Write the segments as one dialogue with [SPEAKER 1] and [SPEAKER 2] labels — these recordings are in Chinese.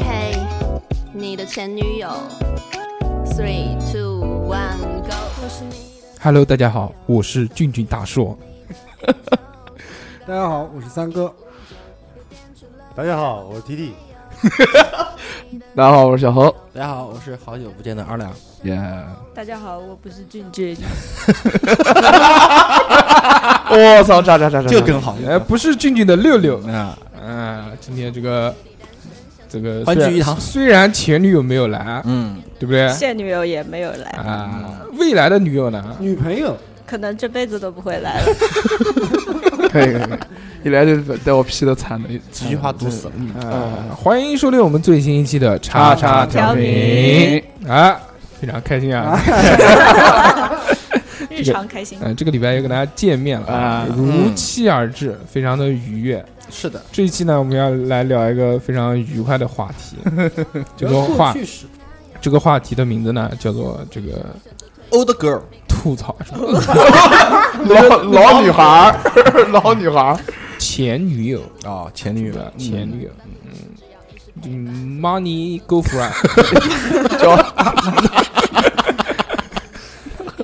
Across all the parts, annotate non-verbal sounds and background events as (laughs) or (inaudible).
[SPEAKER 1] 嘿，你的前女友。Three, two, one, go。
[SPEAKER 2] Hello，大家好，我是俊俊大硕。
[SPEAKER 3] 大家好，我是三哥。
[SPEAKER 4] 大家好，我是弟弟。
[SPEAKER 5] 大家好，我是小侯。
[SPEAKER 6] 大家好，我是好久不见的二两。
[SPEAKER 5] Yeah。
[SPEAKER 7] 大家好，我不是俊俊。
[SPEAKER 5] 我操，炸炸炸炸！
[SPEAKER 2] 这更好，哎，不是俊俊的六六啊啊！今天这个这个
[SPEAKER 6] 欢聚一堂
[SPEAKER 2] 虽然前女友没有来，嗯，对不
[SPEAKER 5] 啊
[SPEAKER 2] 对？
[SPEAKER 7] 现女友也没有来，
[SPEAKER 2] 啊，未来的女友呢？
[SPEAKER 3] 女朋友
[SPEAKER 7] 可能这辈子都不会来
[SPEAKER 5] (laughs)
[SPEAKER 7] 了。
[SPEAKER 5] 可以可以可以，一来就带我批的惨的，
[SPEAKER 6] 几句话毒死了你。
[SPEAKER 2] 啊，欢迎收听我们最新一期的叉叉调频啊，非常开心 (laughs) 啊！
[SPEAKER 7] 日常开心。
[SPEAKER 2] 嗯，这个礼拜又跟大家见面了啊，如期而至，非常的愉悦。
[SPEAKER 6] 是的，
[SPEAKER 2] 这一期呢，我们要来聊一个非常愉快的话 (laughs) 题，这个话这个话题的名字呢，叫做这个
[SPEAKER 6] old girl
[SPEAKER 2] 吐槽什么
[SPEAKER 5] 老老女孩儿， (laughs) 老女孩儿，
[SPEAKER 2] 前女友
[SPEAKER 6] 啊，前女友，
[SPEAKER 2] 前女友，嗯，money go for
[SPEAKER 5] it，叫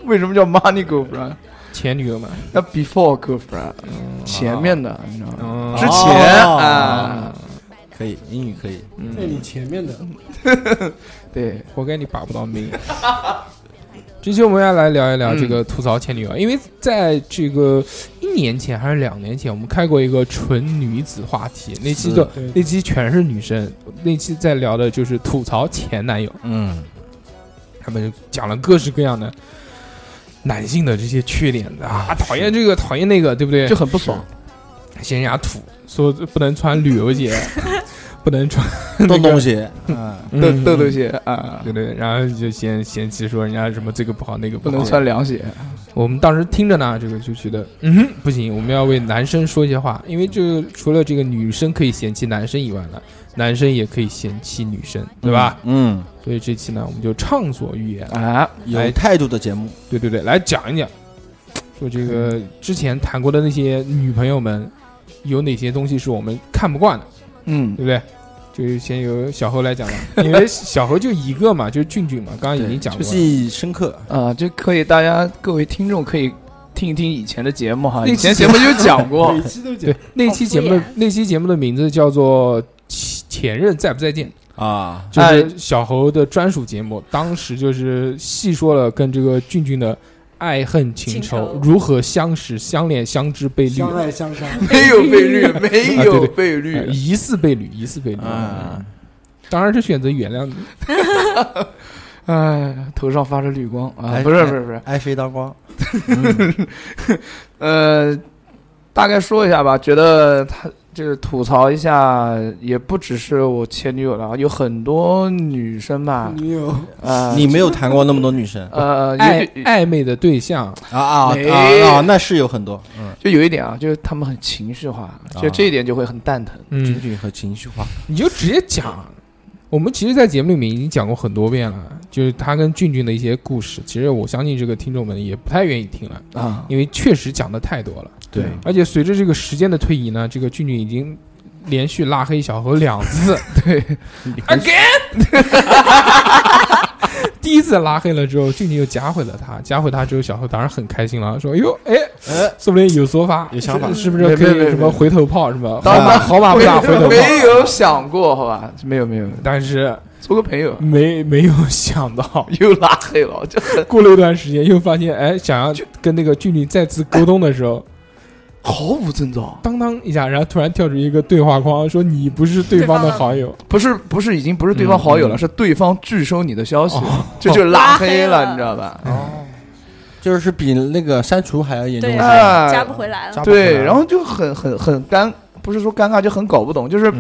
[SPEAKER 5] 为什么叫 money go for it？
[SPEAKER 2] 前女友嘛，
[SPEAKER 5] 那 before girlfriend，前嗯面的，你知道吗？
[SPEAKER 2] 啊
[SPEAKER 5] 之
[SPEAKER 6] 前哎啊，可以，英语可以，
[SPEAKER 3] 在你前面的，
[SPEAKER 5] 嗯 (laughs) 对，
[SPEAKER 2] 活该你把不到命。 (laughs) 这期我们要来聊一聊这个吐槽前女友，嗯、因为在这个一年前还是两年前，我们开过一个纯女子话题，那期就那期全是女生，那期在聊的就是吐槽前男友，嗯，他们讲了各式各样的男性的这些缺点啊，讨厌这个，讨厌那个，对不对？
[SPEAKER 5] 就很不爽，
[SPEAKER 2] 嫌人家土，说不能穿旅游鞋。不能穿嗯
[SPEAKER 6] 洞洞鞋，哎
[SPEAKER 5] 豆
[SPEAKER 6] 嗯
[SPEAKER 5] 豆豆鞋啊，
[SPEAKER 2] 对对，然后就嫌嫌弃说人家什么这个不好那个不
[SPEAKER 5] 好，不能穿凉鞋。
[SPEAKER 2] 我们当时听着呢，这个就觉得，嗯，不行，我们要为男生说一些话，因为这除了这个女生可以嫌弃男生以外呢，男生也可以嫌弃女生，对吧？
[SPEAKER 6] 嗯，嗯
[SPEAKER 2] 所以这期呢，我们就畅所欲言
[SPEAKER 6] 啊，有态度的节目，
[SPEAKER 2] 对对对，来讲一讲，说这个之前谈过的那些女朋友们，有哪些东西是我们看不惯的。
[SPEAKER 5] 嗯，
[SPEAKER 2] 对不对？就先由小侯来讲吧， (laughs) 因为小侯就一个嘛，就是俊俊嘛，刚刚已经讲过了，
[SPEAKER 6] 记忆深刻
[SPEAKER 5] 啊、呃，就可以大家各位听众可以听一听以前的节目哈，以前节目就讲过，
[SPEAKER 3] (laughs) 每期都讲，
[SPEAKER 2] 对，那期节目的那期节目的名字叫做《前任再不再见》
[SPEAKER 6] 啊，
[SPEAKER 3] 哎
[SPEAKER 2] 就是小侯的专属节目，当时就是细说了跟这个俊俊的。爱恨情
[SPEAKER 7] 仇
[SPEAKER 2] 如何相识、相恋、相知、被绿、
[SPEAKER 3] 相爱相杀？
[SPEAKER 5] 没有被绿，没
[SPEAKER 6] 啊
[SPEAKER 5] 有被绿，
[SPEAKER 2] 呃疑似被绿，疑似被绿。
[SPEAKER 3] 啊
[SPEAKER 2] 当然是选择原谅你。
[SPEAKER 5] 哎，头上发着绿光啊！不是不是不是，
[SPEAKER 6] 爱哎谁当光。
[SPEAKER 5] 呃，大概说一下吧，觉得他就是吐槽一下，也不只是我前女友了，有很多女生吧。
[SPEAKER 3] 女友
[SPEAKER 5] 啊，
[SPEAKER 6] 你没有谈过那么多女生？
[SPEAKER 5] 呃，
[SPEAKER 3] 哎
[SPEAKER 2] 暧暧昧的对象
[SPEAKER 6] 啊啊啊！那是有很多，嗯
[SPEAKER 5] 就有一点啊，就是他们很情绪化，就这一点就会很蛋疼。
[SPEAKER 2] 嗯，
[SPEAKER 6] 情绪和情绪化，
[SPEAKER 2] 你就直接讲。我们其实，在节目里面已经讲过很多遍了，就是他跟俊俊的一些故事。其实我相信这个听众们也不太愿意听了
[SPEAKER 5] 啊，
[SPEAKER 2] 因为确实讲的太多了。
[SPEAKER 6] 对，
[SPEAKER 2] 而且随着这个时间的推移呢，这个俊俊已经连续拉黑小何两
[SPEAKER 5] (laughs)
[SPEAKER 2] 次，
[SPEAKER 5] 对
[SPEAKER 2] ，again (laughs) 第一次拉黑了之后，俊俊又加回了他，加回他之后，小何当然很开心了，说：“哟，哎，
[SPEAKER 5] 呃
[SPEAKER 2] 说不定有说法，
[SPEAKER 6] 有想法，
[SPEAKER 2] 是不是可以什么回头炮什么？
[SPEAKER 5] 当
[SPEAKER 2] 然好啊马不打回头炮，
[SPEAKER 5] 没有想过，好吧，没有没有，
[SPEAKER 2] 但是
[SPEAKER 5] 做个朋友，
[SPEAKER 2] 没没有 (laughs) 想到
[SPEAKER 5] 又拉黑了，就
[SPEAKER 2] 过了一段时间，又发现哎，想要跟那个俊俊再次沟通的时候。”
[SPEAKER 5] 毫无征兆，
[SPEAKER 2] 当当一下，然后突然跳出一个对话框，说你不是对方的好友，
[SPEAKER 5] 不是不是已经不是对方好友了，是对方拒收你的消息，这就拉黑了，你知道吧？
[SPEAKER 6] 哦，
[SPEAKER 2] 嗯
[SPEAKER 6] 就是比那个删除还要严
[SPEAKER 5] 哎
[SPEAKER 6] 重，
[SPEAKER 5] 啊
[SPEAKER 7] 加不回来了。
[SPEAKER 5] 对，然后就很很很尴，不是说尴尬，就很搞不懂，就是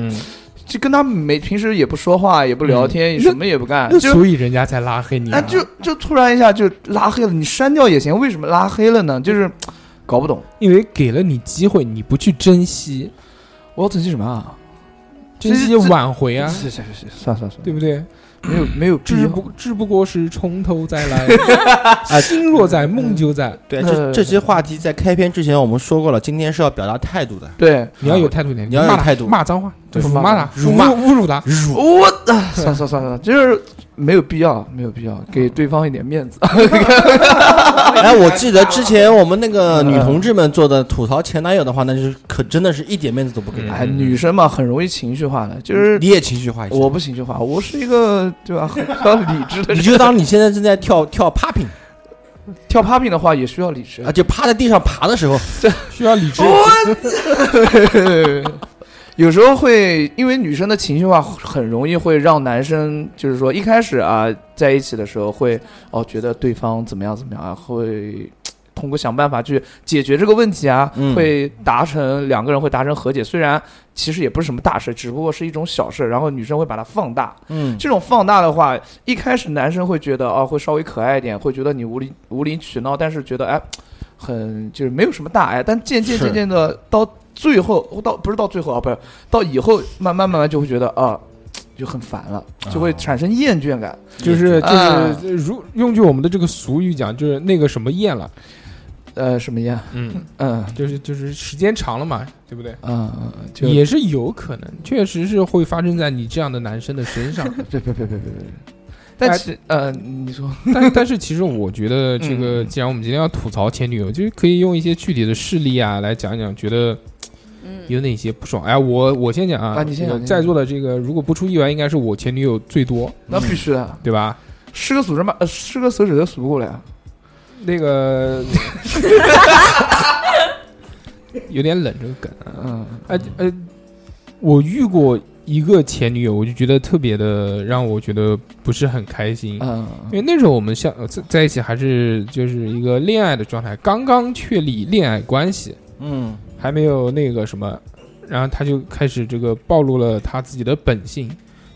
[SPEAKER 5] 就跟他没平时也不说话，也不聊天，
[SPEAKER 2] 嗯
[SPEAKER 5] 什么也不干，
[SPEAKER 2] 那
[SPEAKER 5] 就
[SPEAKER 2] 所以人家才拉黑你、啊。
[SPEAKER 5] 哎，就就突然一下就拉黑了，你删掉也行，为什么拉黑了呢？就是搞不懂，
[SPEAKER 2] 因为给了你机会，你不去珍惜。
[SPEAKER 5] 我要珍惜什么啊？
[SPEAKER 2] 珍惜挽回啊！
[SPEAKER 5] 是是是，算算算，
[SPEAKER 2] 对不对？
[SPEAKER 5] 没有没有必
[SPEAKER 2] 只
[SPEAKER 5] 要。
[SPEAKER 2] 嗯不只不过是从头再
[SPEAKER 6] (laughs)
[SPEAKER 2] 来，心若在，梦就在。
[SPEAKER 6] 对，这这些话题在开篇之前我们说过了，今天是要表达态度的。
[SPEAKER 5] 对，
[SPEAKER 2] 你要有态度一点，
[SPEAKER 6] 你要
[SPEAKER 2] 骂
[SPEAKER 6] 有
[SPEAKER 2] 他
[SPEAKER 6] 态度，
[SPEAKER 2] 骂脏话，
[SPEAKER 6] 对
[SPEAKER 2] 辱骂他，
[SPEAKER 6] 辱骂
[SPEAKER 2] 侮辱他，
[SPEAKER 6] 辱
[SPEAKER 5] 我啊， (laughs) 算了算了算了，就是没有必要，没有必要给对方一点面子。
[SPEAKER 6] (laughs) 哎，我记得之前我们那个女同志们做的吐槽前男友的话，那就是可真的是一点面子都不给。嗯
[SPEAKER 5] 哎，女生嘛，很容易情绪化的，就是
[SPEAKER 6] 你也情绪化一下，
[SPEAKER 5] 我不情绪化，我是一个对吧，很 (laughs) 需要理智的
[SPEAKER 6] 你
[SPEAKER 5] 人。
[SPEAKER 6] 就当你现在正在跳跳 popping
[SPEAKER 5] 跳 popping 的话也需要理智
[SPEAKER 6] 啊，就趴在地上爬的时候，
[SPEAKER 2] 需要理智。
[SPEAKER 5] 有时候会因为女生的情绪化，很容易会让男生就是说一开始啊在一起的时候会哦觉得对方怎么样怎么样啊，会通过想办法去解决这个问题啊，
[SPEAKER 6] 嗯
[SPEAKER 5] 会达成两个人会达成和解，虽然其实也不是什么大事，只不过是一种小事，然后女生会把它放大，
[SPEAKER 6] 嗯，
[SPEAKER 5] 这种放大的话，一开始男生会觉得哦，会稍微可爱一点，会觉得你无理无理取闹，但是觉得哎，很就是没有什么大碍。但渐渐
[SPEAKER 6] 是
[SPEAKER 5] 渐渐的到最后，到不是到最后啊，不是到以后，慢慢慢慢就会觉得啊，就很烦了，就会产生厌倦感。
[SPEAKER 2] 就是
[SPEAKER 5] 啊
[SPEAKER 2] 就是，如用句我们的这个俗语讲，就是那个什么厌了，
[SPEAKER 5] 呃，什么厌？
[SPEAKER 2] 嗯，
[SPEAKER 5] 嗯
[SPEAKER 2] 就是就是时间长了嘛，对不对？
[SPEAKER 5] 嗯，嗯就
[SPEAKER 2] 也是有可能，确实是会发生在你这样的男生的身
[SPEAKER 5] (laughs)
[SPEAKER 2] 上。
[SPEAKER 5] 别别别别别别。但
[SPEAKER 2] 哎
[SPEAKER 5] 其实呃，你说
[SPEAKER 2] 但但是其实我觉得这
[SPEAKER 5] 嗯
[SPEAKER 2] 个，既然我们今天要吐槽前女友，就是可以用一些具体的事例啊来讲讲，觉得
[SPEAKER 7] 嗯，
[SPEAKER 2] 有哪些不爽。哎，我我先讲啊，
[SPEAKER 5] 啊你先讲
[SPEAKER 2] 这个
[SPEAKER 5] 你先
[SPEAKER 2] 在座的这个，如果不出意外，应该是我前女友最多，
[SPEAKER 5] 那必须的，
[SPEAKER 2] 对吧？
[SPEAKER 5] 十个手指嘛，呃，十个手指头数不过来啊。
[SPEAKER 2] 那个 (laughs) 有点冷这个梗啊，
[SPEAKER 5] 嗯，
[SPEAKER 2] 哎呃，我遇过一个前女友，我就觉得特别的让我觉得不是很开心，
[SPEAKER 5] 嗯，
[SPEAKER 2] 因为那时候我们相呃在在一起还是就是一个恋爱的状态，刚刚确立恋爱关系，
[SPEAKER 6] 嗯
[SPEAKER 2] 还没有那个什么，然后他就开始这个暴露了他自己的本性，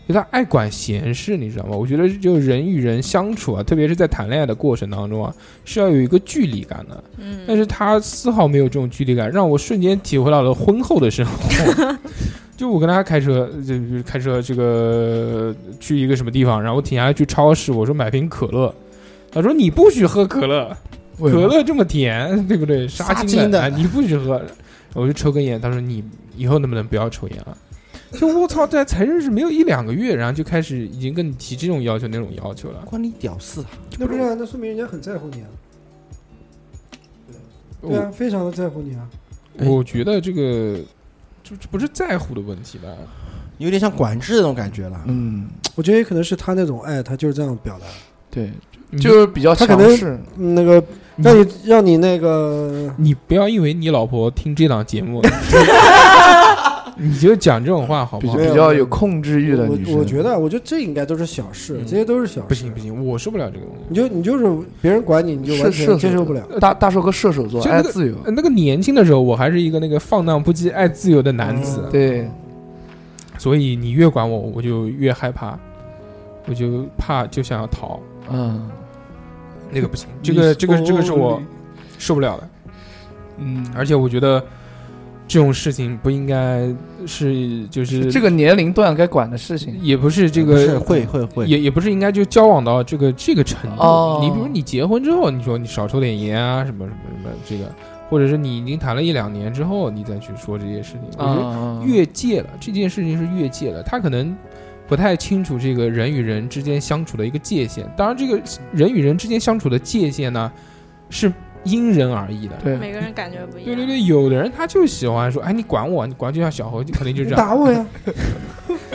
[SPEAKER 2] 就他爱管闲事，你知道吗？我觉得就人与人相处啊，特别是在谈恋爱的过程当中啊，是要有一个距离感的，
[SPEAKER 7] 嗯
[SPEAKER 2] 但是他丝毫没有这种距离感，让我瞬间体会到了婚后的生活。就我跟他开车，就就开车这个去一个什么地方，然后我停下来去超市，我说买瓶可乐，他说你不许喝可乐，
[SPEAKER 5] 为什么
[SPEAKER 2] 可乐这么甜，对不对？
[SPEAKER 6] 杀
[SPEAKER 2] 杀
[SPEAKER 6] 精
[SPEAKER 2] 精
[SPEAKER 6] 的
[SPEAKER 2] 哎你不许喝。我就抽根烟，他说你以后能不能不要抽烟了、就我操，这才认识没有一两个月，然后就开始已经跟你提这种要求那种要求了。
[SPEAKER 6] 关你屌事啊！
[SPEAKER 3] 那不是啊，那说明人家很在乎你啊。对啊，非常的在乎你啊。
[SPEAKER 5] 哎
[SPEAKER 2] 我觉得这个就这不是在乎的问题吧？
[SPEAKER 6] 有点像管制的那种感觉了。
[SPEAKER 5] 嗯，
[SPEAKER 3] 我觉得也可能是他那种爱，他就是这样表达。
[SPEAKER 5] 对，
[SPEAKER 2] 你
[SPEAKER 5] 就是比较
[SPEAKER 3] 嗯他
[SPEAKER 5] 强
[SPEAKER 3] 可能
[SPEAKER 5] 势。
[SPEAKER 3] 嗯那个让你让你那个，
[SPEAKER 2] 你不要因为你老婆听这档节目，你就讲这种话好
[SPEAKER 5] 比
[SPEAKER 2] 不好
[SPEAKER 5] 较
[SPEAKER 3] 没？有
[SPEAKER 5] 比较有控制欲的女
[SPEAKER 3] 我
[SPEAKER 5] 生，
[SPEAKER 3] 我觉得，啊我觉得这应该都是小事，
[SPEAKER 2] 嗯
[SPEAKER 3] 这些都是小事。
[SPEAKER 2] 不行不，行，我受不了这个东西。
[SPEAKER 3] 你就你就是别人管你，你就完
[SPEAKER 5] 是
[SPEAKER 3] 全
[SPEAKER 5] 是
[SPEAKER 3] 接受不了。
[SPEAKER 5] 大大寿哥射手座
[SPEAKER 2] 就
[SPEAKER 5] 爱
[SPEAKER 2] 那个
[SPEAKER 5] 自由，
[SPEAKER 2] 呃那个年轻的时候，我还是一个那个放荡不羁、爱自由的男子，
[SPEAKER 3] 嗯
[SPEAKER 5] 对，
[SPEAKER 2] 所以你越管我，我就越害怕，我就怕就想要逃。
[SPEAKER 5] 嗯
[SPEAKER 2] 那个不行，这个这个这个是我受不了的，
[SPEAKER 5] 嗯，
[SPEAKER 2] 而且我觉得这种事情不应该是就是
[SPEAKER 5] 这个年龄段该管的事情，
[SPEAKER 2] 也不是这
[SPEAKER 6] 呃不是
[SPEAKER 2] 个
[SPEAKER 6] 会会会，
[SPEAKER 2] 也也不是应该就交往到这个这个程度。
[SPEAKER 5] 哦
[SPEAKER 2] 你比如你结婚之后，你说你少抽点烟啊，什么什么什么这个，或者是你已经谈了一两年之后，你再去说这些事情，我觉得
[SPEAKER 5] 啊，
[SPEAKER 2] 越界了，这件事情是越界了。他可能不太清楚这个人与人之间相处的一个界限。当然，这个人与人之间相处的界限呢，是因人而异的。
[SPEAKER 5] 对，
[SPEAKER 7] 每个人感觉不一样。
[SPEAKER 2] 对对对，有的人他就喜欢说，哎，你管我，你管，就像小猴，可能就
[SPEAKER 3] 你
[SPEAKER 2] 这样。
[SPEAKER 3] 打我呀！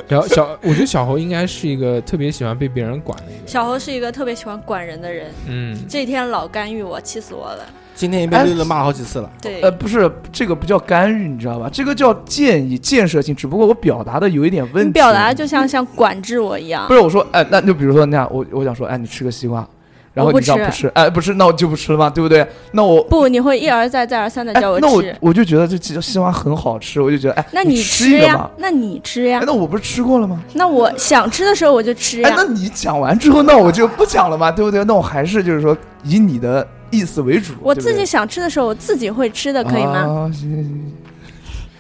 [SPEAKER 2] 然后小，我觉得小猴应该是一个特别喜欢被别人管的一个。
[SPEAKER 7] 小侯是一个特别喜欢管人的人，
[SPEAKER 2] 嗯，
[SPEAKER 7] 这天老干预我，气死我了。
[SPEAKER 6] 今天也被六六骂了好几次了。
[SPEAKER 7] 对，
[SPEAKER 5] 呃，不是这个不叫干预，你知道吧？这个叫建议、建设性，只不过我表达的有一点问
[SPEAKER 7] 你
[SPEAKER 5] 题，
[SPEAKER 7] 表达就像像管制我一样
[SPEAKER 5] 不。是我说，哎，那就比如说那样，我我想说，哎，你吃个西瓜，然
[SPEAKER 7] 我
[SPEAKER 5] 后
[SPEAKER 7] 不
[SPEAKER 5] 你让
[SPEAKER 7] 吃
[SPEAKER 5] 不吃，哎，不吃，那我就不吃了嘛，对不对？那我
[SPEAKER 7] 不，你会一而再再而三的
[SPEAKER 5] 哎
[SPEAKER 7] 叫我
[SPEAKER 5] 那我
[SPEAKER 7] 吃。
[SPEAKER 5] 我就觉得这鸡西瓜很好吃，我就觉得哎，
[SPEAKER 7] 那
[SPEAKER 5] 你
[SPEAKER 7] 吃
[SPEAKER 5] 一个
[SPEAKER 7] 呀
[SPEAKER 5] 嘛，。
[SPEAKER 7] 那你吃呀
[SPEAKER 5] 哎，。那我不是吃过了吗？
[SPEAKER 7] 那我想吃的时候我就吃
[SPEAKER 5] 哎
[SPEAKER 7] 呀，。
[SPEAKER 5] 那你讲完之后，那我就不讲了嘛，对不对？那我还是就是说以你的意思为主，
[SPEAKER 7] 我
[SPEAKER 5] 对不对
[SPEAKER 7] 自己想吃的时候我自己会吃的，可以吗？
[SPEAKER 5] 啊行行行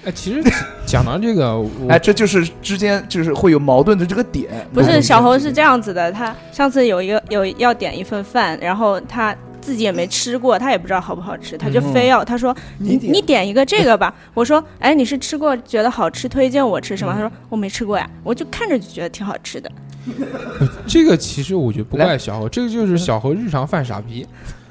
[SPEAKER 2] 哎，其实讲到这个，我
[SPEAKER 5] 哎，这就是之间就是会有矛盾的这个点。
[SPEAKER 7] 不是，
[SPEAKER 5] 嗯
[SPEAKER 7] 小侯是这样子的，他上次有一个有要点一份饭，然后他。自己也没吃过，他也不知道好不好吃，他就
[SPEAKER 5] 嗯
[SPEAKER 7] 非要他说你
[SPEAKER 5] 点
[SPEAKER 7] 你点一个这个吧。 (laughs) 我说哎，你是吃过觉得好吃，推荐我吃什么？他说我没吃过呀，我就看着就觉得挺好吃的。
[SPEAKER 2] 这个其实我觉得不怪小侯，这个就是小侯日常犯傻逼，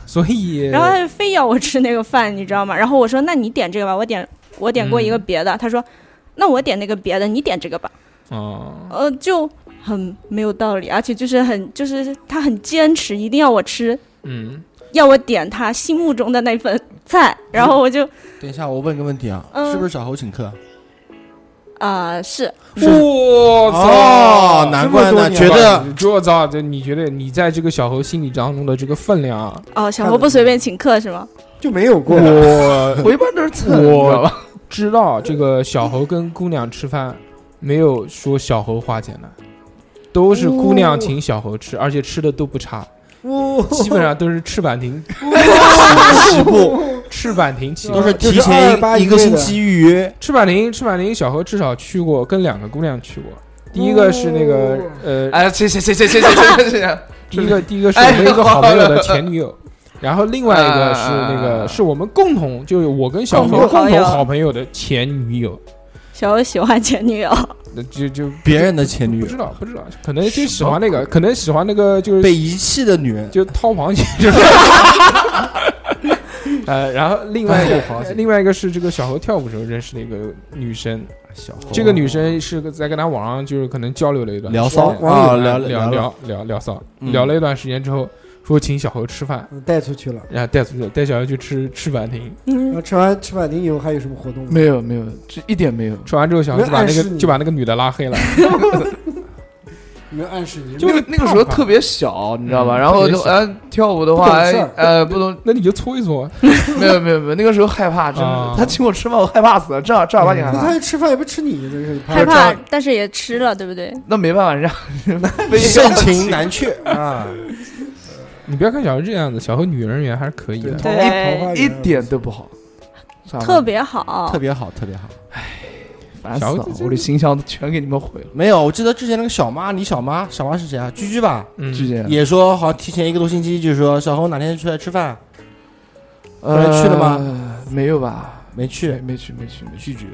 [SPEAKER 2] 所以
[SPEAKER 7] (laughs) 然后他就非要我吃那个饭，你知道吗？然后我说那你点这个吧，我点我点过一个别的，他说那我点那个别的，你点这个吧。
[SPEAKER 2] 嗯，
[SPEAKER 7] 呃，就很没有道理，而且就是很就是他很坚持，一定要我吃，
[SPEAKER 2] 嗯，
[SPEAKER 7] 要我点他心目中的那份菜，然后我就
[SPEAKER 6] 等一下，我问个问题啊，
[SPEAKER 7] 嗯
[SPEAKER 6] 是不是小侯请客？
[SPEAKER 7] 啊、是
[SPEAKER 2] 我
[SPEAKER 6] 哦难怪呢觉得
[SPEAKER 2] 我操，这你觉得你在这个小侯心里当中的这个分量啊，
[SPEAKER 7] 哦，小侯不随便请客是吗？
[SPEAKER 4] 就没有过。
[SPEAKER 6] (laughs)
[SPEAKER 2] 我
[SPEAKER 5] 我一般都是蹭，你知道
[SPEAKER 2] 我
[SPEAKER 5] 吧？
[SPEAKER 2] 知道这个小侯跟姑娘吃饭，没有说小侯花钱的，都是姑
[SPEAKER 7] 哦
[SPEAKER 2] 娘请小侯吃，而且吃的都不差，基本上都是赤坂
[SPEAKER 7] (laughs)
[SPEAKER 2] 亭
[SPEAKER 6] 起步
[SPEAKER 2] 赤坂亭起步
[SPEAKER 6] 都是
[SPEAKER 4] 就是
[SPEAKER 6] 提前
[SPEAKER 4] 228
[SPEAKER 6] 一
[SPEAKER 4] 一
[SPEAKER 6] 个
[SPEAKER 4] 个
[SPEAKER 6] 星
[SPEAKER 4] 的
[SPEAKER 6] 期预约，
[SPEAKER 2] 赤坂亭赤坂亭小侯至少去过，跟两个姑娘去过，第一个是那个呃
[SPEAKER 5] 哎，谢谢谢谢谢谢谢谢谢。
[SPEAKER 2] 第一个第一个是我们一个好朋友的前女友，然后另外一个是那个
[SPEAKER 5] 啊
[SPEAKER 2] 是我们共同，就是我跟小
[SPEAKER 7] 哎共
[SPEAKER 2] 侯
[SPEAKER 7] 同
[SPEAKER 2] 共
[SPEAKER 7] 好
[SPEAKER 2] 同
[SPEAKER 7] 友
[SPEAKER 2] 好朋友的前女友，
[SPEAKER 7] 小侯喜欢前女友，
[SPEAKER 2] 那就就
[SPEAKER 6] 别人的前女
[SPEAKER 2] 不
[SPEAKER 6] 友
[SPEAKER 2] 知道不知道，可能就喜欢
[SPEAKER 7] 哎
[SPEAKER 2] 那个，可能喜欢那个就是
[SPEAKER 6] 被遗弃的女人，
[SPEAKER 2] 就掏螃蟹，
[SPEAKER 7] (laughs)
[SPEAKER 2] 就是呃，然后另外一
[SPEAKER 7] 哎
[SPEAKER 2] 个另外一个是这个小侯跳舞时候认识的一个女生，
[SPEAKER 6] 小侯
[SPEAKER 7] 哦
[SPEAKER 2] 这个女生是个在跟他网上就是可能交流了一段
[SPEAKER 6] 聊
[SPEAKER 2] 时间
[SPEAKER 6] 骚
[SPEAKER 4] 网
[SPEAKER 6] 啊，
[SPEAKER 4] 网
[SPEAKER 6] 聊
[SPEAKER 2] 聊
[SPEAKER 6] 聊
[SPEAKER 2] 聊聊聊骚，
[SPEAKER 6] 嗯
[SPEAKER 2] 聊了一段时间之后说请小侯吃饭。
[SPEAKER 4] 带出去了。
[SPEAKER 2] 然后带出去，带小孩去吃吃板亭，
[SPEAKER 4] 然
[SPEAKER 7] 嗯
[SPEAKER 3] 啊
[SPEAKER 4] 后，吃完吃晚饭以后还有什么活动吗？
[SPEAKER 5] 没有没有，这一点没有。
[SPEAKER 2] 吃完之后小孩就把那
[SPEAKER 4] 没有
[SPEAKER 2] 个
[SPEAKER 4] 暗示你
[SPEAKER 2] 就把那个女的拉黑了， (laughs)
[SPEAKER 4] 有没有暗示你？
[SPEAKER 2] 就
[SPEAKER 5] 那个那个时候
[SPEAKER 2] 胖吧
[SPEAKER 5] 特别小，你知道吧？
[SPEAKER 2] 嗯
[SPEAKER 5] 然后就
[SPEAKER 2] 特别小
[SPEAKER 5] 呃跳舞的话，
[SPEAKER 4] 不懂事
[SPEAKER 5] 哎
[SPEAKER 4] 儿
[SPEAKER 5] 呃不懂，
[SPEAKER 2] 那你就搓一搓，
[SPEAKER 5] 没有没有没有，那个时候害怕，真
[SPEAKER 2] 啊
[SPEAKER 5] 的。他请我吃饭，我害怕死了，正儿正儿八
[SPEAKER 3] 啊
[SPEAKER 5] 经害
[SPEAKER 4] 那
[SPEAKER 5] 怕
[SPEAKER 3] 嗯
[SPEAKER 4] 他。吃饭也不吃你，真是
[SPEAKER 7] 害怕，但是也吃了，对不对？
[SPEAKER 5] 那没办法，人家非要
[SPEAKER 6] 盛情难却，
[SPEAKER 4] 啊！
[SPEAKER 2] 你不要看小何这样子，小何女人缘还是可以的。
[SPEAKER 4] 桃花
[SPEAKER 7] 对
[SPEAKER 3] 哎
[SPEAKER 4] 桃花
[SPEAKER 5] 一
[SPEAKER 4] 源
[SPEAKER 5] 点都不好，算了
[SPEAKER 7] 特别好，
[SPEAKER 6] 特别好，特别好。
[SPEAKER 5] 烦死了
[SPEAKER 2] 小，
[SPEAKER 5] 我的形象全给你们毁了。
[SPEAKER 6] 没有，我记得之前那个小妈，你小妈，小妈是谁啊？居居吧，
[SPEAKER 2] 嗯，
[SPEAKER 5] 之前
[SPEAKER 6] 也说好像提前一个多星期，就是说小侯哪天出来吃饭，后来
[SPEAKER 5] 呃
[SPEAKER 6] 去了吗？
[SPEAKER 5] 没有吧？
[SPEAKER 6] 没
[SPEAKER 5] 没
[SPEAKER 6] 去，
[SPEAKER 5] 没去没去没
[SPEAKER 6] 拒
[SPEAKER 5] 去，
[SPEAKER 6] 绝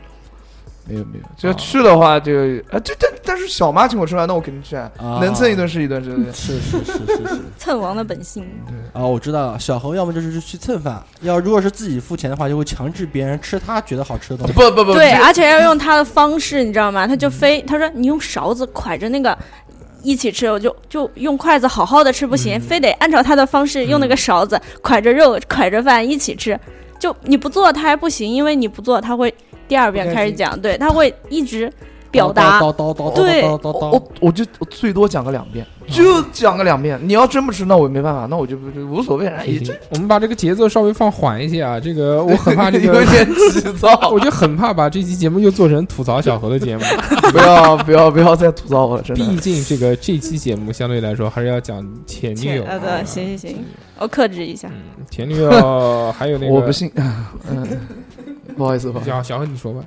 [SPEAKER 5] 没有没有。就去的话就啊，这但但是小妈请我吃饭，那我肯定去啊，
[SPEAKER 6] 啊
[SPEAKER 5] 能蹭一顿是一顿，对不对？
[SPEAKER 6] 是是是是是 (laughs)
[SPEAKER 7] 蹭王的本性。
[SPEAKER 6] 啊，我知道了。小侯要么就是去蹭饭，要如果是自己付钱的话，就会强制别人吃他觉得好吃的东西。
[SPEAKER 5] 不不不，
[SPEAKER 7] 对，啊而且要用他的方式，你知道吗？他就非他说你用勺子蒯着那个一起吃，我就就用筷子好好的吃不行，非得按照他的方式用那个勺子蒯着肉蒯着饭一起吃，就你不做他还不行，因为你不做他会第二遍
[SPEAKER 4] 不开
[SPEAKER 7] 开始
[SPEAKER 4] 心
[SPEAKER 7] 讲，对他会一直表达。
[SPEAKER 6] 叨叨叨叨
[SPEAKER 7] 对
[SPEAKER 6] 叨叨
[SPEAKER 5] 我
[SPEAKER 6] 叨叨。
[SPEAKER 5] 我我就我最多讲个两遍，就讲个两遍。你要真不吃，那我没办法，那我就不就无所谓了。也就
[SPEAKER 2] 我们哎把这个节奏稍微放缓一些啊，这个我很
[SPEAKER 5] (laughs)
[SPEAKER 2] 怕这
[SPEAKER 5] 有
[SPEAKER 2] 个，
[SPEAKER 5] 点急
[SPEAKER 2] (laughs)
[SPEAKER 5] 躁。
[SPEAKER 2] 我就很怕把这期节目又做成吐槽小何的节目。
[SPEAKER 5] 不要不要不要再吐槽我了，真
[SPEAKER 2] 毕
[SPEAKER 5] 的。
[SPEAKER 2] 竟这个这期节目相对来说还是要讲前女友
[SPEAKER 7] 啊，对，行行行，我克制一下。
[SPEAKER 2] 嗯前女友还有那个，
[SPEAKER 5] 我不信，嗯，不好意思，不好意思，
[SPEAKER 2] 小小何你说吧，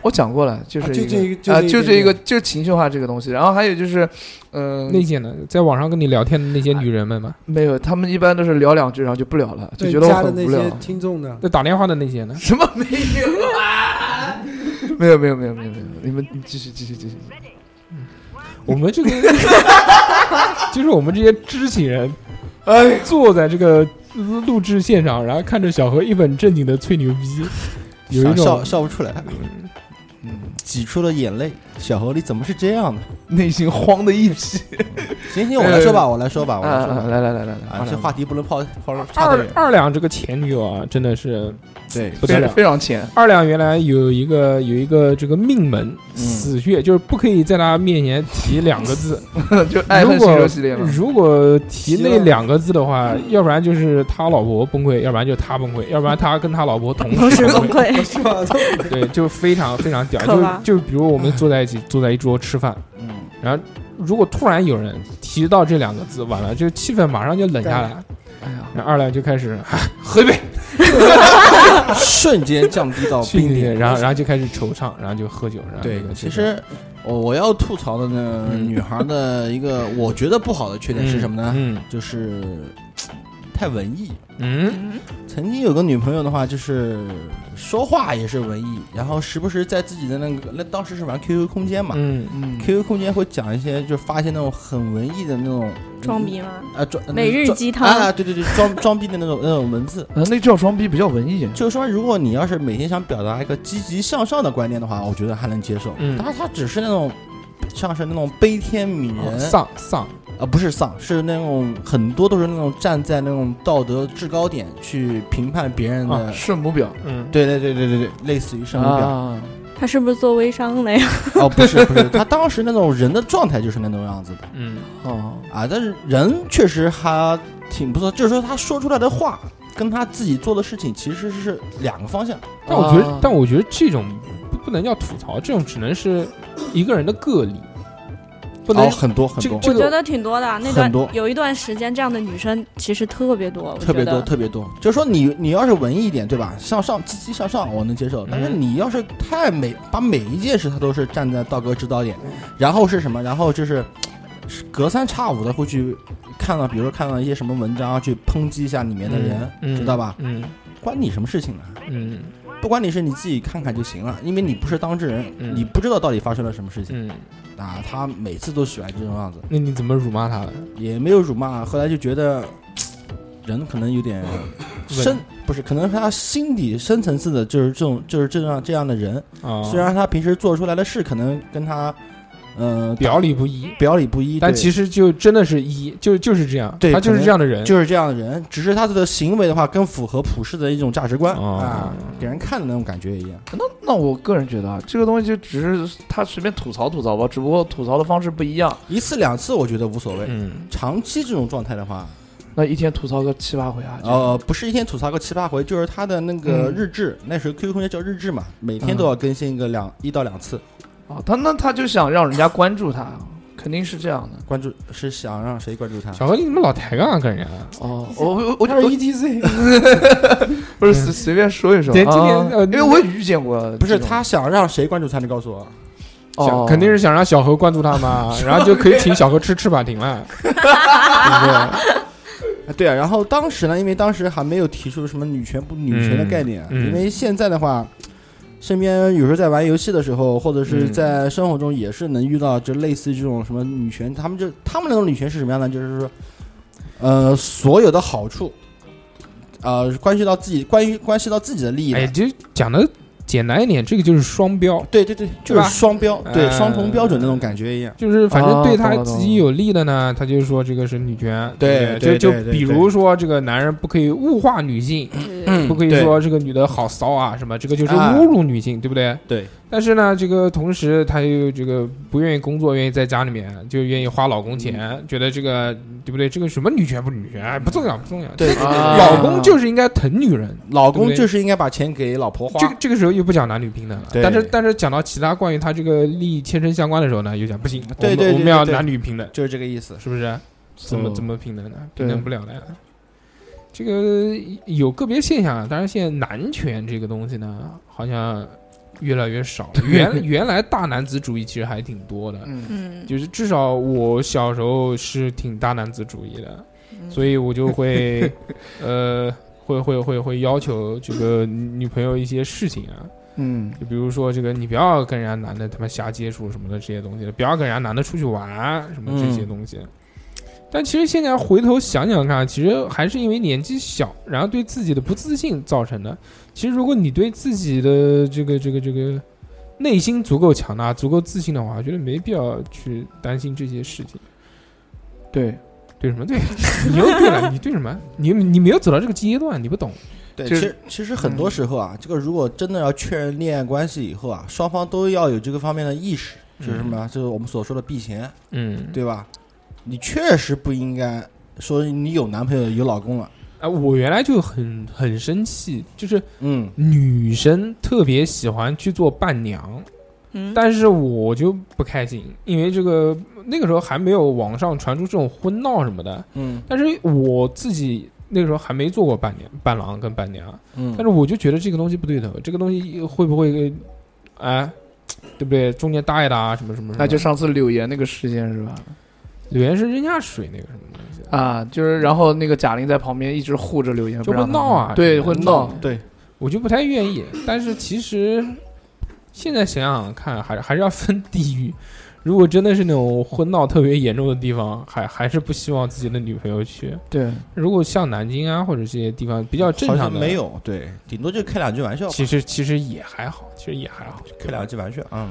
[SPEAKER 5] 我讲过了，就是
[SPEAKER 4] 啊就这一
[SPEAKER 5] 一
[SPEAKER 4] 个就
[SPEAKER 5] 啊，
[SPEAKER 4] 这一
[SPEAKER 5] 就
[SPEAKER 4] 点
[SPEAKER 5] 这一个，
[SPEAKER 4] 点
[SPEAKER 5] 就情绪化这个东西。然后还有就是，嗯，
[SPEAKER 2] 那些呢，在网上跟你聊天的那些女人们嘛，
[SPEAKER 5] 没有，他们一般都是聊两句，然后就不聊了，就
[SPEAKER 4] 对
[SPEAKER 5] 觉得我
[SPEAKER 4] 家的
[SPEAKER 5] 很
[SPEAKER 4] 那
[SPEAKER 5] 无聊
[SPEAKER 4] 些。听众呢？
[SPEAKER 2] 那打电话的那些呢？
[SPEAKER 5] 什么没有啊？没有没有没有没有没有，你们你继续继续继续。
[SPEAKER 2] 我们这个 (laughs) 就是我们这些知情人
[SPEAKER 5] 哎，
[SPEAKER 2] 坐在这个录制现场，然后看着小何一本正经的吹牛逼，有一
[SPEAKER 6] 想笑
[SPEAKER 2] 种
[SPEAKER 6] 笑不出来，
[SPEAKER 5] 嗯，
[SPEAKER 6] 挤出了眼泪。小侯，你怎么是这样的？
[SPEAKER 5] 内心慌的一批。
[SPEAKER 6] 行行，我来说吧，我来说吧，我呃来说吧，
[SPEAKER 5] 来来来来
[SPEAKER 6] 啊
[SPEAKER 5] 来，，
[SPEAKER 6] 这话题不能抛抛差太
[SPEAKER 2] 二
[SPEAKER 6] 远。
[SPEAKER 2] 二两这个前女友啊，真的是
[SPEAKER 6] 对
[SPEAKER 2] 不得了，
[SPEAKER 5] 非常浅。。
[SPEAKER 2] 二两原来有一个有一个这个命门死穴，就是不可以在他面前提两个字
[SPEAKER 5] 就爱恨心柔系列嘛
[SPEAKER 2] 如果如果提那两个字的话，要不然就是他老婆崩溃，要不然就他崩溃，要不然他跟他老婆同
[SPEAKER 7] 同时
[SPEAKER 2] 崩
[SPEAKER 7] 崩溃
[SPEAKER 3] 是吧？
[SPEAKER 2] 对，就非常非常屌。
[SPEAKER 7] 可怕
[SPEAKER 2] 就就比如我们坐在一起，坐在一桌吃饭，嗯，然后如果突然有人提到这两个字，完了，就气氛马上就冷下来。然后二两就开始 (laughs) 喝一杯，
[SPEAKER 6] 瞬间降低到哦冰
[SPEAKER 2] 冰
[SPEAKER 6] 点
[SPEAKER 2] 点，然后然后就开始惆怅，然后就喝酒，然后
[SPEAKER 6] (laughs) 对嗯
[SPEAKER 2] 那个，
[SPEAKER 6] 其
[SPEAKER 2] 就
[SPEAKER 6] 实我我要吐槽的呢，女孩的一个我觉得不好的缺点是什么呢？
[SPEAKER 2] 嗯，
[SPEAKER 6] 就是太文艺。
[SPEAKER 2] 嗯，
[SPEAKER 6] 曾经有个女朋友的话，就是说话也是文艺，然后时不时在自己的那个那当时是玩 QQ 空间嘛，
[SPEAKER 2] 嗯
[SPEAKER 5] 嗯
[SPEAKER 6] ，QQ 空间会讲一些，就是发一些那种很文艺的那种
[SPEAKER 7] 装逼吗？
[SPEAKER 6] 啊装
[SPEAKER 7] 每日
[SPEAKER 6] 装
[SPEAKER 7] 鸡汤
[SPEAKER 6] 啊，对对 (laughs) 对，装装逼的那种那种文字，
[SPEAKER 5] 那叫装逼，比较文艺。
[SPEAKER 6] 就是说，如果你要是每天想表达一个积极向上的观念的话，我觉得还能接受。
[SPEAKER 2] 嗯
[SPEAKER 6] 但是他只是那种像是那种悲天悯人、
[SPEAKER 2] 哦丧丧
[SPEAKER 6] 啊，不是丧，是那种很多都是那种站在那种道德制高点去评判别人的
[SPEAKER 5] 啊圣母婊。
[SPEAKER 2] 嗯，
[SPEAKER 6] 对对对对对对，类似于圣母婊。
[SPEAKER 5] 啊
[SPEAKER 7] 他是不是做微商的呀？
[SPEAKER 6] 哦，不是不是，他当时那种人的状态就是那种样子的
[SPEAKER 2] 嗯
[SPEAKER 5] 哦
[SPEAKER 6] 啊，但是人确实还挺不错，就是说他说出来的话跟他自己做的事情其实是两个方向。
[SPEAKER 2] 但我觉
[SPEAKER 6] 哦
[SPEAKER 2] 得，但我觉得这种不不能叫吐槽，这种只能是一个人的个例，不能、
[SPEAKER 6] 哦很多很
[SPEAKER 2] 这个
[SPEAKER 6] 多
[SPEAKER 7] 我
[SPEAKER 2] 这
[SPEAKER 7] 觉
[SPEAKER 2] 个
[SPEAKER 7] 得挺多的，那
[SPEAKER 6] 很
[SPEAKER 7] 段
[SPEAKER 6] 多
[SPEAKER 7] 有一段时间这样的女生其实特别多，我
[SPEAKER 6] 特别
[SPEAKER 7] 觉得
[SPEAKER 6] 多，特别多。就是说你，你要是文艺一点，对吧？向上，积极向上，我能接受。
[SPEAKER 2] 嗯
[SPEAKER 6] 但是你要是太每把每一件事，他都是站在道哥制高点，然后是什么？然后就是是隔三差五的会去看到，比如说看到一些什么文章，啊去抨击一下里面的人，
[SPEAKER 2] 嗯
[SPEAKER 6] 知道吧？
[SPEAKER 2] 嗯
[SPEAKER 6] 关你什么事情呢？
[SPEAKER 2] 嗯
[SPEAKER 6] 不关你事，你自己看看就行了，因为你不是当事人，你不知道到底发生了什么事情。
[SPEAKER 2] 嗯，
[SPEAKER 6] 啊，他每次都喜欢这种样子，
[SPEAKER 2] 那你怎么辱骂他的？
[SPEAKER 6] 也没有辱骂，后来就觉得人可能有点
[SPEAKER 2] 嗯
[SPEAKER 6] 深，不是，可能他心底深层次的就是这种，就是这样这样的人。
[SPEAKER 2] 啊
[SPEAKER 6] 虽然他平时做出来的事可能跟他，嗯、
[SPEAKER 2] 表里不一，
[SPEAKER 6] 表里不一，
[SPEAKER 2] 但
[SPEAKER 6] 对
[SPEAKER 2] 其实就真的是一，就就是这样，
[SPEAKER 6] 对，
[SPEAKER 2] 他就
[SPEAKER 6] 可
[SPEAKER 2] 是
[SPEAKER 6] 能
[SPEAKER 2] 这样的人，
[SPEAKER 6] 就是这样的人，只是他的行为的话更符合普世的一种价值观、
[SPEAKER 2] 哦
[SPEAKER 6] 啊，给人看的那种感觉一样。
[SPEAKER 5] 那那我个人觉得啊，这个东西就只是他随便吐槽吐槽吧，只不过吐槽的方式不一样。
[SPEAKER 6] 一次两次我觉得无所谓，
[SPEAKER 2] 嗯，
[SPEAKER 6] 长期这种状态的话，
[SPEAKER 5] 那一天吐槽个七八回啊，就
[SPEAKER 6] 呃，不是一天吐槽个七八回，就是他的那个
[SPEAKER 5] 嗯
[SPEAKER 6] 日志，那时候 QQ 空间叫日志嘛，每天都要更新一个两、一到两次。
[SPEAKER 5] 哦，他那他就想让人家关注他，啊肯定是这样的。
[SPEAKER 6] 关注是想让谁关注他？
[SPEAKER 2] 小何，你怎么老抬杠啊，跟人家？
[SPEAKER 5] 哦，我我我
[SPEAKER 4] 他
[SPEAKER 2] E
[SPEAKER 4] 是 ETC，
[SPEAKER 5] (laughs) 不是随随便说一说
[SPEAKER 2] 对今天
[SPEAKER 5] 啊，
[SPEAKER 2] 呃
[SPEAKER 5] 因为我也遇见过这种，
[SPEAKER 6] 不是他想让谁关注他？你告诉我。
[SPEAKER 2] 想
[SPEAKER 5] 哦
[SPEAKER 2] 肯定是想让小何关注他嘛，
[SPEAKER 6] (laughs)
[SPEAKER 2] 然后就可以请小何吃翅膀亭了。
[SPEAKER 6] 啊对啊，然后当时呢，因为当时还没有提出什么女权不女权的概念啊，
[SPEAKER 2] 嗯嗯
[SPEAKER 6] 因为现在的话，身边有时候在玩游戏的时候，或者
[SPEAKER 2] 嗯
[SPEAKER 6] 是在生活中也是能遇到，就类似于这种什么女权，他们就他们那种女权是什么样的？就是说，呃，所有的好处，呃，关系到自己，关于关系到自己的利益的，
[SPEAKER 2] 哎，就讲的简单一点，这个就是双标。
[SPEAKER 6] 对对对，就是
[SPEAKER 2] 吧
[SPEAKER 6] 双标，对
[SPEAKER 2] 呃
[SPEAKER 6] 双重标准那种感觉一样。
[SPEAKER 2] 就是反正对他
[SPEAKER 5] 哦懂了
[SPEAKER 2] 自己有利的呢，他就说这个是女权。
[SPEAKER 6] 对
[SPEAKER 2] 不
[SPEAKER 6] 对
[SPEAKER 2] 就
[SPEAKER 6] 对
[SPEAKER 2] 就
[SPEAKER 6] 对
[SPEAKER 2] 比如说这个男人不可以物化女性，不可以
[SPEAKER 6] 对
[SPEAKER 2] 说这个女的好骚啊什么，这个就是
[SPEAKER 6] 啊
[SPEAKER 2] 侮辱女性，对不对？
[SPEAKER 6] 对，
[SPEAKER 2] 但是呢，这个同时他又这个不愿意工作，愿意在家里面，就愿意花老公
[SPEAKER 6] 嗯
[SPEAKER 2] 钱，觉得这个对不对？这个什么女权不女权，哎，不重要不重要。
[SPEAKER 6] 对对对
[SPEAKER 5] 啊
[SPEAKER 2] 老公就是应该疼女人，
[SPEAKER 6] 老公
[SPEAKER 2] 对不对
[SPEAKER 6] 就是应该把钱给老婆花。
[SPEAKER 2] 这个这个时候又不讲男女平等了，
[SPEAKER 6] 对
[SPEAKER 2] 但是但是讲到其他关于他这个利益切身相关的时候呢，又讲不行，我们
[SPEAKER 6] 对对对
[SPEAKER 2] 我们要
[SPEAKER 6] 对对
[SPEAKER 2] 男女平等，
[SPEAKER 6] 就是这个意思。
[SPEAKER 2] 是不是？怎么
[SPEAKER 5] So-
[SPEAKER 2] 怎么平等呢？
[SPEAKER 5] 对
[SPEAKER 2] 平等不了的。这个有个别现象，啊当然现在男权这个东西呢，好像越来越少了。原原来大男子主义其实还挺多的，
[SPEAKER 5] 嗯
[SPEAKER 7] 嗯，
[SPEAKER 2] 就是至少我小时候是挺大男子主义的，
[SPEAKER 5] 嗯
[SPEAKER 2] 所以我就
[SPEAKER 5] (laughs)
[SPEAKER 2] 会呃会会会会要求这个女朋友一些事情啊，
[SPEAKER 5] 嗯
[SPEAKER 2] 就比如说这个，你不要跟人家男的他妈瞎接触什么的这些东西，不要跟人家男的出去玩什么这些东西。但其实现在回头想想看，其实还是因为年纪小，然后对自己的不自信造成的。其实如果你对自己的这个这个这个内心足够强大、足够自信的话，我觉得没必要去担心这些事情。
[SPEAKER 5] 对，
[SPEAKER 2] 对什么对？ (laughs) 你又对了，你对什么？你你没有走到这个阶段，你不懂。
[SPEAKER 6] 对，
[SPEAKER 2] 就是
[SPEAKER 6] 其实其实很多时候啊，这个如果真的要确认恋爱关系以后啊，双方都要有这个方面的意识，就是什么啊？就是我们所说的避嫌，
[SPEAKER 2] 嗯，
[SPEAKER 6] 对吧？你确实不应该说你有男朋友有老公了，
[SPEAKER 2] 啊，我原来就很很生气，就是
[SPEAKER 6] 嗯，
[SPEAKER 2] 女生特别喜欢去做伴娘，
[SPEAKER 7] 嗯
[SPEAKER 2] 但是我就不开心，因为这个那个时候还没有网上传出这种婚闹什么的，
[SPEAKER 6] 嗯，
[SPEAKER 2] 但是我自己那个时候还没做过伴娘、伴郎跟伴娘，
[SPEAKER 6] 嗯
[SPEAKER 2] 但是我就觉得这个东西不对头，这个东西会不会，哎，对不对？中间搭一搭什么什么什么，
[SPEAKER 5] 那就上次柳岩那个事件是吧？
[SPEAKER 2] 柳岩是扔下水那个什么东西
[SPEAKER 5] 啊，就是然后那个贾玲在旁边一直护着柳岩，
[SPEAKER 2] 就
[SPEAKER 5] 不
[SPEAKER 2] 会
[SPEAKER 5] 让她
[SPEAKER 2] 闹啊，
[SPEAKER 5] 对，会闹，
[SPEAKER 6] 对
[SPEAKER 2] 我就不太愿意。但是其实现在想想看，还还是要分地域。如果真的是那种婚闹特别严重的地方，还还是不希望自己的女朋友去。
[SPEAKER 5] 对，
[SPEAKER 2] 如果像南京啊或者这些地方比较正
[SPEAKER 6] 好
[SPEAKER 2] 常
[SPEAKER 6] 像
[SPEAKER 2] 的，
[SPEAKER 6] 没有，对，顶多就开两句玩笑吧，
[SPEAKER 2] 其实其实也还好，其实也还好，
[SPEAKER 6] 开两句玩笑，嗯，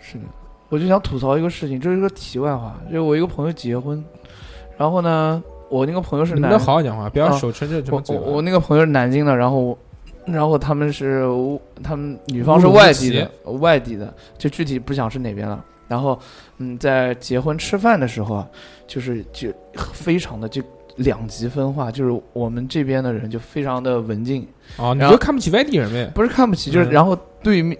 [SPEAKER 5] 是的，我就想吐槽一个事情，这是个题外话。就是我一个朋友结婚，然后呢，我那个朋友是
[SPEAKER 2] 你们
[SPEAKER 5] 南，
[SPEAKER 2] 都好好讲话不要
[SPEAKER 5] 啊
[SPEAKER 2] 手撑着这么嘴
[SPEAKER 5] 我
[SPEAKER 2] 巴
[SPEAKER 5] 我我那个朋友是南京的，然后我，然后他们是他们女方是
[SPEAKER 2] 乌鲁木
[SPEAKER 5] 外地
[SPEAKER 2] 齐
[SPEAKER 5] 的，外地的，就具体不想是哪边了。然后，嗯，在结婚吃饭的时候啊，就是就非常的就两极分化，就是我们这边的人就非常的文静，
[SPEAKER 2] 哦，你
[SPEAKER 5] 然后
[SPEAKER 2] 就看不起外地人呗？
[SPEAKER 5] 不是看不起，就是
[SPEAKER 2] 嗯
[SPEAKER 5] 然后对面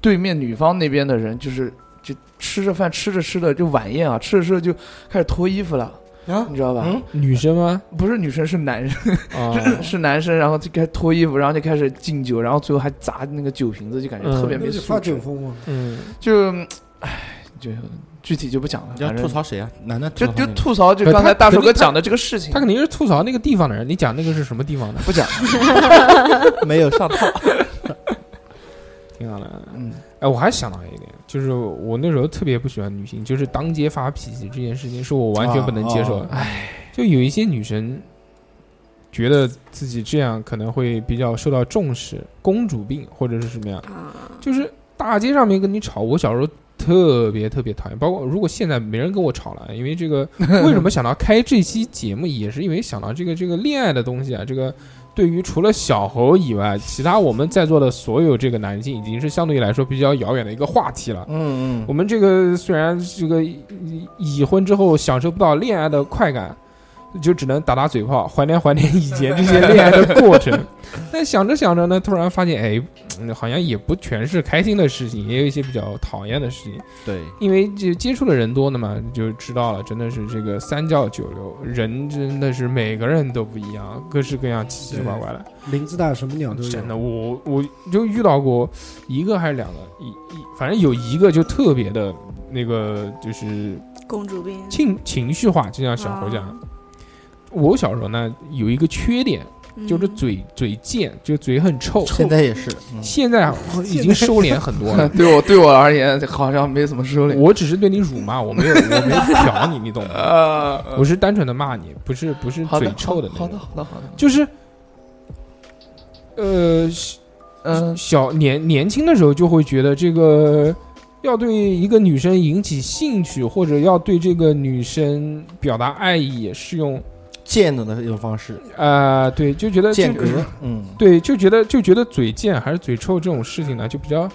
[SPEAKER 5] 对面女方那边的人就是就吃着饭吃着吃着就晚宴啊，吃着吃着就开始脱衣服了。
[SPEAKER 6] 啊，
[SPEAKER 5] 你知道吧？
[SPEAKER 2] 女生啊吗？
[SPEAKER 5] 不是女生，是男生，
[SPEAKER 2] 哦
[SPEAKER 5] (laughs) 是是男生，然后就开始脱衣服，然后就开始敬酒，然后最后还砸那个酒瓶子，就
[SPEAKER 6] 嗯
[SPEAKER 5] 感觉特别没素质。
[SPEAKER 3] 发啊酒疯吗？
[SPEAKER 2] 嗯，
[SPEAKER 5] 就唉，就具体就不讲了。
[SPEAKER 6] 你要
[SPEAKER 5] 反正
[SPEAKER 6] 吐槽谁啊？男的
[SPEAKER 5] 就
[SPEAKER 6] 吐槽
[SPEAKER 5] 就
[SPEAKER 6] 你
[SPEAKER 5] 吐槽，就
[SPEAKER 2] 对
[SPEAKER 5] 刚才
[SPEAKER 2] 他
[SPEAKER 5] 大手
[SPEAKER 2] 肯定
[SPEAKER 5] 哥讲的这个事情
[SPEAKER 2] 他，肯定是吐槽那个地方的人，你讲那个是什么地方的？
[SPEAKER 5] 不讲，
[SPEAKER 6] 没有上 (laughs) 套，
[SPEAKER 2] 挺好的。
[SPEAKER 5] 嗯，。
[SPEAKER 2] 哎，我还想到一点，就是我那时候特别不喜欢女性，就是当街发脾气这件事情，是我完全不能接受的。
[SPEAKER 6] 啊
[SPEAKER 2] 哎、就有一些女生觉得自己这样可能会比较受到重视，公主病或者是什么样，
[SPEAKER 7] 啊
[SPEAKER 2] 就是大街上面跟你吵。我小时候。特别特别讨厌，包括如果现在没人跟我吵了，因为这个 (laughs) 为什么想到开这期节目，也是因为想到这个这个恋爱的东西啊，这个对于除了小猴以外，其他我们在座的所有这个男性，已经是相对来说比较遥远的一个话题了。
[SPEAKER 6] 嗯
[SPEAKER 2] 我们这个虽然这个已已婚之后享受不到恋爱的快感，就只能打打嘴炮，怀念怀念以前这些恋爱的过程。但想着想着呢，突然发现，哎，嗯好像也不全是开心的事情，也有一些比较讨厌的事情。
[SPEAKER 6] 对，
[SPEAKER 2] 因为这接触的人多呢嘛，就知道了，真的是这个三教九流，人真的是每个人都不一样，各式各样，奇奇怪怪的。
[SPEAKER 3] 林子大什么鸟都有。
[SPEAKER 2] 嗯真的，我我就遇到过一个还是两个，一一反正有一个就特别的那个就是
[SPEAKER 7] 公主病，
[SPEAKER 2] 情情绪化，就像小猴讲。
[SPEAKER 7] 啊
[SPEAKER 2] 我小时候呢有一个缺点，就是
[SPEAKER 7] 嗯
[SPEAKER 2] 嘴、嘴贱，就嘴很臭。
[SPEAKER 6] 现在也是，嗯
[SPEAKER 2] 现在已经收敛很多了
[SPEAKER 5] (laughs) 对我对我而言好像没怎么收敛。
[SPEAKER 2] 我只是对你辱骂，我没有我没有瞟你，你懂
[SPEAKER 5] 吗？
[SPEAKER 2] 我是单纯的骂你，不是不是
[SPEAKER 5] 好的
[SPEAKER 2] 嘴臭的那
[SPEAKER 5] 好
[SPEAKER 2] 种
[SPEAKER 5] 的。好的好的，
[SPEAKER 2] 就是，呃，
[SPEAKER 5] 嗯，
[SPEAKER 2] 小年年轻的时候就会觉得这个要对一个女生引起兴趣，或者要对这个女生表达爱意，也是用
[SPEAKER 6] 贱的一种方式，
[SPEAKER 2] 啊，对，就觉得这
[SPEAKER 6] 间
[SPEAKER 2] 个
[SPEAKER 6] 隔，嗯，
[SPEAKER 2] 对，就觉得就觉得嘴贱还是嘴臭这种事情呢，就比较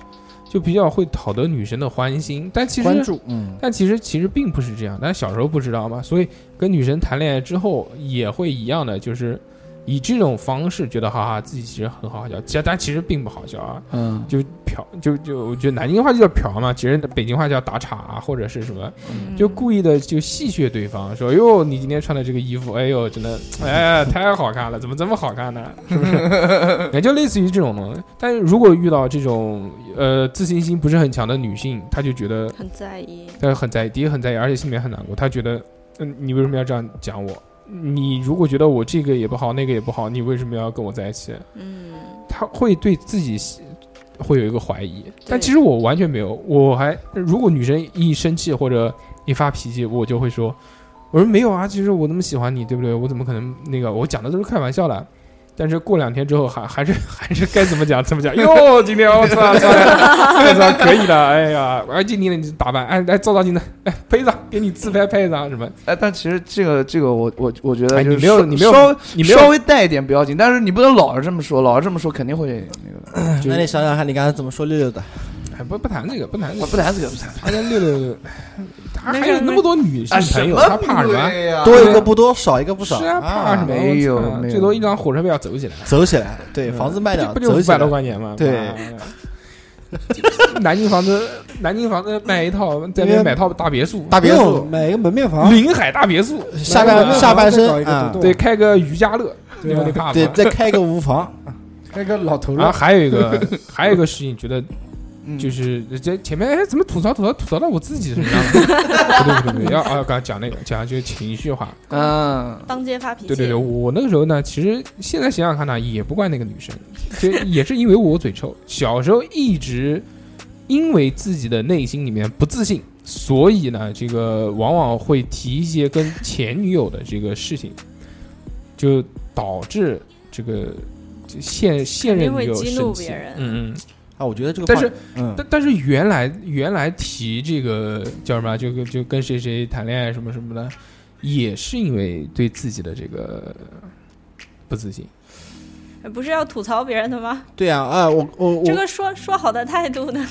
[SPEAKER 2] 就比较会讨得女生的欢心，但其实
[SPEAKER 6] 关注，嗯，
[SPEAKER 2] 但其实其实并不是这样，但小时候不知道嘛，所以跟女生谈恋爱之后也会一样的，就是以这种方式觉得哈哈自己其实很好笑，其实但其实并不好笑啊，
[SPEAKER 5] 嗯，
[SPEAKER 2] 就嫖就就我觉得南京话就叫嫖嘛，其实北京话叫打岔啊，或者是什么，
[SPEAKER 7] 嗯
[SPEAKER 2] 就故意的就戏谑对方说哟你今天穿的这个衣服，哎呦真的哎太好看了，怎么这么好看呢？是 (laughs) 不是？也就类似于这种东西，但是如果遇到这种呃自信心不是很强的女性，她就觉得
[SPEAKER 7] 很在意。
[SPEAKER 2] 但是很在意，第一很在意，而且心里面很难过。他觉得，嗯，你为什么要这样讲我？你如果觉得我这个也不好，那个也不好，你为什么要跟我在一起？
[SPEAKER 7] 嗯，
[SPEAKER 2] 他会对自己喜会有一个怀疑。但其实我完全没有，我还如果女生一生气或者一发脾气，我就会说，我说没有啊，其实我那么喜欢你，对不对？我怎么可能那个？我讲的都是开玩笑的。但是过两天之后还还是 (laughs) 还是该怎么讲怎么讲。哟，今天我操，
[SPEAKER 5] (laughs)
[SPEAKER 2] 我操，可以的，哎呀，我今天的打扮，哎，来照照镜子，哎，拍一张，给你自拍拍一张什么？
[SPEAKER 5] 哎，但其实这个这个我我我觉得
[SPEAKER 2] 哎
[SPEAKER 5] 就是
[SPEAKER 2] 你没有
[SPEAKER 5] 稍
[SPEAKER 2] 你没有
[SPEAKER 5] 稍
[SPEAKER 2] 你没有
[SPEAKER 5] 稍微带一点不要紧，但是你不能老是这么说，老是这么说肯定会那个的。
[SPEAKER 6] 那你想想看，你刚才怎么说六六的？
[SPEAKER 2] 哎，不不谈这个，不谈这个，
[SPEAKER 5] 不谈这个，不谈。
[SPEAKER 2] 他跟六六，他还有那么多女
[SPEAKER 6] 啊
[SPEAKER 2] 性朋友，他怕什
[SPEAKER 5] 啊
[SPEAKER 2] 么？
[SPEAKER 6] 多一个不多，少一个不少。
[SPEAKER 2] 是啊，怕什么？
[SPEAKER 6] 没有
[SPEAKER 2] 我操
[SPEAKER 6] 哎没有
[SPEAKER 2] 最多一张火车票走起来，
[SPEAKER 6] 走起来，对，
[SPEAKER 2] 嗯
[SPEAKER 6] 房子卖掉，
[SPEAKER 2] 不就不
[SPEAKER 6] 走
[SPEAKER 2] 就
[SPEAKER 6] 起
[SPEAKER 2] 五
[SPEAKER 6] 来
[SPEAKER 2] 百多块钱吗？
[SPEAKER 6] 对，
[SPEAKER 2] 妈，南京房子，南京房子卖一套，在那边买套大别墅，
[SPEAKER 6] 大别墅
[SPEAKER 3] 买一个门面
[SPEAKER 6] 啊
[SPEAKER 3] 房，
[SPEAKER 2] 临海大别墅，
[SPEAKER 6] 下半
[SPEAKER 2] 南京房
[SPEAKER 6] 下半身
[SPEAKER 2] 搞一个
[SPEAKER 6] 啊
[SPEAKER 2] 独栋对，开个瑜伽乐，你
[SPEAKER 3] 对啊
[SPEAKER 2] 们得怕吗？
[SPEAKER 6] 对，再开个无房，
[SPEAKER 3] 开个老头
[SPEAKER 2] 然后
[SPEAKER 3] 乐，
[SPEAKER 2] 还有一
[SPEAKER 6] (laughs)
[SPEAKER 2] 个，还有一个事情，觉得
[SPEAKER 6] 嗯
[SPEAKER 5] 嗯
[SPEAKER 2] 就是这前面哎，怎么吐槽吐槽吐槽到我自己身上
[SPEAKER 6] (laughs)
[SPEAKER 2] 了？不对不对不对，要啊，刚讲那个讲就情绪化。
[SPEAKER 5] 嗯，
[SPEAKER 7] 当街发脾气。
[SPEAKER 2] 对对对，我那个时候呢，其实现在想想看呢，也不怪那个女生，就也是因为我嘴臭。小时候一直因为自己的内心里面不自信，所以呢，这个往往会提一些跟前女友的这个事情，就导致这个就现现任女友
[SPEAKER 7] 肯定会激
[SPEAKER 2] 生
[SPEAKER 7] 怒
[SPEAKER 2] 气
[SPEAKER 7] 别人。
[SPEAKER 2] 嗯嗯。
[SPEAKER 6] 啊，我觉得这个话，
[SPEAKER 2] 但是，
[SPEAKER 6] 嗯，
[SPEAKER 2] 但但是原来原来提这个叫什么，就跟就跟谁谁谈恋爱什么什么的，也是因为对自己的这个不自信。
[SPEAKER 7] 呃不是要吐槽别人的吗？
[SPEAKER 6] 对呀，啊，我我我
[SPEAKER 7] 这个说说好的态度呢？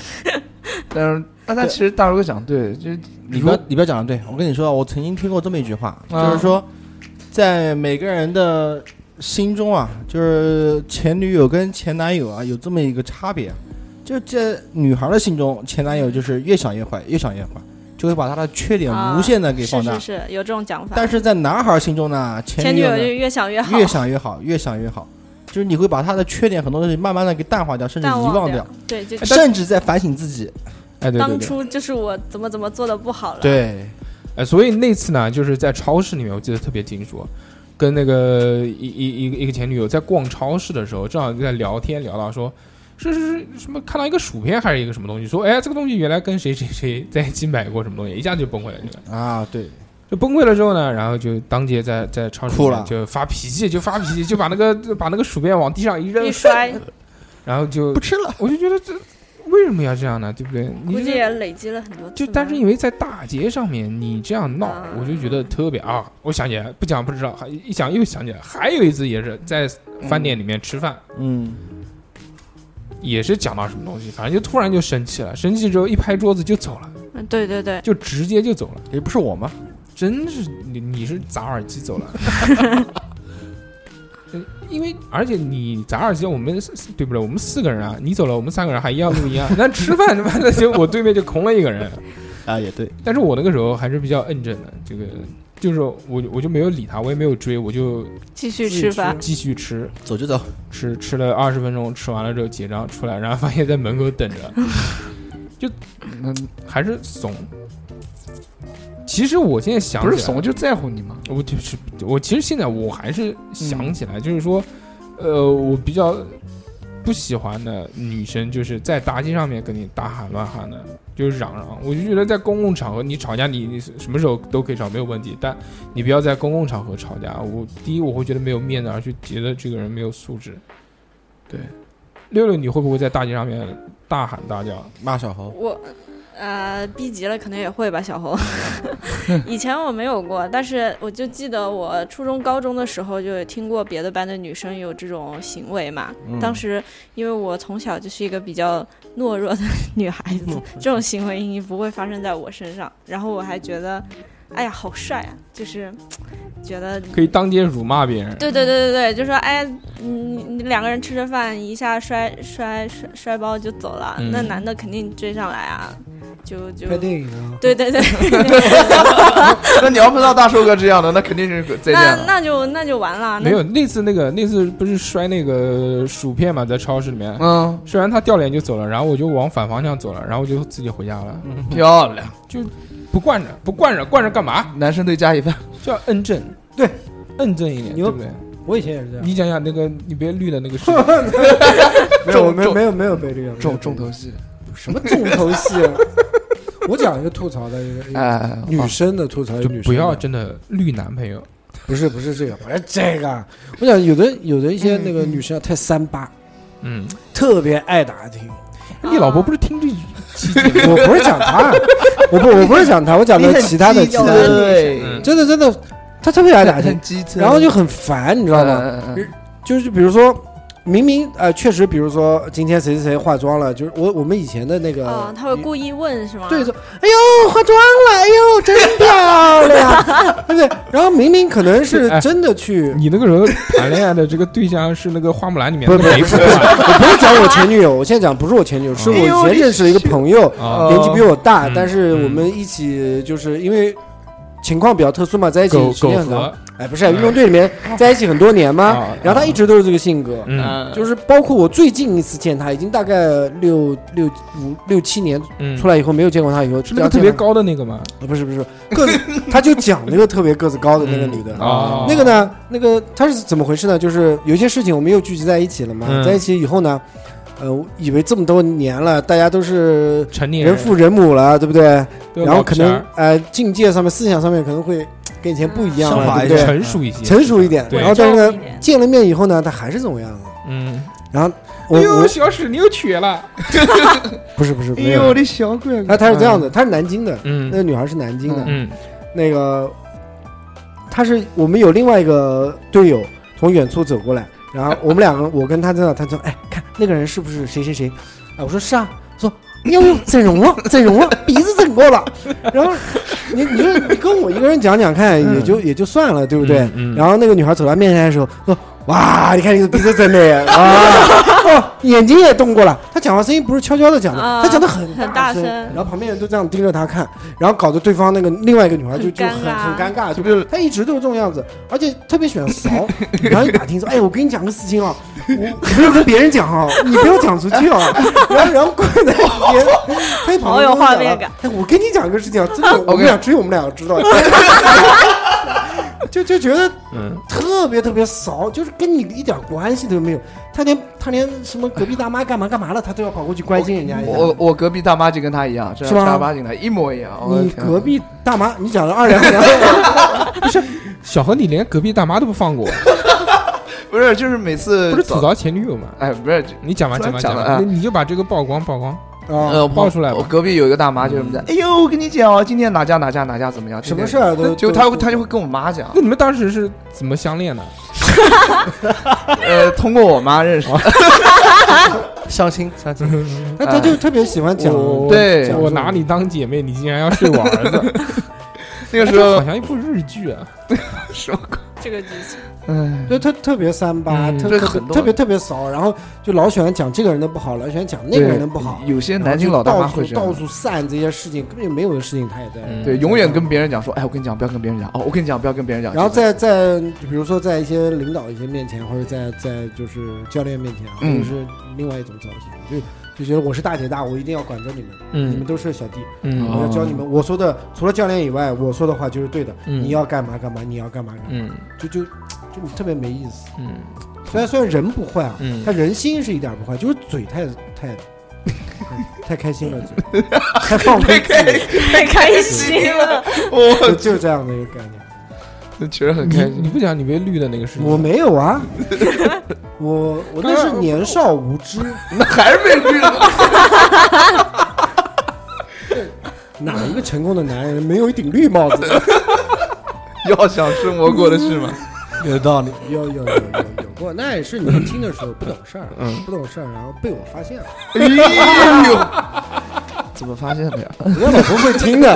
[SPEAKER 5] 但是那但其实大如讲对，就是
[SPEAKER 6] 你不要你不要讲的对，我跟你说，我曾经听过这么一句话，
[SPEAKER 5] 啊
[SPEAKER 6] 就是说，在每个人的心中啊，就是前女友跟前男友啊有这么一个差别，就在女孩的心中，前男友就是越想越坏，越想越坏，就会把他的缺点
[SPEAKER 7] 啊
[SPEAKER 6] 无限的给放大。
[SPEAKER 7] 是是是，有这种讲法。
[SPEAKER 6] 但是在男孩心中呢，
[SPEAKER 7] 前
[SPEAKER 6] 女
[SPEAKER 7] 女友
[SPEAKER 6] 呢
[SPEAKER 7] 就越想越好，
[SPEAKER 6] 越想越好，越想越好，就是你会把他的缺点很多东西慢慢的给淡化掉，甚至遗
[SPEAKER 7] 淡
[SPEAKER 6] 忘
[SPEAKER 7] 掉。哎对，就
[SPEAKER 6] 甚至在反省自己。
[SPEAKER 2] 哎，对哎对
[SPEAKER 7] 当
[SPEAKER 2] 对。
[SPEAKER 7] 初就是我怎么怎么做的不好了。
[SPEAKER 6] 对，
[SPEAKER 2] 哎，所以那次呢，就是在超市里面，我记得特别清楚，跟那个一一一个一个前女友在逛超市的时候，正好在聊天，聊到说。是是是什么？看到一个薯片还是一个什么东西？说，哎，这个东西原来跟谁谁谁在一起买过什么东西，一下就崩溃了，就
[SPEAKER 6] 啊，对，
[SPEAKER 2] 就崩溃了之后呢，然后就当街在在超市里
[SPEAKER 6] 哭
[SPEAKER 2] 面
[SPEAKER 6] 了
[SPEAKER 2] 就发脾气，就发脾气，就把那个就把那个薯片往地上一扔，
[SPEAKER 7] 一摔，
[SPEAKER 2] 然后就
[SPEAKER 6] 不吃了。
[SPEAKER 2] 我就觉得这为什么要这样呢？对不对？ (laughs) 你
[SPEAKER 7] 估
[SPEAKER 2] 这
[SPEAKER 7] 计也累积了很多次吧。啊
[SPEAKER 2] 就但是因为在大街上面你这样闹，我就觉得特别啊！我想起来，不讲不知道，还一想又想起来，还有一次也是在饭店里面吃饭，
[SPEAKER 6] 嗯，
[SPEAKER 2] 也是讲到什么东西，反正就突然就生气了，生气之后一拍桌子就走了，
[SPEAKER 7] 嗯，对对对，
[SPEAKER 2] 就直接就走了。
[SPEAKER 6] 也不是我吗？
[SPEAKER 2] 真是你你是砸耳机走了， (laughs) 呃因为而且你砸耳机，我们是对不对？我们四个人啊，你走了，我们三个人还一样录
[SPEAKER 5] (laughs)
[SPEAKER 2] 音啊。那吃饭他妈的就我对面就空了一个人，
[SPEAKER 6] 啊，也对，
[SPEAKER 2] 但是我那个时候还是比较摁着的，这个就是我我就没有理他，我也没有追，我就
[SPEAKER 7] 继续吃
[SPEAKER 5] 啊
[SPEAKER 7] 吧。
[SPEAKER 2] 继续吃，
[SPEAKER 6] 走就走。
[SPEAKER 2] 吃吃了二十分钟，吃完了之后结账出来，然后发现在门口等着，就嗯还是怂。其实我现在想起
[SPEAKER 5] 不
[SPEAKER 2] 来
[SPEAKER 5] 是怂就在乎你
[SPEAKER 3] (laughs)
[SPEAKER 5] 嘛。
[SPEAKER 2] 我就是我，其实现在我还是想起来，就是说，呃，我比较不喜欢的女生，就是在大街上面跟你大喊乱喊的，就是嚷嚷。我就觉得在公共场合你吵架，你你什么时候都可以吵，没有问题。但你不要在公共场合吵架。我第一我会觉得没有面子，而且觉得这个人没有素质。
[SPEAKER 5] 对，
[SPEAKER 2] 六六，你会不会在大街上面大喊大叫？
[SPEAKER 6] 骂小猴，
[SPEAKER 7] 我呃逼急了可能也会吧，小红。 (laughs) 以前我没有过，但是我就记得我初中、高中的时候就有听过别的班的女生有这种行为嘛。
[SPEAKER 6] 嗯
[SPEAKER 7] 当时因为我从小就是一个比较懦弱的 (laughs) 女孩子，这种行为应该不会发生在我身上。然后我还觉得，哎呀，好帅啊，就是觉得
[SPEAKER 2] 可以当街辱骂别人。
[SPEAKER 7] 对对对对对，就说哎，你你两个人吃着饭，一下摔摔摔摔包就走了，
[SPEAKER 2] 嗯
[SPEAKER 7] 那男的肯定追上来啊，就就
[SPEAKER 3] 拍电影啊，
[SPEAKER 7] 对
[SPEAKER 3] (laughs)
[SPEAKER 7] 对对，
[SPEAKER 5] 那你要碰到大寿哥这样的，那肯定是 (laughs) 再见
[SPEAKER 7] 那
[SPEAKER 5] 了。
[SPEAKER 7] 那就那就完了，啊那
[SPEAKER 2] 没有，那次那个那次不是摔那个薯片嘛，在超市里面，
[SPEAKER 5] 嗯，
[SPEAKER 2] 摔完他掉脸就走了，然后我就往反方向走了，然后我就自己回家了，
[SPEAKER 5] 漂亮，
[SPEAKER 2] 不惯着，不惯着，惯着干嘛？
[SPEAKER 5] 男生对加一分。
[SPEAKER 2] 就要摁正，
[SPEAKER 3] 对，
[SPEAKER 2] 摁正一点，
[SPEAKER 3] 牛
[SPEAKER 2] 对不对？
[SPEAKER 3] 我以前也是这样。
[SPEAKER 2] 你想想那个你别绿的那个 (laughs) 事，
[SPEAKER 3] 没有，我
[SPEAKER 5] 重
[SPEAKER 3] 没有
[SPEAKER 5] 重
[SPEAKER 3] 没有没有被这个
[SPEAKER 5] 重
[SPEAKER 3] 重
[SPEAKER 5] 重头戏，
[SPEAKER 3] 什么重头戏啊？ (laughs) 我讲一个吐槽的一个一个
[SPEAKER 5] 哎，
[SPEAKER 3] 嗯女生的吐槽，一个
[SPEAKER 2] 就
[SPEAKER 3] 女生的
[SPEAKER 2] 不要真的绿男朋友，
[SPEAKER 3] 不是不是这个，不是这个。我想有的有的一些那个女生太三八，
[SPEAKER 2] 嗯，
[SPEAKER 3] 特别爱打听。
[SPEAKER 2] 哎你老婆不是听这期节
[SPEAKER 3] 目？我不是讲她，我不我不是讲她，我讲的其他的其嗯他的女生，真的真的，她特别
[SPEAKER 5] (laughs)
[SPEAKER 3] 爱打听，然后就很烦，你知道
[SPEAKER 5] 嗯
[SPEAKER 3] 吗？嗯就是比如说。明明呃，确实，比如说今天谁谁谁化妆了，就是我我们以前的那个，
[SPEAKER 7] 哦，他会故意问是吗？
[SPEAKER 3] 对，说，哎呦，化妆了，哎呦，真漂亮，对不对？然后明明可能是真
[SPEAKER 2] (laughs)
[SPEAKER 3] 的去，
[SPEAKER 2] 你那个时候谈恋爱的这个对象是那个花木兰里面
[SPEAKER 3] 不
[SPEAKER 2] 的
[SPEAKER 3] 不不，
[SPEAKER 2] 梅
[SPEAKER 3] 不
[SPEAKER 2] 芙
[SPEAKER 3] 是我不是讲我前女友，我现在讲不是我前女友，是我以前认识的一个朋友，
[SPEAKER 2] 哦
[SPEAKER 3] 年纪比我大，但是
[SPEAKER 2] 嗯
[SPEAKER 3] 我们一起就是因为情况比较特殊嘛，在一起
[SPEAKER 2] 苟
[SPEAKER 3] 时间很
[SPEAKER 2] 苟
[SPEAKER 3] 长
[SPEAKER 2] 合。哦
[SPEAKER 3] 哎，不是运动队里面在一起很多年嘛，然后他一直都是这个性格，
[SPEAKER 2] 啊嗯
[SPEAKER 3] 就是包括我最近一次见他，已经大概六六五六七年
[SPEAKER 2] 嗯
[SPEAKER 3] 出来以后没有见过他以后，
[SPEAKER 2] 是那个特别高的那个吗？
[SPEAKER 3] 啊，不是不是，个子，他就讲那个特别个子高的那个女的
[SPEAKER 2] 嗯哦
[SPEAKER 3] 那个呢，那个她是怎么回事呢？就是有些事情我们又聚集在一起了嘛，
[SPEAKER 2] 嗯
[SPEAKER 3] 在一起以后呢，呃，我以为这么多年了，大家都是
[SPEAKER 2] 成年人
[SPEAKER 3] 人父人母了，对不对？
[SPEAKER 2] 都
[SPEAKER 3] 然后
[SPEAKER 2] 老
[SPEAKER 3] 可
[SPEAKER 2] 片
[SPEAKER 3] 能
[SPEAKER 2] 儿
[SPEAKER 3] 呃，境界上面、思想上面可能会跟以前不一样
[SPEAKER 2] 想
[SPEAKER 3] 了，
[SPEAKER 2] 法
[SPEAKER 3] 对不对？
[SPEAKER 2] 也成熟一些
[SPEAKER 3] 成熟一点。
[SPEAKER 2] 对
[SPEAKER 3] 然后但是呢，见了面以后呢，他还是这种样子。
[SPEAKER 2] 嗯，
[SPEAKER 3] 然后我
[SPEAKER 2] 哎
[SPEAKER 3] 我
[SPEAKER 2] 呦，小史你又瘸了，
[SPEAKER 3] 不是不是，
[SPEAKER 2] 哎
[SPEAKER 3] 没有
[SPEAKER 2] 呦我的
[SPEAKER 5] 小鬼
[SPEAKER 3] 他他是这样的，他是南京的，
[SPEAKER 2] 嗯
[SPEAKER 3] 那个女孩是南京的，
[SPEAKER 2] 嗯，
[SPEAKER 3] 那个他是我们有另外一个队友从远处走过来，然后我们两个，我跟他在那，他说，哎，看那个人是不是谁谁谁？哎，我说是啊，说。哟哟，整容了，整容了，啊 (laughs) 鼻子整过了。然后你你说你跟我一个人讲讲看，也就也就算了，对不对？
[SPEAKER 2] 嗯嗯嗯
[SPEAKER 3] 然后那个女孩走到面前的时候说：“哇，你看你的鼻子整的啊，哦，眼睛也动过了。”她讲话声音不是悄悄的讲的，
[SPEAKER 7] 啊
[SPEAKER 3] 她讲的很
[SPEAKER 7] 很大
[SPEAKER 3] 声
[SPEAKER 7] 声，
[SPEAKER 3] 然后旁边人都这样盯着她看，然后搞得对方那个另外一个女孩就
[SPEAKER 7] 很
[SPEAKER 3] 就
[SPEAKER 7] 尴
[SPEAKER 3] 很
[SPEAKER 7] 尬
[SPEAKER 3] 很尴尬，就是她一直都是这种样子，而且特别喜欢骚。然后一打听说：“哎，我跟你讲个事情啊，我 (laughs) 不要跟别人讲啊，你不要讲出去
[SPEAKER 7] (laughs)
[SPEAKER 3] 啊。”然后然后跪在旁边，她一旁边跟我讲了
[SPEAKER 7] 好有画面感。
[SPEAKER 3] 哎，我跟你讲个事情啊，真的，
[SPEAKER 7] (laughs) 哦
[SPEAKER 3] 我们俩只有我们两个知道。就就觉得
[SPEAKER 2] 嗯，
[SPEAKER 3] 特别特别骚，就是跟你一点关系都没有。他连他连什么隔壁大妈干嘛干嘛了，他都要跑过去关心人家一下。
[SPEAKER 5] 我我隔壁大妈就跟她一样，这
[SPEAKER 3] 是吗
[SPEAKER 5] 正儿八经的，一模一样。我的
[SPEAKER 3] 你
[SPEAKER 5] 天
[SPEAKER 3] 隔壁大妈，你讲的二
[SPEAKER 5] (laughs)
[SPEAKER 3] 两两，
[SPEAKER 2] 小何你连隔壁大妈都不 (laughs) 放过，
[SPEAKER 5] 不是就是每次
[SPEAKER 2] 不是
[SPEAKER 5] 早
[SPEAKER 2] 吐槽前女友吗？
[SPEAKER 5] 哎，不是
[SPEAKER 2] 你讲吧
[SPEAKER 5] 突然
[SPEAKER 2] 讲吧
[SPEAKER 5] 讲了
[SPEAKER 2] 吧，
[SPEAKER 5] 啊
[SPEAKER 2] 你你就把这个曝光曝光，
[SPEAKER 3] 哦
[SPEAKER 5] 呃，
[SPEAKER 2] 爆出来
[SPEAKER 5] 我
[SPEAKER 2] 吧。
[SPEAKER 5] 隔壁有一个大妈就是在，哎呦，我跟你讲哦，今天哪家哪家哪家怎么样？
[SPEAKER 3] 嗯什么
[SPEAKER 5] 今天
[SPEAKER 3] 事儿啊都
[SPEAKER 5] 就
[SPEAKER 3] 都
[SPEAKER 5] 她
[SPEAKER 3] 都
[SPEAKER 5] 她就会跟我妈讲，
[SPEAKER 2] 那你们当时是怎么相恋的？
[SPEAKER 5] 呃，通过我妈认识。
[SPEAKER 3] 哦
[SPEAKER 6] 相亲相亲，
[SPEAKER 2] (laughs)
[SPEAKER 3] 他他就特别喜欢讲。
[SPEAKER 2] 啊我
[SPEAKER 5] 对
[SPEAKER 3] 讲
[SPEAKER 2] 我
[SPEAKER 3] 这种
[SPEAKER 2] 拿你当姐妹，你竟然要睡我儿 (laughs) 子。
[SPEAKER 5] (laughs) 那个时
[SPEAKER 2] (laughs) 哎
[SPEAKER 3] (laughs)
[SPEAKER 2] 这
[SPEAKER 5] 候
[SPEAKER 2] 好像一部日剧啊，
[SPEAKER 5] 什么鬼？
[SPEAKER 7] 这个剧情，
[SPEAKER 5] 哎，
[SPEAKER 3] 就特特别三八，
[SPEAKER 2] 嗯
[SPEAKER 3] 特
[SPEAKER 5] 这
[SPEAKER 3] 特
[SPEAKER 5] 很
[SPEAKER 3] 别
[SPEAKER 5] 多
[SPEAKER 3] 特别特别骚，然后就老喜欢讲这个人的不好，老喜欢讲那个人的不好。
[SPEAKER 5] 有些
[SPEAKER 3] 然后
[SPEAKER 5] 南京
[SPEAKER 3] 就
[SPEAKER 5] 老大妈
[SPEAKER 3] 到处
[SPEAKER 5] 会这样
[SPEAKER 3] 到处散这些事情，根本就没有的事情他也在。
[SPEAKER 2] 嗯
[SPEAKER 5] 对，永远跟别人讲说，哎，我跟你讲，不要跟别人讲哦，我跟你讲，不要跟别人讲。
[SPEAKER 3] 然后
[SPEAKER 5] 就
[SPEAKER 3] 在
[SPEAKER 5] 是
[SPEAKER 3] 在比如说在一些领导一些面前，或者在在就是教练面前，或
[SPEAKER 5] 嗯
[SPEAKER 3] 者是另外一种造型，就就觉得我是大姐大，我一定要管着你们，
[SPEAKER 2] 嗯
[SPEAKER 3] 你们都是小弟，
[SPEAKER 2] 嗯
[SPEAKER 3] 我要教你们。我说的除了教练以外，我说的话就是对的，
[SPEAKER 2] 嗯
[SPEAKER 3] 你要干嘛干嘛，你要干嘛干嘛，
[SPEAKER 2] 嗯
[SPEAKER 3] 就就就特别没意思。
[SPEAKER 2] 嗯，
[SPEAKER 3] 虽然虽然人不坏啊，
[SPEAKER 2] 嗯
[SPEAKER 3] 他人心是一点儿不坏，就是嘴太太太开心了，嘴太放飞自己
[SPEAKER 7] 太
[SPEAKER 3] (laughs)
[SPEAKER 7] 开心了，
[SPEAKER 3] 了，就
[SPEAKER 5] 我
[SPEAKER 3] 就是这样的一个概念。
[SPEAKER 5] 觉得很
[SPEAKER 2] 你
[SPEAKER 5] 开
[SPEAKER 2] 你
[SPEAKER 5] 心。
[SPEAKER 2] 不讲你被绿的那个事情，
[SPEAKER 3] 我没有啊，我我那是年少无知，
[SPEAKER 5] 那还是被绿了，
[SPEAKER 3] 哪一个成功的男人没有一顶绿帽子？
[SPEAKER 5] (laughs) 要想生活过得去
[SPEAKER 3] (laughs)
[SPEAKER 5] 吗？
[SPEAKER 6] 有道理。
[SPEAKER 3] 有有有有有过，那也是年轻的时候不懂事儿，不懂事儿，然后被我发现了。
[SPEAKER 5] 哎呦，怎么发现的呀？
[SPEAKER 3] 我老婆会听
[SPEAKER 5] (laughs)
[SPEAKER 3] 的，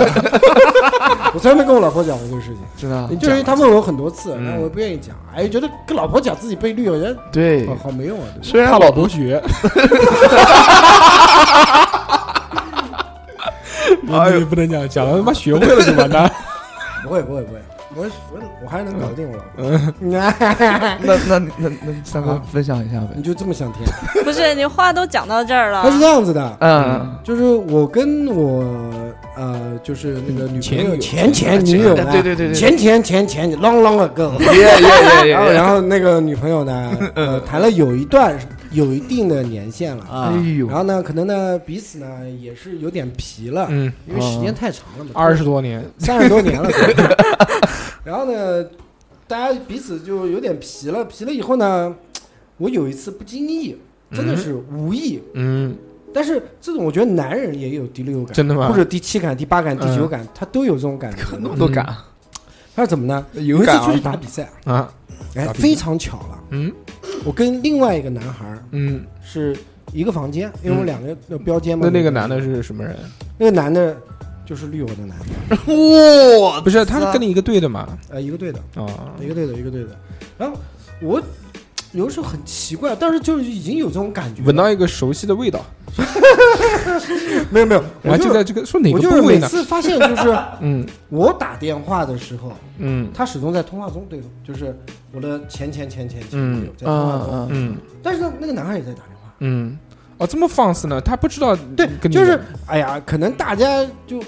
[SPEAKER 3] 我从来没跟我老婆讲过这个事情，
[SPEAKER 5] 知道？
[SPEAKER 3] 就是她问我很多次，然后我不愿意讲，哎，觉得跟老婆讲自己被绿了，人
[SPEAKER 5] 对
[SPEAKER 3] 好没用啊，对不对？
[SPEAKER 5] 虽然老
[SPEAKER 2] 博学，哎呦，不能讲，讲了他妈学会了就完蛋。
[SPEAKER 3] 不会不会不会，我我我还是能搞定我老
[SPEAKER 5] (laughs)
[SPEAKER 3] 婆。
[SPEAKER 5] 那那那那三哥分享一下呗
[SPEAKER 3] (laughs) 你。就这么想听？
[SPEAKER 7] 不是你话都讲到这儿了
[SPEAKER 3] 他，是这样子的，
[SPEAKER 5] 嗯，
[SPEAKER 3] 就是我跟我呃，就是那个女朋友
[SPEAKER 2] 前女友
[SPEAKER 3] 前前女友呢，
[SPEAKER 5] 对对对对
[SPEAKER 3] 前前前前 long long ago，
[SPEAKER 5] 耶耶耶
[SPEAKER 3] 然后
[SPEAKER 5] 耶！
[SPEAKER 3] 然后那个女朋友呢，
[SPEAKER 5] (laughs)
[SPEAKER 3] 呃，谈了有一段有一定的年限了，
[SPEAKER 6] 啊
[SPEAKER 5] 哎呦
[SPEAKER 3] 然，后呢，可能呢彼此呢也是有点疲了，
[SPEAKER 2] 嗯，
[SPEAKER 3] 因为时间太长了嘛，
[SPEAKER 2] 二十多年，
[SPEAKER 3] (laughs) 三十多年了，对然后呢，大家彼此就有点皮了，皮了以后呢，我有一次不经意，真的是无意，
[SPEAKER 2] 嗯，
[SPEAKER 3] 但是这种我觉得男人也有第六感，
[SPEAKER 2] 真的吗
[SPEAKER 3] 或者第七感、第八感、第九感，
[SPEAKER 2] 嗯
[SPEAKER 3] 他都有这种感觉，可
[SPEAKER 5] 那么多感。
[SPEAKER 3] 他是怎么呢？有
[SPEAKER 5] 有
[SPEAKER 3] 一次
[SPEAKER 5] 感啊
[SPEAKER 3] 出去打比赛
[SPEAKER 2] 啊，
[SPEAKER 3] 哎，
[SPEAKER 2] 打比赛
[SPEAKER 3] 非常巧了，
[SPEAKER 2] 嗯，
[SPEAKER 3] 我跟另外一个男孩儿
[SPEAKER 2] 嗯，
[SPEAKER 3] 是一个房间，因为我们两个要标间嘛。
[SPEAKER 2] 那那个男的是什么人？
[SPEAKER 3] 那个男的就是绿我的男的，
[SPEAKER 2] 哇，不是，他
[SPEAKER 3] 啊
[SPEAKER 2] 是跟你一个队的嘛？
[SPEAKER 3] 呃，一个队的，
[SPEAKER 2] 啊，
[SPEAKER 3] 一个队的，一个队的。然后我有的时候很奇怪，但是就是已经有这种感觉了，
[SPEAKER 2] 闻到一个熟悉的味道，
[SPEAKER 3] 没有没有，
[SPEAKER 2] 我还
[SPEAKER 3] 就
[SPEAKER 2] 就在这个说哪
[SPEAKER 3] 我
[SPEAKER 2] 个
[SPEAKER 3] 就是
[SPEAKER 2] 部位
[SPEAKER 3] 每
[SPEAKER 2] 呢？
[SPEAKER 3] 次发现就是，
[SPEAKER 2] 嗯，
[SPEAKER 3] 我打电话的时候，
[SPEAKER 2] 嗯
[SPEAKER 3] 他始终在通话中，对，就是我的前前前前前女
[SPEAKER 2] 嗯
[SPEAKER 3] 友在通话
[SPEAKER 2] 嗯
[SPEAKER 3] 中，
[SPEAKER 2] 嗯，
[SPEAKER 3] 但是呢，那个男孩也在打电话，
[SPEAKER 2] 嗯，哦，这么放肆呢？他不知道对，
[SPEAKER 3] 就是哎呀，可能大家就。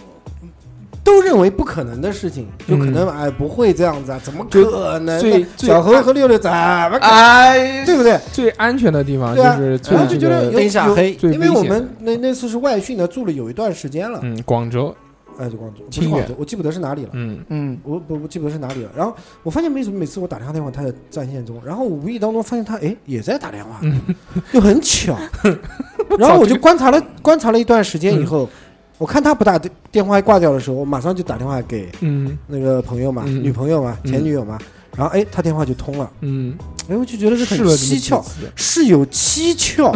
[SPEAKER 3] 都认为不可能的事情，就可能、哎不会这样子啊？怎么
[SPEAKER 2] 嗯就
[SPEAKER 3] 可能
[SPEAKER 2] 最
[SPEAKER 3] 呢？
[SPEAKER 2] 最啊
[SPEAKER 3] 小何和六六怎么可能？
[SPEAKER 5] 哎
[SPEAKER 3] 对不对？
[SPEAKER 2] 最安全的地方就
[SPEAKER 3] 对啊，
[SPEAKER 2] 是
[SPEAKER 3] 然后
[SPEAKER 2] 最
[SPEAKER 3] 就觉
[SPEAKER 6] 呃
[SPEAKER 3] 得有
[SPEAKER 2] 最
[SPEAKER 3] 有
[SPEAKER 2] 最
[SPEAKER 3] 因为我
[SPEAKER 2] 危险
[SPEAKER 3] 们
[SPEAKER 2] 的
[SPEAKER 3] 那那次是外训的，住了有一段时间了，
[SPEAKER 2] 嗯，广州，
[SPEAKER 3] 哎，就广州，不是
[SPEAKER 2] 清
[SPEAKER 3] 广
[SPEAKER 2] 远
[SPEAKER 3] 州，我记不得是哪里了，
[SPEAKER 2] 嗯
[SPEAKER 5] 嗯，
[SPEAKER 3] 我我我记不得是哪里了。然后我发现为什么每次我打电话电话他在占线中，然后我无意当中发现他哎也在打电话，
[SPEAKER 2] 嗯
[SPEAKER 3] 就很
[SPEAKER 2] (laughs)
[SPEAKER 3] 巧。然后我就观察了观察了一段时间以
[SPEAKER 2] 嗯
[SPEAKER 3] 后，我看他不打电电话挂掉的时候，我马上就打电话给
[SPEAKER 2] 嗯
[SPEAKER 3] 那个朋友嘛，
[SPEAKER 2] 嗯
[SPEAKER 3] 女朋友嘛，前女友嘛，然后哎他电话就通了。
[SPEAKER 2] 嗯，
[SPEAKER 3] 哎，我就觉得这
[SPEAKER 2] 试了这
[SPEAKER 3] 很
[SPEAKER 2] 么
[SPEAKER 3] 蹊
[SPEAKER 2] 几
[SPEAKER 3] 跷
[SPEAKER 2] 次，
[SPEAKER 3] 是有
[SPEAKER 2] (laughs)
[SPEAKER 3] 蹊跷，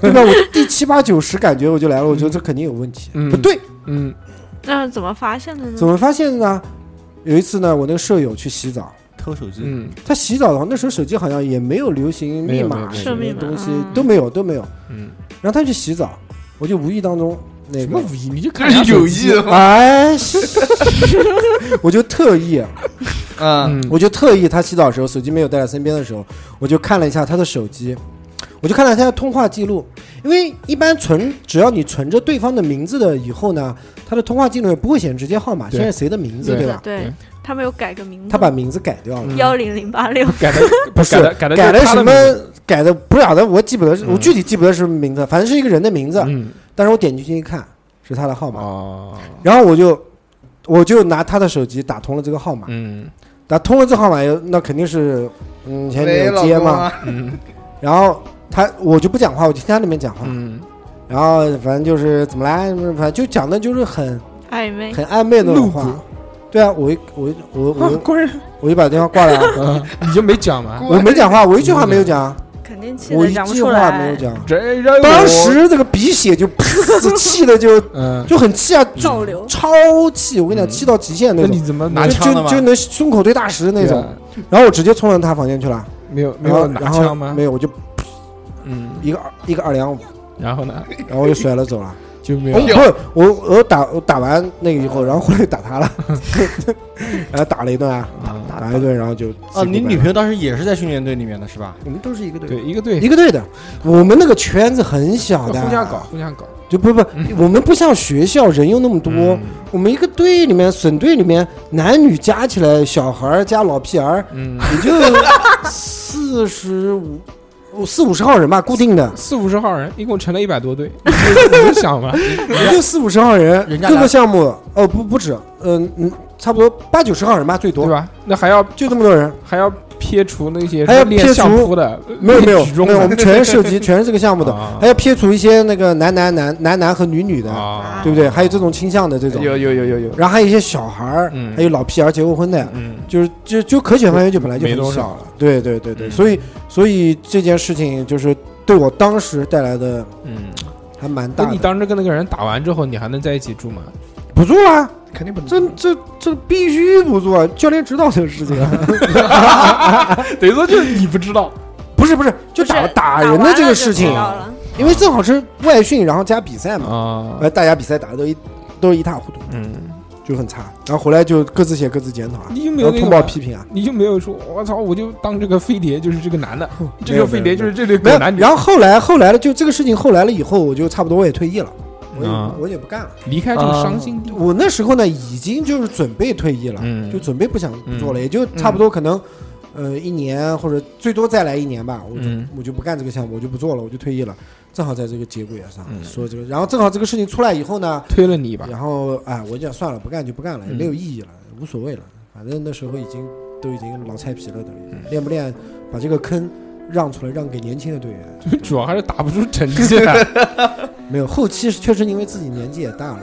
[SPEAKER 3] 对吧？我第七八九十感觉我就来了，我觉得这肯定有问题，不对，
[SPEAKER 2] 嗯，
[SPEAKER 7] 那怎么发现的呢？
[SPEAKER 3] 怎么发现的呢？有一次呢，我那个舍友去洗澡，
[SPEAKER 6] 偷手机，
[SPEAKER 2] 嗯，
[SPEAKER 3] 他洗澡的话，那时候手机好像也没有流行密
[SPEAKER 2] 没有
[SPEAKER 3] 码
[SPEAKER 2] 没有
[SPEAKER 3] 什
[SPEAKER 2] 没
[SPEAKER 3] 么
[SPEAKER 2] 有
[SPEAKER 3] 东西都没有都没有，
[SPEAKER 2] 嗯，
[SPEAKER 3] 然后他去洗澡，我就无意当中那个什么无
[SPEAKER 2] 嗯意，你就看人家手机
[SPEAKER 3] 哎， (laughs) 我就特意，啊
[SPEAKER 5] 嗯，
[SPEAKER 3] 我就特意他洗澡的时候手机没有带在身边的时候，我就看了一下他的手机，我就看了他的通话记录，因为一般存只要你存着对方的名字的以后呢，他的通话记录也不会显示直接号码，
[SPEAKER 2] 对
[SPEAKER 3] 现在谁的名字
[SPEAKER 2] 对
[SPEAKER 3] 吧？
[SPEAKER 7] 对，他们有改个名字，
[SPEAKER 3] 他把名字改掉了，
[SPEAKER 7] 幺零零八六
[SPEAKER 2] 嗯改的不
[SPEAKER 3] 不是
[SPEAKER 2] 改的改的
[SPEAKER 3] 改
[SPEAKER 2] 就是他
[SPEAKER 3] 什
[SPEAKER 2] 的
[SPEAKER 3] 么
[SPEAKER 2] 名字
[SPEAKER 3] 改的不晓得，我记不得是，我具体记不得是什么名字，反正是一个人的名字。
[SPEAKER 2] 嗯
[SPEAKER 3] 但是我点进去一看是他的号码，
[SPEAKER 2] 哦
[SPEAKER 3] 然后我就我就拿他的手机打通了这个号码，
[SPEAKER 2] 嗯，
[SPEAKER 3] 打通了这号码以后，那肯定是嗯前女
[SPEAKER 5] 喂
[SPEAKER 3] 友
[SPEAKER 5] 老
[SPEAKER 3] 接
[SPEAKER 5] 公
[SPEAKER 3] 嘛
[SPEAKER 5] 啊，
[SPEAKER 2] 嗯，
[SPEAKER 3] 然后他我就不讲话，我就听他那边讲话，
[SPEAKER 2] 嗯，
[SPEAKER 3] 然后反正就是怎么来，反正就讲的就是很
[SPEAKER 7] 暧昧，
[SPEAKER 3] 很暧昧的那
[SPEAKER 7] 露
[SPEAKER 3] 种话。对啊，我一我一我我
[SPEAKER 7] 啊
[SPEAKER 3] (laughs)
[SPEAKER 7] 果然
[SPEAKER 3] 我就把电话挂了
[SPEAKER 2] 啊， (laughs) 你就没讲吗？
[SPEAKER 3] 我没讲话，我一句话没有讲，
[SPEAKER 7] (laughs) 肯定气
[SPEAKER 3] 我
[SPEAKER 7] 的
[SPEAKER 3] 一
[SPEAKER 7] 讲不
[SPEAKER 3] 句
[SPEAKER 7] 出
[SPEAKER 3] 话没
[SPEAKER 7] 来
[SPEAKER 3] 有。讲。
[SPEAKER 2] 这 (laughs) 让我
[SPEAKER 3] 当时这个鼻血就 (laughs) 噗，气的就
[SPEAKER 2] 嗯
[SPEAKER 3] 就很气啊，
[SPEAKER 7] 倒流，
[SPEAKER 3] 超气！我跟你讲，气到极限那种。
[SPEAKER 2] 那你怎么
[SPEAKER 3] 拿
[SPEAKER 2] 拿
[SPEAKER 3] 枪
[SPEAKER 2] 枪的吗
[SPEAKER 3] 就能胸口对大石那种
[SPEAKER 2] 对啊。
[SPEAKER 3] 然后我直接冲到他房间去了，
[SPEAKER 2] 没有没
[SPEAKER 3] 然
[SPEAKER 2] 有
[SPEAKER 3] 后
[SPEAKER 2] 拿
[SPEAKER 3] 然后
[SPEAKER 2] 枪吗？
[SPEAKER 3] 没有，我就
[SPEAKER 2] 嗯，
[SPEAKER 3] 一个二一个二两五，
[SPEAKER 2] 然后呢？
[SPEAKER 3] 然后我就甩了走了。
[SPEAKER 2] 就没
[SPEAKER 3] 哦
[SPEAKER 2] 有
[SPEAKER 3] 不是我我打我打完那个以后，然后后来打他了， (laughs) 然后打了一顿啊，打了一哦顿，然后就
[SPEAKER 6] 啊，你女朋友当时也是在训练队里面的是吧？
[SPEAKER 3] 我们都是一个队，
[SPEAKER 2] 对一个队
[SPEAKER 3] 一个队的，我们那个圈子很小的，
[SPEAKER 2] 互相搞，互相搞。
[SPEAKER 3] 就不不，我们不像学校人又那么多，我们一个队里面，省队里面，男女加起来，小孩儿加老屁儿，
[SPEAKER 2] 嗯，
[SPEAKER 3] 也就四十五。四五十号人吧，固定的，
[SPEAKER 2] 四五十号人，一共成了一百多
[SPEAKER 3] (laughs)
[SPEAKER 2] 队，你能想吗？
[SPEAKER 3] 也就四五十号人，
[SPEAKER 2] 人家
[SPEAKER 3] 各个
[SPEAKER 2] 来
[SPEAKER 3] 项目，哦不不止，嗯嗯，差不多八九十号人吧，最多，对
[SPEAKER 2] 吧？那还要
[SPEAKER 3] 就这么多人，
[SPEAKER 2] 还要撇除那些
[SPEAKER 3] 还要
[SPEAKER 2] 练
[SPEAKER 3] 撇
[SPEAKER 2] 相
[SPEAKER 3] 除
[SPEAKER 2] 扑的，
[SPEAKER 3] 没有没有
[SPEAKER 2] (laughs) 练举重
[SPEAKER 3] 没有，
[SPEAKER 2] 的
[SPEAKER 3] 我们全是涉
[SPEAKER 2] (laughs)
[SPEAKER 3] 及全是这个项目
[SPEAKER 2] 啊
[SPEAKER 3] 的，还要撇除一些那个男男男男男和女女的，
[SPEAKER 2] 啊嗯
[SPEAKER 3] 对不对？还有这种倾向的这种，
[SPEAKER 5] 有有有有有，
[SPEAKER 3] 然后还有一些小孩儿，
[SPEAKER 2] 嗯
[SPEAKER 3] 还有老屁孩儿结过婚的，就是就就可选范围就哎本来就
[SPEAKER 2] 没多
[SPEAKER 3] 很
[SPEAKER 2] 少嗯
[SPEAKER 3] 少
[SPEAKER 2] 了
[SPEAKER 3] 了，对对对对，所以所以这件事情就是对我当时带来的
[SPEAKER 2] 嗯，
[SPEAKER 3] 还蛮
[SPEAKER 2] 那
[SPEAKER 3] 大
[SPEAKER 2] 你
[SPEAKER 3] 的，
[SPEAKER 2] 当时跟那个人打完之后，你还能在一起住
[SPEAKER 3] (laughs)
[SPEAKER 2] 吗？
[SPEAKER 3] 不做啦，
[SPEAKER 5] 肯定
[SPEAKER 2] 嗯
[SPEAKER 5] 不
[SPEAKER 3] 这这这必须不做，教练指导这个事情啊，
[SPEAKER 2] (laughs) 等于说就是你不知道，
[SPEAKER 3] 不是不是，就打打人的这个事
[SPEAKER 2] 啊
[SPEAKER 3] 情，啊因为正好是外训，然后加比赛
[SPEAKER 2] 嘛，
[SPEAKER 3] 呃，大家比赛打的都一都一塌糊涂，
[SPEAKER 2] 啊嗯，
[SPEAKER 3] 就很差，然后回来就各自写各自检讨啊，
[SPEAKER 2] 你就没有
[SPEAKER 3] 然后
[SPEAKER 2] 那个
[SPEAKER 3] 通
[SPEAKER 2] 吗
[SPEAKER 3] 报批评啊。
[SPEAKER 2] 你就没有说，我操，我就当这个飞碟就是这个男的，这
[SPEAKER 3] (laughs) 没有
[SPEAKER 2] 个飞碟就是这
[SPEAKER 3] 没
[SPEAKER 2] 对狗
[SPEAKER 3] 有
[SPEAKER 2] 男女。
[SPEAKER 3] 然后后来后来了，就这个事情后来了以后，我就差不多我也退役了，我也、
[SPEAKER 2] 啊
[SPEAKER 3] 我也不干了，
[SPEAKER 2] 离开这
[SPEAKER 3] 啊
[SPEAKER 2] 个伤心地。
[SPEAKER 3] 我那时候呢，已经就是准备退役了，
[SPEAKER 2] 嗯
[SPEAKER 3] 就准备不想不做了，也就差不多可能。呃，一年或者最多再来一年吧，我就、
[SPEAKER 2] 嗯
[SPEAKER 3] 我就不干这个项目，我就不做了，我就退役了。正好在这个节骨眼上、
[SPEAKER 2] 嗯
[SPEAKER 3] 说这个，然后正好这个事情出来以后呢，
[SPEAKER 2] 推了你一把， (laughs)
[SPEAKER 3] 然后哎，我就想算了，不干就不干了，也
[SPEAKER 2] 嗯
[SPEAKER 3] 没有意义了，无所谓了，反正那时候已经都已经老菜皮了，等
[SPEAKER 2] 嗯
[SPEAKER 3] 于练不练把这个坑让出来，让给年轻的队员。
[SPEAKER 2] (laughs) 主要还是打不出成绩啊
[SPEAKER 3] (laughs)
[SPEAKER 2] 来。
[SPEAKER 3] 没有，后期是确实因为自己年纪也大了，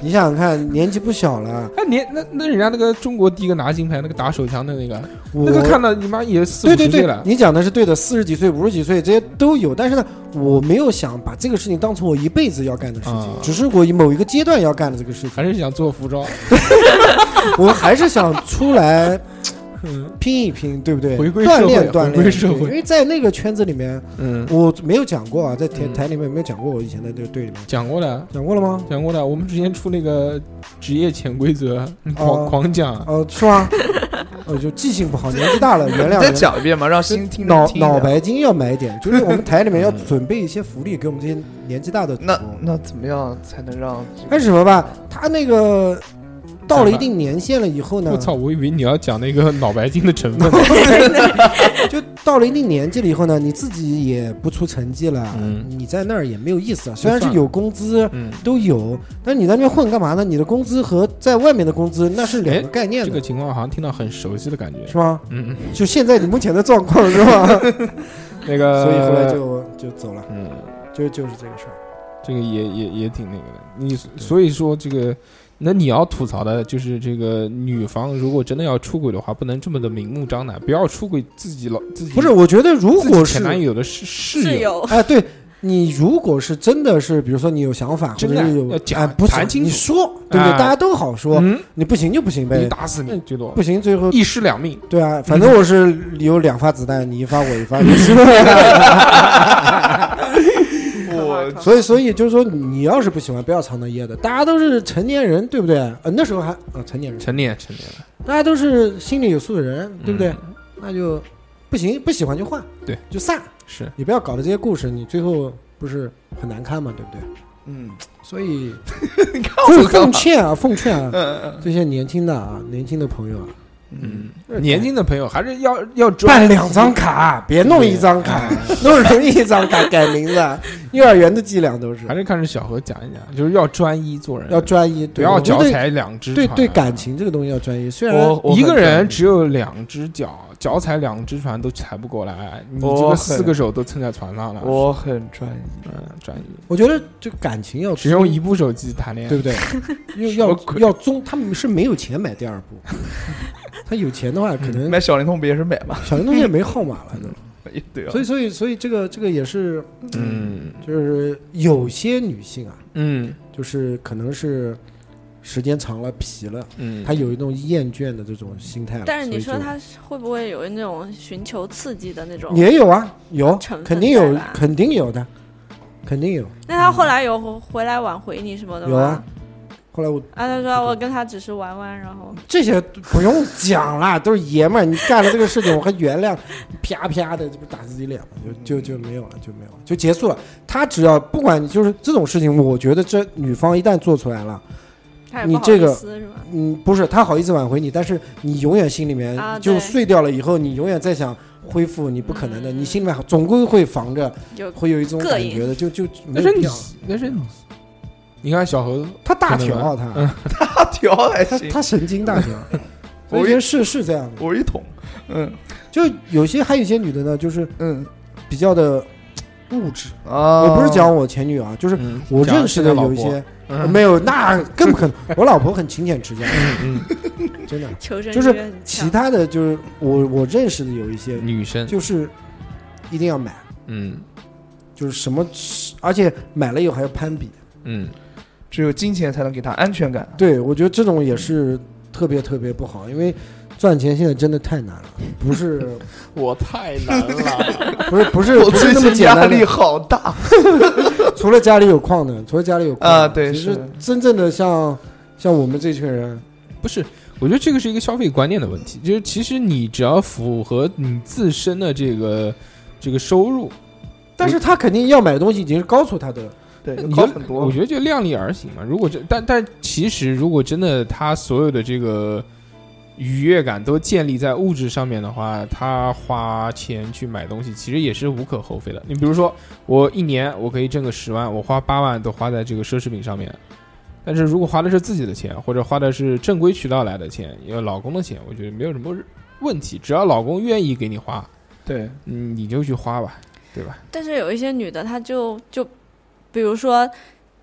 [SPEAKER 3] 你想想看，年纪不小了，
[SPEAKER 2] 那年那那人家那个中国第一个拿金牌那个打手枪的那个，
[SPEAKER 3] 我
[SPEAKER 2] 那个看到你妈也四
[SPEAKER 3] 对
[SPEAKER 2] 五
[SPEAKER 3] 对
[SPEAKER 2] 十岁
[SPEAKER 3] 对
[SPEAKER 2] 了，，
[SPEAKER 3] 你讲的是对的，四十几岁、五十几岁这些都有，但是呢，我没有想把这个事情当成我一辈子要干的
[SPEAKER 2] 啊
[SPEAKER 3] 事情，只是我某一个阶段要干的这个事情。
[SPEAKER 2] 还是想做服装，
[SPEAKER 3] 我还是想出来拼一拼，对不对？
[SPEAKER 2] 回归社
[SPEAKER 3] 锻
[SPEAKER 2] 会
[SPEAKER 3] 炼锻炼，
[SPEAKER 2] 回归社会
[SPEAKER 3] 因为在那个圈子里面，
[SPEAKER 2] 嗯，
[SPEAKER 3] 我没有讲过啊，在台台里面没有讲过我以前的这个队里面。
[SPEAKER 2] 讲过的，
[SPEAKER 3] 讲过了吗？
[SPEAKER 2] 讲过的，我们之前出那个职业潜规则，狂、
[SPEAKER 3] 哦
[SPEAKER 2] 狂讲，
[SPEAKER 3] 哦，是
[SPEAKER 2] (laughs)
[SPEAKER 3] 吗？我就记性不好，年纪大了，原谅。
[SPEAKER 5] 再讲一遍嘛，让新听
[SPEAKER 3] 脑
[SPEAKER 5] 众听一下
[SPEAKER 3] 脑白金要买一点，就是我们台里面要准备一些福利给我们这些年纪大的主播。
[SPEAKER 5] 那那怎么样才能让这个
[SPEAKER 3] 为什么吧？他那个到了一定年限了以后呢
[SPEAKER 2] 我，操！我以为你要讲那个脑白金的成分，
[SPEAKER 3] 就到了一定年纪了以后呢，你自己也不出成绩了，
[SPEAKER 2] 嗯
[SPEAKER 3] 你在那儿也没有意思了。虽然是有工资，都有，但你在那边混干嘛呢？你的工资和在外面的工资那是两个概念
[SPEAKER 2] 这
[SPEAKER 3] 的，
[SPEAKER 2] 个情况好像听到很熟悉的感觉，
[SPEAKER 3] 是吗？
[SPEAKER 2] 嗯，嗯
[SPEAKER 3] 就现在你目前的状况是吧？
[SPEAKER 2] 那个，
[SPEAKER 3] 所以后来就就走了，
[SPEAKER 2] 嗯，
[SPEAKER 3] 就就是这个事儿。
[SPEAKER 2] 这个也也也挺那个的。你所以说这个，那你要吐槽的就是这个女方，如果真的要出轨的话，不能这么的明目张胆，不要出轨自己老自己。
[SPEAKER 3] 不是，我觉得如
[SPEAKER 2] 自
[SPEAKER 3] 果
[SPEAKER 2] 己
[SPEAKER 3] 是
[SPEAKER 2] 前男友的室室友，
[SPEAKER 3] (laughs) 哎，对你如果是真的是，比如说你有想法，或
[SPEAKER 2] 真
[SPEAKER 3] 者
[SPEAKER 2] 的
[SPEAKER 3] 是有
[SPEAKER 2] 要讲
[SPEAKER 3] 哎，不是
[SPEAKER 2] 谈清楚
[SPEAKER 3] 你说，对不对？
[SPEAKER 2] 哎
[SPEAKER 3] 大家都好说
[SPEAKER 2] 嗯，
[SPEAKER 3] 你不行就不行呗，
[SPEAKER 2] 你打死你最多
[SPEAKER 3] 不行，最后
[SPEAKER 2] 一尸两命。
[SPEAKER 3] 对啊，反正我是有两发子弹，你一发我一发，你是吧
[SPEAKER 5] 我
[SPEAKER 3] (laughs) 所以，所以就是说，你要是不喜欢，不要藏着掖着。大家都是成年人，对不对？呃，那时候还呃成年人，
[SPEAKER 2] 成年成年了，
[SPEAKER 3] 大家都是心里有数的人，对不对？那就不行，不喜欢就换，
[SPEAKER 2] 嗯对，
[SPEAKER 3] 就散。
[SPEAKER 2] 是
[SPEAKER 3] 你不要搞的这些故事，你最后不是很难堪嘛，对不对？
[SPEAKER 5] 嗯，
[SPEAKER 3] 所以
[SPEAKER 5] (laughs) 你看
[SPEAKER 3] 所以
[SPEAKER 5] 我干
[SPEAKER 3] 奉
[SPEAKER 5] 嘛
[SPEAKER 3] 劝啊，奉劝
[SPEAKER 5] 嗯
[SPEAKER 3] 啊，这些年轻的啊，年轻的朋友啊，
[SPEAKER 2] 嗯，年轻的朋友还是要要抓
[SPEAKER 3] 办两张卡，啊别弄一张
[SPEAKER 5] 啊
[SPEAKER 3] 卡，弄成一张卡改名字，啊幼儿园的伎俩都是。
[SPEAKER 2] 还是看着小何讲一讲，就是要专一做人，
[SPEAKER 3] 要专一，
[SPEAKER 2] 不
[SPEAKER 3] 对
[SPEAKER 2] 要
[SPEAKER 3] 我觉
[SPEAKER 2] 脚
[SPEAKER 3] 得
[SPEAKER 2] 踩两只
[SPEAKER 3] 对
[SPEAKER 2] 船啊
[SPEAKER 3] 对，感情这个东西要专一。虽然
[SPEAKER 2] 一个人只有两只脚，脚踩两只船都踩不过来，你
[SPEAKER 5] 我
[SPEAKER 2] 这个
[SPEAKER 5] 很
[SPEAKER 2] 四个手都撑在船上了。
[SPEAKER 5] 我很专一，
[SPEAKER 2] 嗯，专一，
[SPEAKER 3] 我觉得这感情要
[SPEAKER 2] 只用一部手机谈恋爱，
[SPEAKER 3] 对不对？
[SPEAKER 2] (laughs)
[SPEAKER 3] 要要要综，他们是没有钱买第二部，他有钱的话
[SPEAKER 2] 嗯
[SPEAKER 3] 可能
[SPEAKER 5] 买小灵通不也是买吗？ (laughs)
[SPEAKER 3] 小灵通也没号码了都。
[SPEAKER 5] 对 (laughs) 啊，
[SPEAKER 3] 所以所以所以这个这个也是，
[SPEAKER 2] 嗯，
[SPEAKER 3] 就是有些女性啊，
[SPEAKER 2] 嗯，
[SPEAKER 3] 就是可能是时间长了疲了，
[SPEAKER 2] 嗯
[SPEAKER 3] 她有一种厌倦的这种心态了。
[SPEAKER 7] 但是你说
[SPEAKER 3] 所以就
[SPEAKER 7] 他是会不会有那种寻求刺激的那种？
[SPEAKER 3] 也有啊，有
[SPEAKER 7] 成分
[SPEAKER 3] 肯定有
[SPEAKER 7] 在吧，
[SPEAKER 3] 肯定有的，肯定有
[SPEAKER 7] 那他后来有回回来挽回你什么的吗？
[SPEAKER 3] 有啊。后来我
[SPEAKER 7] 啊，他说我跟他只是玩玩，然后
[SPEAKER 3] 这些不用讲了，都是爷们儿。你干了这个事情，我还原
[SPEAKER 7] (laughs)
[SPEAKER 3] 谅，啪啪的，这不打自己脸吗？就就就没有了，就没有了，就结束了。他只要不管，就是这种事情，我觉得这女方一旦做出来了，
[SPEAKER 7] 他也不
[SPEAKER 3] 你
[SPEAKER 7] 好
[SPEAKER 3] 这
[SPEAKER 7] 意
[SPEAKER 3] 个
[SPEAKER 7] 思是吧？
[SPEAKER 3] 嗯，不是他好意思挽回你，但是你永远心里面
[SPEAKER 7] 啊对
[SPEAKER 3] 就碎掉了，以后你永远在想恢复，你不可能的，你心里面总归会防着
[SPEAKER 7] 有，
[SPEAKER 3] 会有一种
[SPEAKER 7] 嗯膈
[SPEAKER 3] 感
[SPEAKER 7] 应
[SPEAKER 3] 觉的，就就没
[SPEAKER 2] 那
[SPEAKER 3] 有
[SPEAKER 2] 是
[SPEAKER 3] 必
[SPEAKER 2] 你
[SPEAKER 3] 要。，
[SPEAKER 2] 那是你。你看小何，
[SPEAKER 3] 他大条他
[SPEAKER 2] 嗯
[SPEAKER 5] 大条还
[SPEAKER 3] 他
[SPEAKER 5] 行，
[SPEAKER 3] 他神经大条，
[SPEAKER 2] (laughs)
[SPEAKER 3] 我
[SPEAKER 5] 我一
[SPEAKER 3] 觉得是是这样的。
[SPEAKER 5] 我一桶，嗯
[SPEAKER 3] 就有些还有一些女的呢，就是
[SPEAKER 5] 嗯，
[SPEAKER 3] 比较的物质。
[SPEAKER 5] 啊，
[SPEAKER 3] 我不是讲我前女友啊，
[SPEAKER 5] 嗯
[SPEAKER 3] 就是我认识的有
[SPEAKER 2] 嗯讲
[SPEAKER 3] 一些
[SPEAKER 2] 现、在老婆嗯
[SPEAKER 3] 没有，那更不可能。我老婆很勤俭持家，
[SPEAKER 5] 嗯
[SPEAKER 3] (laughs) 真的。
[SPEAKER 7] 求生欲
[SPEAKER 3] 就是
[SPEAKER 7] 很
[SPEAKER 3] 其
[SPEAKER 7] 强。
[SPEAKER 3] 他的就是我我认识的有一些
[SPEAKER 2] 女
[SPEAKER 5] 嗯
[SPEAKER 2] 生
[SPEAKER 3] 就是一定要买，
[SPEAKER 2] 嗯
[SPEAKER 3] 就是什么，而且买了以后还要攀比。
[SPEAKER 2] 嗯，
[SPEAKER 5] 只有金钱才能给他安全感。
[SPEAKER 3] 对，我觉得这种也是特别特别不好，因为赚钱现在真的太难了，不是
[SPEAKER 5] (laughs) 我太难了，
[SPEAKER 3] 不是不是
[SPEAKER 5] 我
[SPEAKER 3] 不
[SPEAKER 5] 最
[SPEAKER 3] 是那么
[SPEAKER 5] 近
[SPEAKER 3] 简
[SPEAKER 5] 压
[SPEAKER 3] 单的
[SPEAKER 5] 力好大。
[SPEAKER 3] 除了家里有矿的，除了家里有矿的
[SPEAKER 5] 啊对
[SPEAKER 3] 其
[SPEAKER 5] 是
[SPEAKER 3] 实
[SPEAKER 5] 的
[SPEAKER 3] 真正的像像我们这群人，
[SPEAKER 2] (laughs) 不是，我觉得这个是一个消费观念的问题，就是其实你只要符合你自身的这个这个收入，
[SPEAKER 3] 但是他肯定要买的东西已经是高出他的了。
[SPEAKER 5] 对
[SPEAKER 2] 你就我觉得就量力而行嘛。如果这，但但其实如果真的他所有的这个愉悦感都建立在物质上面的话，他花钱去买东西其实也是无可厚非的。你比如说，我一年我可以挣个十万，我花八万都花在这个奢侈品上面。但是如果花的是自己的钱，或者花的是正规渠道来的钱，有老公的钱，我觉得没有什么问题，只要老公愿意给你花，
[SPEAKER 5] 对，
[SPEAKER 2] 嗯，你就去花吧，对吧？
[SPEAKER 7] 但是有一些女的，她就就，比如说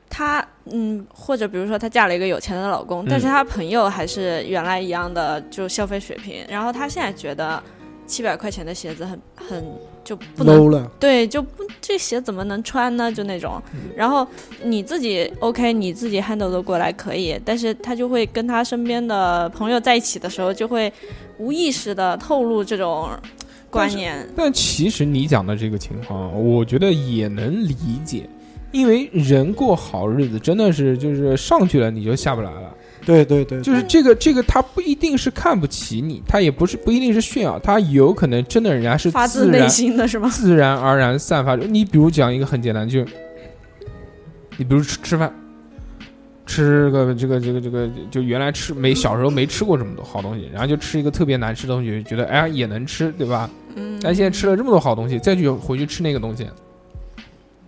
[SPEAKER 7] 她，嗯，或者比如说她嫁了一个有钱的老公，但
[SPEAKER 2] 嗯
[SPEAKER 7] 是她朋友还是原来一样的就消费水平，然后她现在觉得七百块钱的鞋子很很就不能
[SPEAKER 3] low 了
[SPEAKER 7] 对，就不这鞋怎么能穿呢？就那种，
[SPEAKER 3] 嗯
[SPEAKER 7] 然后你自己 OK，你自己 handle 得过来可以，但是她就会跟她身边的朋友在一起的时候，就会无意识的透露这种观念。
[SPEAKER 2] 但其实你讲的这个情况，我觉得也能理解，因为人过好日子真的是就是上去了你就下不来了。
[SPEAKER 3] 对对对，
[SPEAKER 2] 就是这个这个，他不一定是看不起你，他也不是不一定是炫耀，他有可能真的人家是
[SPEAKER 7] 发自
[SPEAKER 2] 然
[SPEAKER 7] 内心的是吗
[SPEAKER 2] 自然而然散发出。你比如讲一个很简单，就你比如吃吃饭，吃个这个这个这个，就原来吃没小时候没吃过这么多好东西，然后就吃一个特别难吃的东西，觉得哎呀也能吃，对吧？
[SPEAKER 7] 嗯
[SPEAKER 2] 哎但现在吃了这么多好东西，再去回去吃那个东西。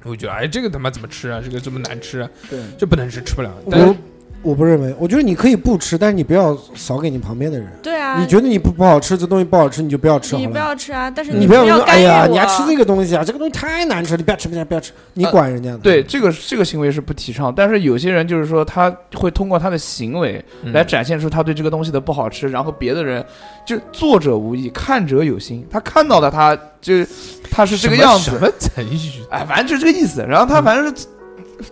[SPEAKER 2] 我觉得，哎，这个他妈怎么吃啊？这个这么难吃、啊，
[SPEAKER 5] 对，
[SPEAKER 2] 这不能吃，吃不了。但是
[SPEAKER 3] 我我不认为，我觉得你可以不吃，但是你不要扫给你旁边的人。
[SPEAKER 7] 对啊，
[SPEAKER 3] 你觉得你不不好吃，这东西不好吃，你就不要吃好
[SPEAKER 7] 你
[SPEAKER 3] 了。
[SPEAKER 7] 不要吃啊，但是
[SPEAKER 3] 你
[SPEAKER 7] 不
[SPEAKER 3] 要说，
[SPEAKER 7] 干
[SPEAKER 3] 哎
[SPEAKER 7] 预我。
[SPEAKER 3] 呀，你还吃这个东西啊？这个东西太难吃，你不要吃，不要吃不要吃，你管人家的。
[SPEAKER 5] 对这个这个行为是不提倡，但是有些人就是说他会通过他的行为
[SPEAKER 2] 嗯
[SPEAKER 5] 来展现出他对这个东西的不好吃，然后别的人就是作者无意，看者有心，他看到的他就是他是这个
[SPEAKER 2] 什么嗯
[SPEAKER 5] 样子，
[SPEAKER 2] 什么成语？
[SPEAKER 5] 哎，反正就这个意思。然后他反正是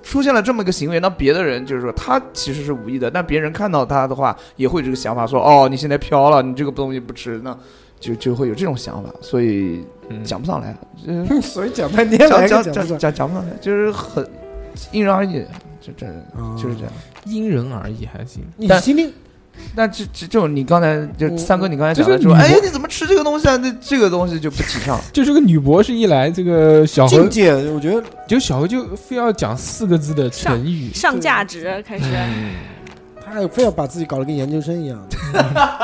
[SPEAKER 5] 出现了这么一个行为，那别的人就是说他其实是无意的，但别人看到他的话也会有这个想法说，哦，你现在飘了，你这个东西不吃，那就就会有这种想法，所以讲不上来。嗯
[SPEAKER 3] 所以讲半 (laughs) 天来
[SPEAKER 5] 讲
[SPEAKER 3] 个讲不
[SPEAKER 5] 讲讲
[SPEAKER 3] 上
[SPEAKER 5] 讲讲不上来，就是很因人而异，就这就是这样。
[SPEAKER 2] 因人而异还行。
[SPEAKER 3] 你
[SPEAKER 5] 但
[SPEAKER 3] 心里，
[SPEAKER 5] 但这这这种你刚才就
[SPEAKER 2] 我
[SPEAKER 5] 三哥，你刚才讲
[SPEAKER 2] 就是
[SPEAKER 5] 的说，
[SPEAKER 2] 你
[SPEAKER 5] 哎，你怎么吃这个东西啊？那这个东西就不提倡了。
[SPEAKER 2] 就这个女博士一来，这个小何
[SPEAKER 5] 境界
[SPEAKER 3] 我觉得
[SPEAKER 2] 就小何就非要讲四个字的成语，
[SPEAKER 7] 上价值开始，
[SPEAKER 3] 他非要把自己搞得跟研究生一样。
[SPEAKER 5] (laughs)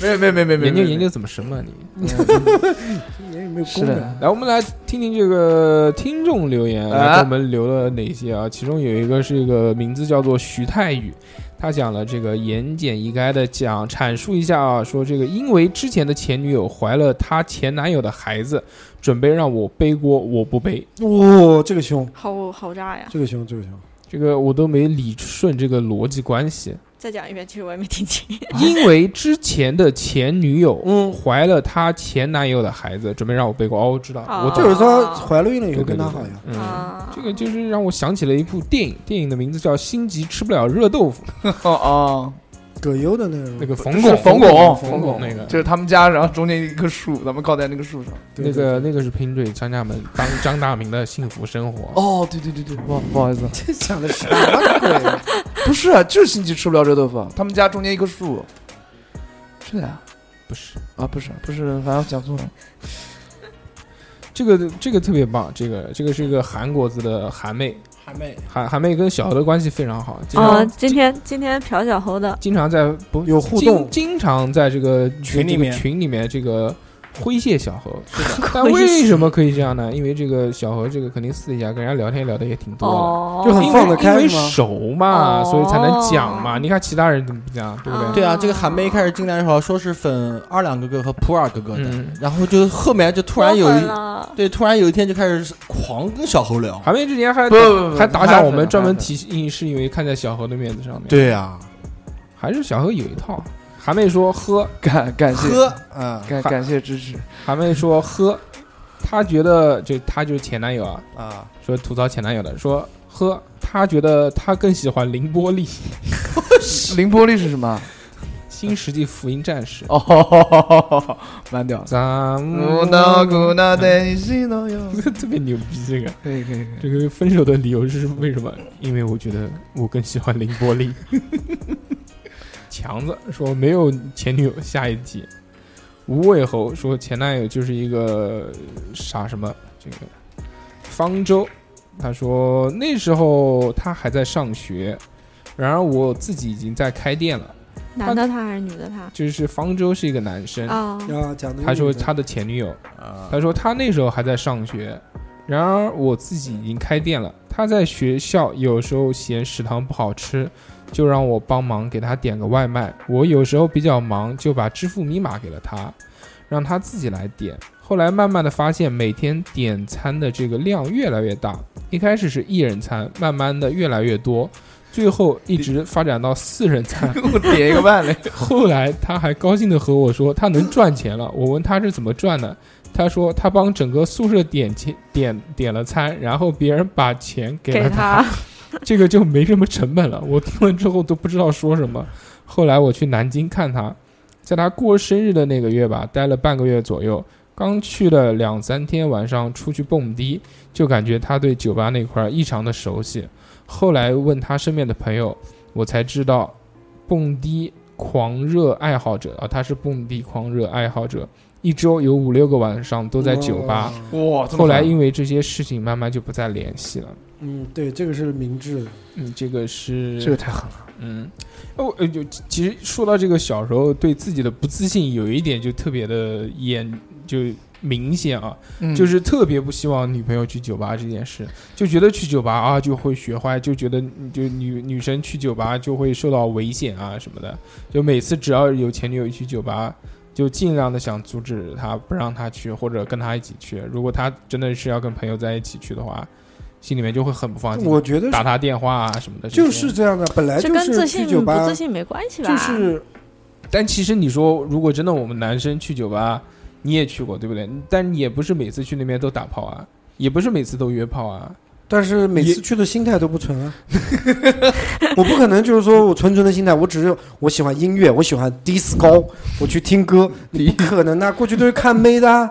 [SPEAKER 5] 没有没有没有没有，
[SPEAKER 2] 研究
[SPEAKER 5] 没有
[SPEAKER 2] 研究怎么什么你？
[SPEAKER 3] 人也没有
[SPEAKER 5] (laughs) 是
[SPEAKER 3] 功
[SPEAKER 5] 的
[SPEAKER 3] 能。
[SPEAKER 2] 来，我们来听听这个听众留言，
[SPEAKER 5] 啊
[SPEAKER 2] 来给我们留了哪些啊？其中有一个是一个名字叫做徐泰宇，他讲了这个言简意赅的讲阐述一下啊，说这个因为之前的前女友怀了她前男友的孩子，准备让我背锅，我不背。
[SPEAKER 3] 哇、哦这个凶，
[SPEAKER 7] 好好炸呀！
[SPEAKER 3] 这个凶，这个凶。
[SPEAKER 2] 这个我都没理顺这个逻辑关系，
[SPEAKER 7] 再讲一遍，其实我也没听清。
[SPEAKER 2] 因为之前的前女友怀了她前男友的孩子，准备让我背锅。哦，我知道，我懂
[SPEAKER 3] 就
[SPEAKER 2] 了
[SPEAKER 3] 是说
[SPEAKER 7] 啊
[SPEAKER 3] 怀了孕了以后
[SPEAKER 2] 对对
[SPEAKER 3] 跟他
[SPEAKER 2] 对
[SPEAKER 3] 好呀。
[SPEAKER 2] 嗯，这个就是让我想起了一部电影，电影的名字叫《心急吃不了热豆腐》，
[SPEAKER 5] (laughs) 哦哦，
[SPEAKER 3] 葛优的那个
[SPEAKER 2] 那个冯
[SPEAKER 5] 是
[SPEAKER 2] 巩，
[SPEAKER 5] 冯
[SPEAKER 2] 巩，
[SPEAKER 5] 巩，
[SPEAKER 2] 冯
[SPEAKER 5] 巩
[SPEAKER 2] 那个，
[SPEAKER 5] 就是他们家，然后中间一棵树，咱们靠在那个树上。
[SPEAKER 2] 那个那个是拼对张家门当张大民的幸福生活。
[SPEAKER 5] 哦，对对对对，不好不好意思，
[SPEAKER 3] 这讲的什么鬼？
[SPEAKER 5] (laughs) 不是啊，就是星期吃不了热豆腐，啊他们家中间一棵树，是的呀，
[SPEAKER 2] 不是
[SPEAKER 5] 啊，不是不是，反正讲错了。
[SPEAKER 2] 这个这个特别棒，这个这个是一个韩国子的韩妹，
[SPEAKER 6] 韩妹，
[SPEAKER 2] 韩韩妹跟小何的关系非常好，经
[SPEAKER 7] 哦
[SPEAKER 2] 常，
[SPEAKER 7] 今天今天朴小猴的
[SPEAKER 2] 经常在不
[SPEAKER 3] 有互动
[SPEAKER 2] 经经常在这个
[SPEAKER 6] 群里
[SPEAKER 2] 这个
[SPEAKER 6] 面
[SPEAKER 2] 群里面这个诙谐小
[SPEAKER 6] (laughs)
[SPEAKER 2] 何，但为什么可以这样呢？因为这个小何这个肯定私底下跟人家聊天聊的也挺多的，
[SPEAKER 7] 哦
[SPEAKER 3] 就很放得开
[SPEAKER 2] 因为
[SPEAKER 3] 是吗
[SPEAKER 2] 熟嘛，
[SPEAKER 7] 哦
[SPEAKER 2] 所以才能讲嘛。你看其他人怎么不讲，对不对？
[SPEAKER 6] 对啊，这个韩梅一开始进来的时候说是粉二两哥哥和普洱哥哥的，
[SPEAKER 2] 嗯
[SPEAKER 6] 然后就后面就突然有
[SPEAKER 7] 脱
[SPEAKER 6] 一
[SPEAKER 7] 粉了
[SPEAKER 6] 对，突然有一天就开始狂跟小猴聊。
[SPEAKER 2] 韩梅之前还
[SPEAKER 5] 不不不
[SPEAKER 2] 还打
[SPEAKER 5] 还
[SPEAKER 2] 赏
[SPEAKER 5] 粉
[SPEAKER 2] 我们，专门提醒是因为看在小何的面子上面。
[SPEAKER 6] 对啊，
[SPEAKER 2] 还是小何有一套。韩妹说喝，
[SPEAKER 5] 感感谢
[SPEAKER 6] 喝，嗯，
[SPEAKER 5] 感感谢支持。
[SPEAKER 2] 韩妹说喝，她觉得就她就是前男友啊
[SPEAKER 6] 啊，
[SPEAKER 2] 说吐槽前男友的，说喝，她觉得她更喜欢凌波丽，
[SPEAKER 5] 凌波丽是什么？
[SPEAKER 2] 新世纪福音战士。
[SPEAKER 5] 哦， (laughs) 蛮屌。
[SPEAKER 2] 咱
[SPEAKER 5] 咕
[SPEAKER 2] 们
[SPEAKER 5] 哝咕哝的一心都有。
[SPEAKER 2] (laughs) 特别牛逼，这个
[SPEAKER 5] 可以可以可以。
[SPEAKER 2] 这个分手的理由是为什么？因为我觉得我更喜欢凌波丽。强子说没有前女友，下一集。无尾猴说前男友就是一个啥什么这个方舟，他说那时候他还在上学，然而我自己已经在开店了。
[SPEAKER 7] 男的他还是女的他？
[SPEAKER 2] 就是方舟是一个男生
[SPEAKER 7] 哦
[SPEAKER 3] 啊，讲的啊
[SPEAKER 2] 他说他的前女友，他说他那时候还在上学，然而我自己已经开店了，他在学校有时候嫌食堂不好吃，就让我帮忙给他点个外卖。我有时候比较忙，就把支付密码给了他，让他自己来点。后来慢慢的发现，每天点餐的这个量越来越大，一开始是一人餐，慢慢的越来越多。最后一直发展到四人餐，
[SPEAKER 5] 我点一
[SPEAKER 3] (laughs)
[SPEAKER 5] 个半嘞。
[SPEAKER 2] 后来他还高兴的和我说他能赚钱了，我问他是怎么赚的，他说他帮整个宿舍点钱点点了餐，然后别人把钱给了
[SPEAKER 7] 他，
[SPEAKER 2] (laughs) 这个就没什么成本了。我听了之后都不知道说什么。后来我去南京看他，在他过生日的那个月吧，待了半个月左右。刚去了两三天，晚上出去蹦迪，就感觉他对酒吧那块异常的熟悉。后来问他身边的朋友，我才知道，蹦迪狂热爱好者啊，他是蹦迪狂热爱好者，一周有五六个晚上都在酒
[SPEAKER 3] 哦
[SPEAKER 2] 吧。
[SPEAKER 5] 哇！
[SPEAKER 2] 后来因为这些事情，慢慢就不再联系了。
[SPEAKER 3] 嗯，对，这个是明智的。
[SPEAKER 2] 嗯，这个是
[SPEAKER 5] 这个太狠了。
[SPEAKER 2] 嗯，哦，呃，就其实说到这个小时候对自己的不自信，有一点就特别的严，就明显啊，
[SPEAKER 5] 嗯
[SPEAKER 2] 就是特别不希望女朋友去酒吧这件事，就觉得去酒吧啊就会学坏，就觉得就女女生去酒吧就会受到危险啊什么的，就每次只要有前女友去酒吧。就尽量的想阻止她，不让她去，或者跟她一起去。如果她真的是要跟朋友在一起去的话，心里面就会很不放心。
[SPEAKER 3] 我觉得是
[SPEAKER 2] 打她电话啊什么的，
[SPEAKER 3] 就是这样的，本来哎
[SPEAKER 7] 这
[SPEAKER 3] 就
[SPEAKER 7] 跟自
[SPEAKER 3] 是去
[SPEAKER 7] 信
[SPEAKER 3] 酒
[SPEAKER 7] 不
[SPEAKER 3] 吧
[SPEAKER 7] 自，信没关系吧？
[SPEAKER 3] 就是
[SPEAKER 2] 但其实你说，如果真的我们男生去酒吧，你也去过对不对？但也不是每次去那边都打炮啊，也不是每次都约炮啊。
[SPEAKER 3] 但是每次去的心态都不纯啊。 (laughs) 我不可能就是说我纯纯的心态，我只是我喜欢音乐，我喜欢迪斯高，我去听歌，你不可能的、啊过去都是看妹的、啊。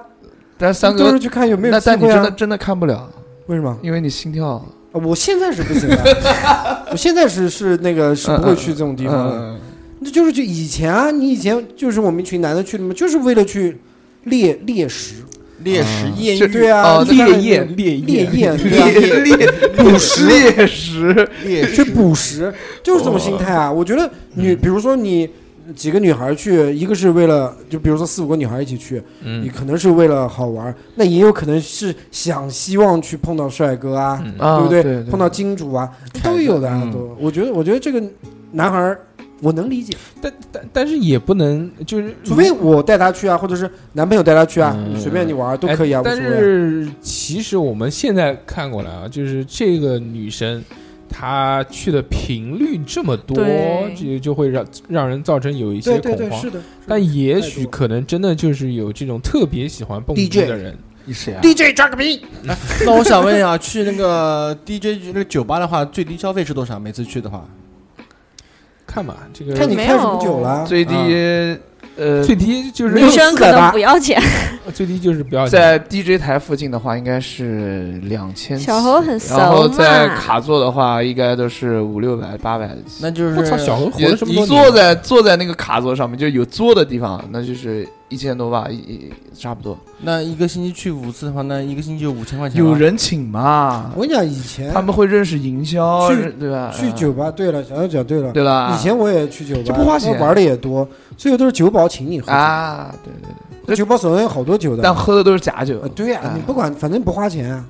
[SPEAKER 5] 但三哥
[SPEAKER 3] 都是去看有没有
[SPEAKER 5] 那
[SPEAKER 3] 机
[SPEAKER 5] 但你
[SPEAKER 3] 会啊
[SPEAKER 5] 真的真的看不了，
[SPEAKER 3] 为什么？啊
[SPEAKER 5] 因为你心跳。
[SPEAKER 3] 我现在是不行
[SPEAKER 5] (laughs)
[SPEAKER 3] 的，我现在是是那个是不会去这种地方啊
[SPEAKER 5] 嗯嗯嗯
[SPEAKER 3] 的。那就是就以前啊，你以前就是我们一群男的去的嘛，就是为了去猎猎食。
[SPEAKER 6] 猎食
[SPEAKER 3] 嗯
[SPEAKER 6] 艳
[SPEAKER 3] 就
[SPEAKER 6] 遇
[SPEAKER 3] 对啊，
[SPEAKER 6] 哦
[SPEAKER 3] 猎
[SPEAKER 6] 猎
[SPEAKER 3] 艳猎
[SPEAKER 6] 猎
[SPEAKER 3] 艳
[SPEAKER 6] 艳
[SPEAKER 3] 对啊
[SPEAKER 6] 猎猎
[SPEAKER 3] 捕食
[SPEAKER 5] (laughs) 猎食
[SPEAKER 6] 猎
[SPEAKER 3] 去捕食，就是
[SPEAKER 5] 哦
[SPEAKER 3] 这种心态啊。我觉得
[SPEAKER 5] 嗯
[SPEAKER 3] 女，比如说你几个女孩去，一个是为了，就比如说四五个女孩一起去，
[SPEAKER 2] 嗯
[SPEAKER 3] 你可能是为了好玩，那也有可能是想希望去碰到帅哥 (laughs) 啊，对不
[SPEAKER 5] 啊对对
[SPEAKER 3] 碰到金主啊，都有的啊，都。我觉得，我觉得这个男孩儿我能理解，
[SPEAKER 2] 但但但是也不能就是，
[SPEAKER 3] 除非我带他去啊，或者是男朋友带他去啊，你随便你玩儿都可以啊，
[SPEAKER 2] 哎
[SPEAKER 3] 无
[SPEAKER 2] 但
[SPEAKER 3] 所谓啊。
[SPEAKER 2] 是其实我们现在看过来啊，就是这个女生她去的频率这么多
[SPEAKER 3] 对，
[SPEAKER 2] 就就会让让人造成有一些
[SPEAKER 3] 对
[SPEAKER 2] 恐
[SPEAKER 3] 对
[SPEAKER 2] 慌。
[SPEAKER 3] 对是的是的
[SPEAKER 2] 但也许可能真的就是有这种特别喜欢蹦迪
[SPEAKER 6] DJ
[SPEAKER 2] 的人。
[SPEAKER 5] 你谁
[SPEAKER 3] DJ 抓个逼，
[SPEAKER 6] (laughs) 那我想问一下，去那个 DJ 那个酒吧的话，最低消费是多少？每次去的话，
[SPEAKER 2] 看吧，这个
[SPEAKER 3] 看你开什么酒了嗯
[SPEAKER 5] 最低呃，
[SPEAKER 2] 最低就是
[SPEAKER 7] 女生可能不要钱。
[SPEAKER 2] 最低就是不要钱
[SPEAKER 5] 在 DJ 台附近的话，应该是两千。
[SPEAKER 7] 小啊侯很熟
[SPEAKER 5] 然后在
[SPEAKER 7] 嘛
[SPEAKER 5] 卡座的话，应该都是五六百、八百。
[SPEAKER 6] 那就是
[SPEAKER 2] 我操小何活
[SPEAKER 5] 你
[SPEAKER 2] 了这么多
[SPEAKER 5] 你
[SPEAKER 2] 年
[SPEAKER 5] 坐在坐在那个卡座上面，就有坐的地方，那就是一千多吧，一一差不多。
[SPEAKER 6] 那一个星期去五次的话，那一个星期就五千块钱。
[SPEAKER 5] 有人请嘛？
[SPEAKER 3] 我跟你讲，以前
[SPEAKER 5] 他们会认识营销，
[SPEAKER 3] 去
[SPEAKER 5] 对吧？啊
[SPEAKER 3] 去酒吧，对了，小小讲对了，
[SPEAKER 5] 对了
[SPEAKER 3] 以前我也去酒
[SPEAKER 5] 就
[SPEAKER 3] 吧，
[SPEAKER 5] 不花钱
[SPEAKER 3] 玩的也多，最后都是酒保请你喝酒
[SPEAKER 5] 啊，对对对，
[SPEAKER 3] 那酒保手上有好多酒的，呃
[SPEAKER 5] 但喝啊的都是假酒。
[SPEAKER 3] 啊对呀、你不管，反正不花钱啊。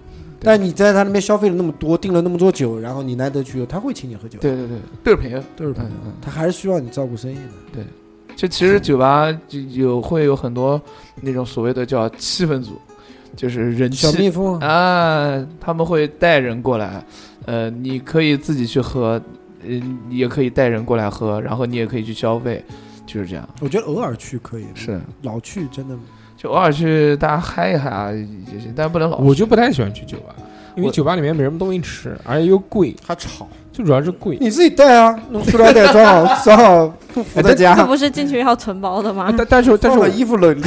[SPEAKER 3] 但你在他那边消费了那么多，订了那么多酒，然后你难得去，他会请你喝酒。
[SPEAKER 5] 对对对，都是朋友，
[SPEAKER 3] 都是
[SPEAKER 2] 嗯
[SPEAKER 3] 朋友，他还是需要你照顾生意的。
[SPEAKER 5] 对，就其实酒吧就有会有很多那种所谓的叫气氛组，就是人气
[SPEAKER 3] 小蜜蜂
[SPEAKER 5] 啊，他们会带人过来，呃，你可以自己去喝，嗯、也可以带人过来喝，然后你也可以去消费，就是这样。
[SPEAKER 3] 我觉得偶尔去可以，
[SPEAKER 5] 是
[SPEAKER 3] 老去真的。
[SPEAKER 5] 就偶尔去大家嗨一嗨啊也行，但不能老去。
[SPEAKER 2] 我就不太喜欢去酒吧，因为酒吧里面没什么东西吃，而且又贵，
[SPEAKER 6] 它吵，
[SPEAKER 2] 最主要是贵。
[SPEAKER 5] 嗯
[SPEAKER 3] 你自己带啊，用塑料袋装
[SPEAKER 2] (laughs)
[SPEAKER 3] 好，装好扶在家
[SPEAKER 7] 这。不是进去要存包的吗？
[SPEAKER 2] 但但是哎但是
[SPEAKER 3] 放
[SPEAKER 2] 我
[SPEAKER 3] 了衣服
[SPEAKER 2] (laughs)
[SPEAKER 3] 冷，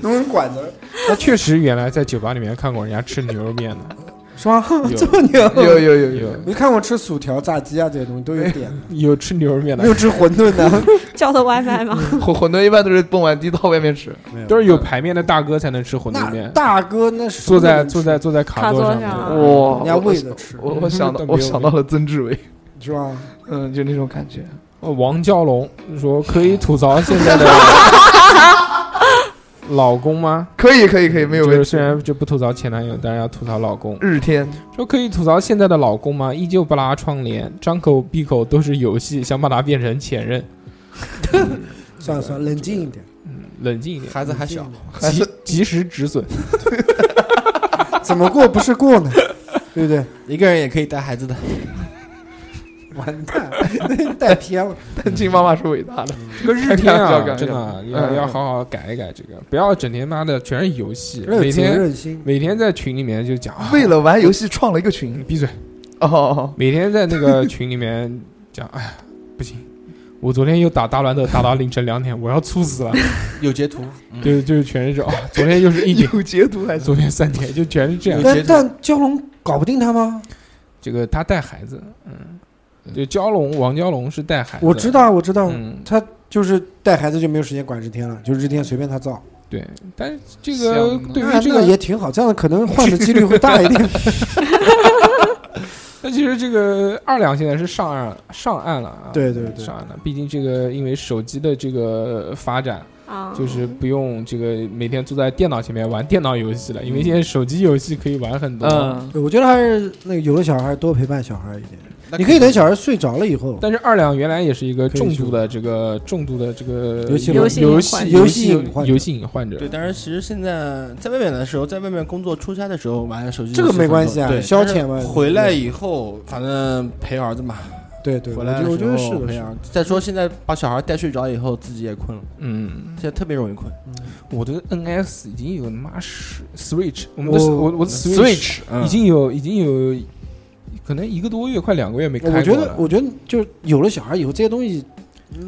[SPEAKER 3] 能不能管着？
[SPEAKER 2] 那确实原来在酒吧里面看过人家吃牛肉面
[SPEAKER 5] (laughs)
[SPEAKER 2] 的，
[SPEAKER 3] 是吗
[SPEAKER 2] 有？
[SPEAKER 3] 这么牛？
[SPEAKER 2] 有有有有
[SPEAKER 3] 没看过吃薯条、炸鸡啊这些东西都有
[SPEAKER 2] (laughs)
[SPEAKER 3] 点，
[SPEAKER 2] 有吃牛肉面的，
[SPEAKER 3] 没有吃馄饨
[SPEAKER 2] (laughs)
[SPEAKER 3] 的。
[SPEAKER 7] 叫的外卖吗？
[SPEAKER 5] 馄馄饨一般都是蹦完迪到外面吃， (laughs)
[SPEAKER 2] 都是有
[SPEAKER 5] 嗯
[SPEAKER 2] 牌面的大哥才能吃馄饨面。
[SPEAKER 3] 大哥那是
[SPEAKER 2] 坐在坐在坐哦在卡座啊
[SPEAKER 5] 卡座
[SPEAKER 2] 面，
[SPEAKER 5] 上
[SPEAKER 2] 对
[SPEAKER 5] 哇
[SPEAKER 3] 人家喂着吃，
[SPEAKER 5] 我我想到
[SPEAKER 2] 都没有
[SPEAKER 5] 我想到了曾志伟，
[SPEAKER 3] 是吧？
[SPEAKER 5] 嗯，就那种感觉。
[SPEAKER 2] 呃
[SPEAKER 5] (laughs)
[SPEAKER 2] 王蛟龙说可以吐槽现在的，老公吗？
[SPEAKER 5] 可以，可以，可以，没有问
[SPEAKER 2] 就是
[SPEAKER 5] 题。
[SPEAKER 2] 虽然就不吐槽前男友，但是要吐槽老公。
[SPEAKER 5] 日天
[SPEAKER 2] 说可以吐槽现在的老公吗？依旧不拉窗帘，张口闭口都是有戏，想把他变成前任。
[SPEAKER 3] 算了算了，冷静一点。
[SPEAKER 2] (laughs) 嗯冷静一点，
[SPEAKER 6] 孩子还小
[SPEAKER 3] 还
[SPEAKER 2] 及
[SPEAKER 3] 是
[SPEAKER 2] 及时止损。
[SPEAKER 3] 怎么过不是过呢？对不对？
[SPEAKER 6] 一个人也可以带孩子的。
[SPEAKER 3] 完 (laughs) 蛋，带偏了。
[SPEAKER 5] 单亲妈妈是伟 (laughs) 大的，
[SPEAKER 2] 这个日天
[SPEAKER 5] 开玩笑
[SPEAKER 2] 啊
[SPEAKER 5] 开，玩笑
[SPEAKER 2] 真的啊
[SPEAKER 5] 嗯
[SPEAKER 2] 要
[SPEAKER 5] 嗯
[SPEAKER 2] 要好好改一改这个，不要整天妈的全是游戏，
[SPEAKER 5] 要有
[SPEAKER 2] 每
[SPEAKER 5] 责
[SPEAKER 2] 天
[SPEAKER 5] 任心
[SPEAKER 2] 每天在群里面就讲，啊
[SPEAKER 5] 为了玩游戏创了一个群，
[SPEAKER 2] 闭嘴。
[SPEAKER 5] (laughs) 哦，
[SPEAKER 2] 每天在那个群里面讲，哎呀，不行，我昨天又打大乱斗，打到凌晨两点，我要猝死了。
[SPEAKER 6] 有截图，
[SPEAKER 2] 就就是全是这样，哦，昨天又是一
[SPEAKER 5] (laughs)
[SPEAKER 2] 点，
[SPEAKER 5] 有截图还是
[SPEAKER 2] 昨天三点，就全是这样。
[SPEAKER 3] 但但蛟龙搞不定他吗？
[SPEAKER 2] 这个他带孩子，嗯，就蛟龙王蛟龙是带孩子，
[SPEAKER 3] 我知道，我知道
[SPEAKER 2] 嗯，
[SPEAKER 3] 他就是带孩子就没有时间管日天了，就日天随便他造。
[SPEAKER 2] 对，但是这个对
[SPEAKER 3] 那
[SPEAKER 2] 于这
[SPEAKER 3] 那
[SPEAKER 2] 个
[SPEAKER 3] 也挺好，这样可能换的几率会大
[SPEAKER 2] (laughs)
[SPEAKER 3] 一点。
[SPEAKER 2] 那其实这个二两现在是上岸上岸了啊，
[SPEAKER 3] 对对对
[SPEAKER 2] 上岸了。毕竟这个因为手机的这个发展
[SPEAKER 7] 啊
[SPEAKER 3] 嗯
[SPEAKER 2] 就是不用这个每天坐在电脑前面玩电脑游戏了，因为现在手机游戏可以玩很多。
[SPEAKER 5] 嗯
[SPEAKER 3] 对我觉得还是那个有了小孩多陪伴小孩一点
[SPEAKER 2] 那，
[SPEAKER 3] 你可以等小孩睡着了以后，
[SPEAKER 2] 但是二两原来也是一个重度的这个重度的这个
[SPEAKER 3] 游戏
[SPEAKER 2] 游
[SPEAKER 3] 游戏
[SPEAKER 2] 戏
[SPEAKER 3] 游
[SPEAKER 2] 戏
[SPEAKER 3] 戏瘾患者
[SPEAKER 2] 游戏瘾患者
[SPEAKER 6] 对，，但是其实现在在外面的时候，在外面工作出差的时候玩手机
[SPEAKER 3] 这个没关系啊
[SPEAKER 6] 对
[SPEAKER 3] 消遣嘛
[SPEAKER 6] 但是回来以后，反正陪儿子嘛。
[SPEAKER 3] 对对
[SPEAKER 6] 回来
[SPEAKER 3] 我觉得
[SPEAKER 6] 的
[SPEAKER 3] 我
[SPEAKER 6] 时
[SPEAKER 3] 觉得是
[SPEAKER 6] 候
[SPEAKER 3] 的
[SPEAKER 6] 陪
[SPEAKER 3] 是的
[SPEAKER 6] 儿子。再说现在把小孩带睡着以后，自己也困了。
[SPEAKER 2] 嗯，
[SPEAKER 6] 现在特别容易困。
[SPEAKER 2] 我的 NS 已经有他妈十 Switch，我们的
[SPEAKER 6] 我
[SPEAKER 2] 我我的
[SPEAKER 6] Switch，嗯
[SPEAKER 2] 已经有已经有可能一个多月快两个月没开过
[SPEAKER 3] 我
[SPEAKER 2] 了。
[SPEAKER 3] 觉得我觉得就是有了小孩以后，这些东西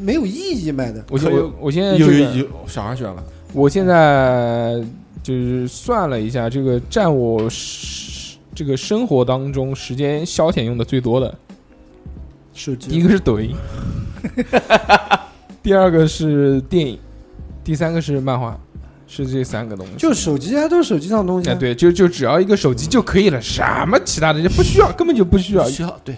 [SPEAKER 3] 没有意义卖的。
[SPEAKER 2] 我现我我
[SPEAKER 3] 嗯
[SPEAKER 2] 现在
[SPEAKER 6] 有
[SPEAKER 2] 这
[SPEAKER 6] 有
[SPEAKER 2] 个
[SPEAKER 6] 有小孩喜欢玩，
[SPEAKER 2] 我现在就是算了一下，这个占我时这个生活当中时间消遣用的最多的，
[SPEAKER 3] 手机
[SPEAKER 2] 第一个是抖
[SPEAKER 6] (laughs)
[SPEAKER 2] 音，第二个是电影，第三个是漫画，是这三个东西。
[SPEAKER 3] 就手机啊，都是手机上的东西
[SPEAKER 2] 哎，
[SPEAKER 3] 啊。
[SPEAKER 2] 对，就就只要一个手机就可以了，什么其他的就不需要，根本就不需要。
[SPEAKER 6] 需要对，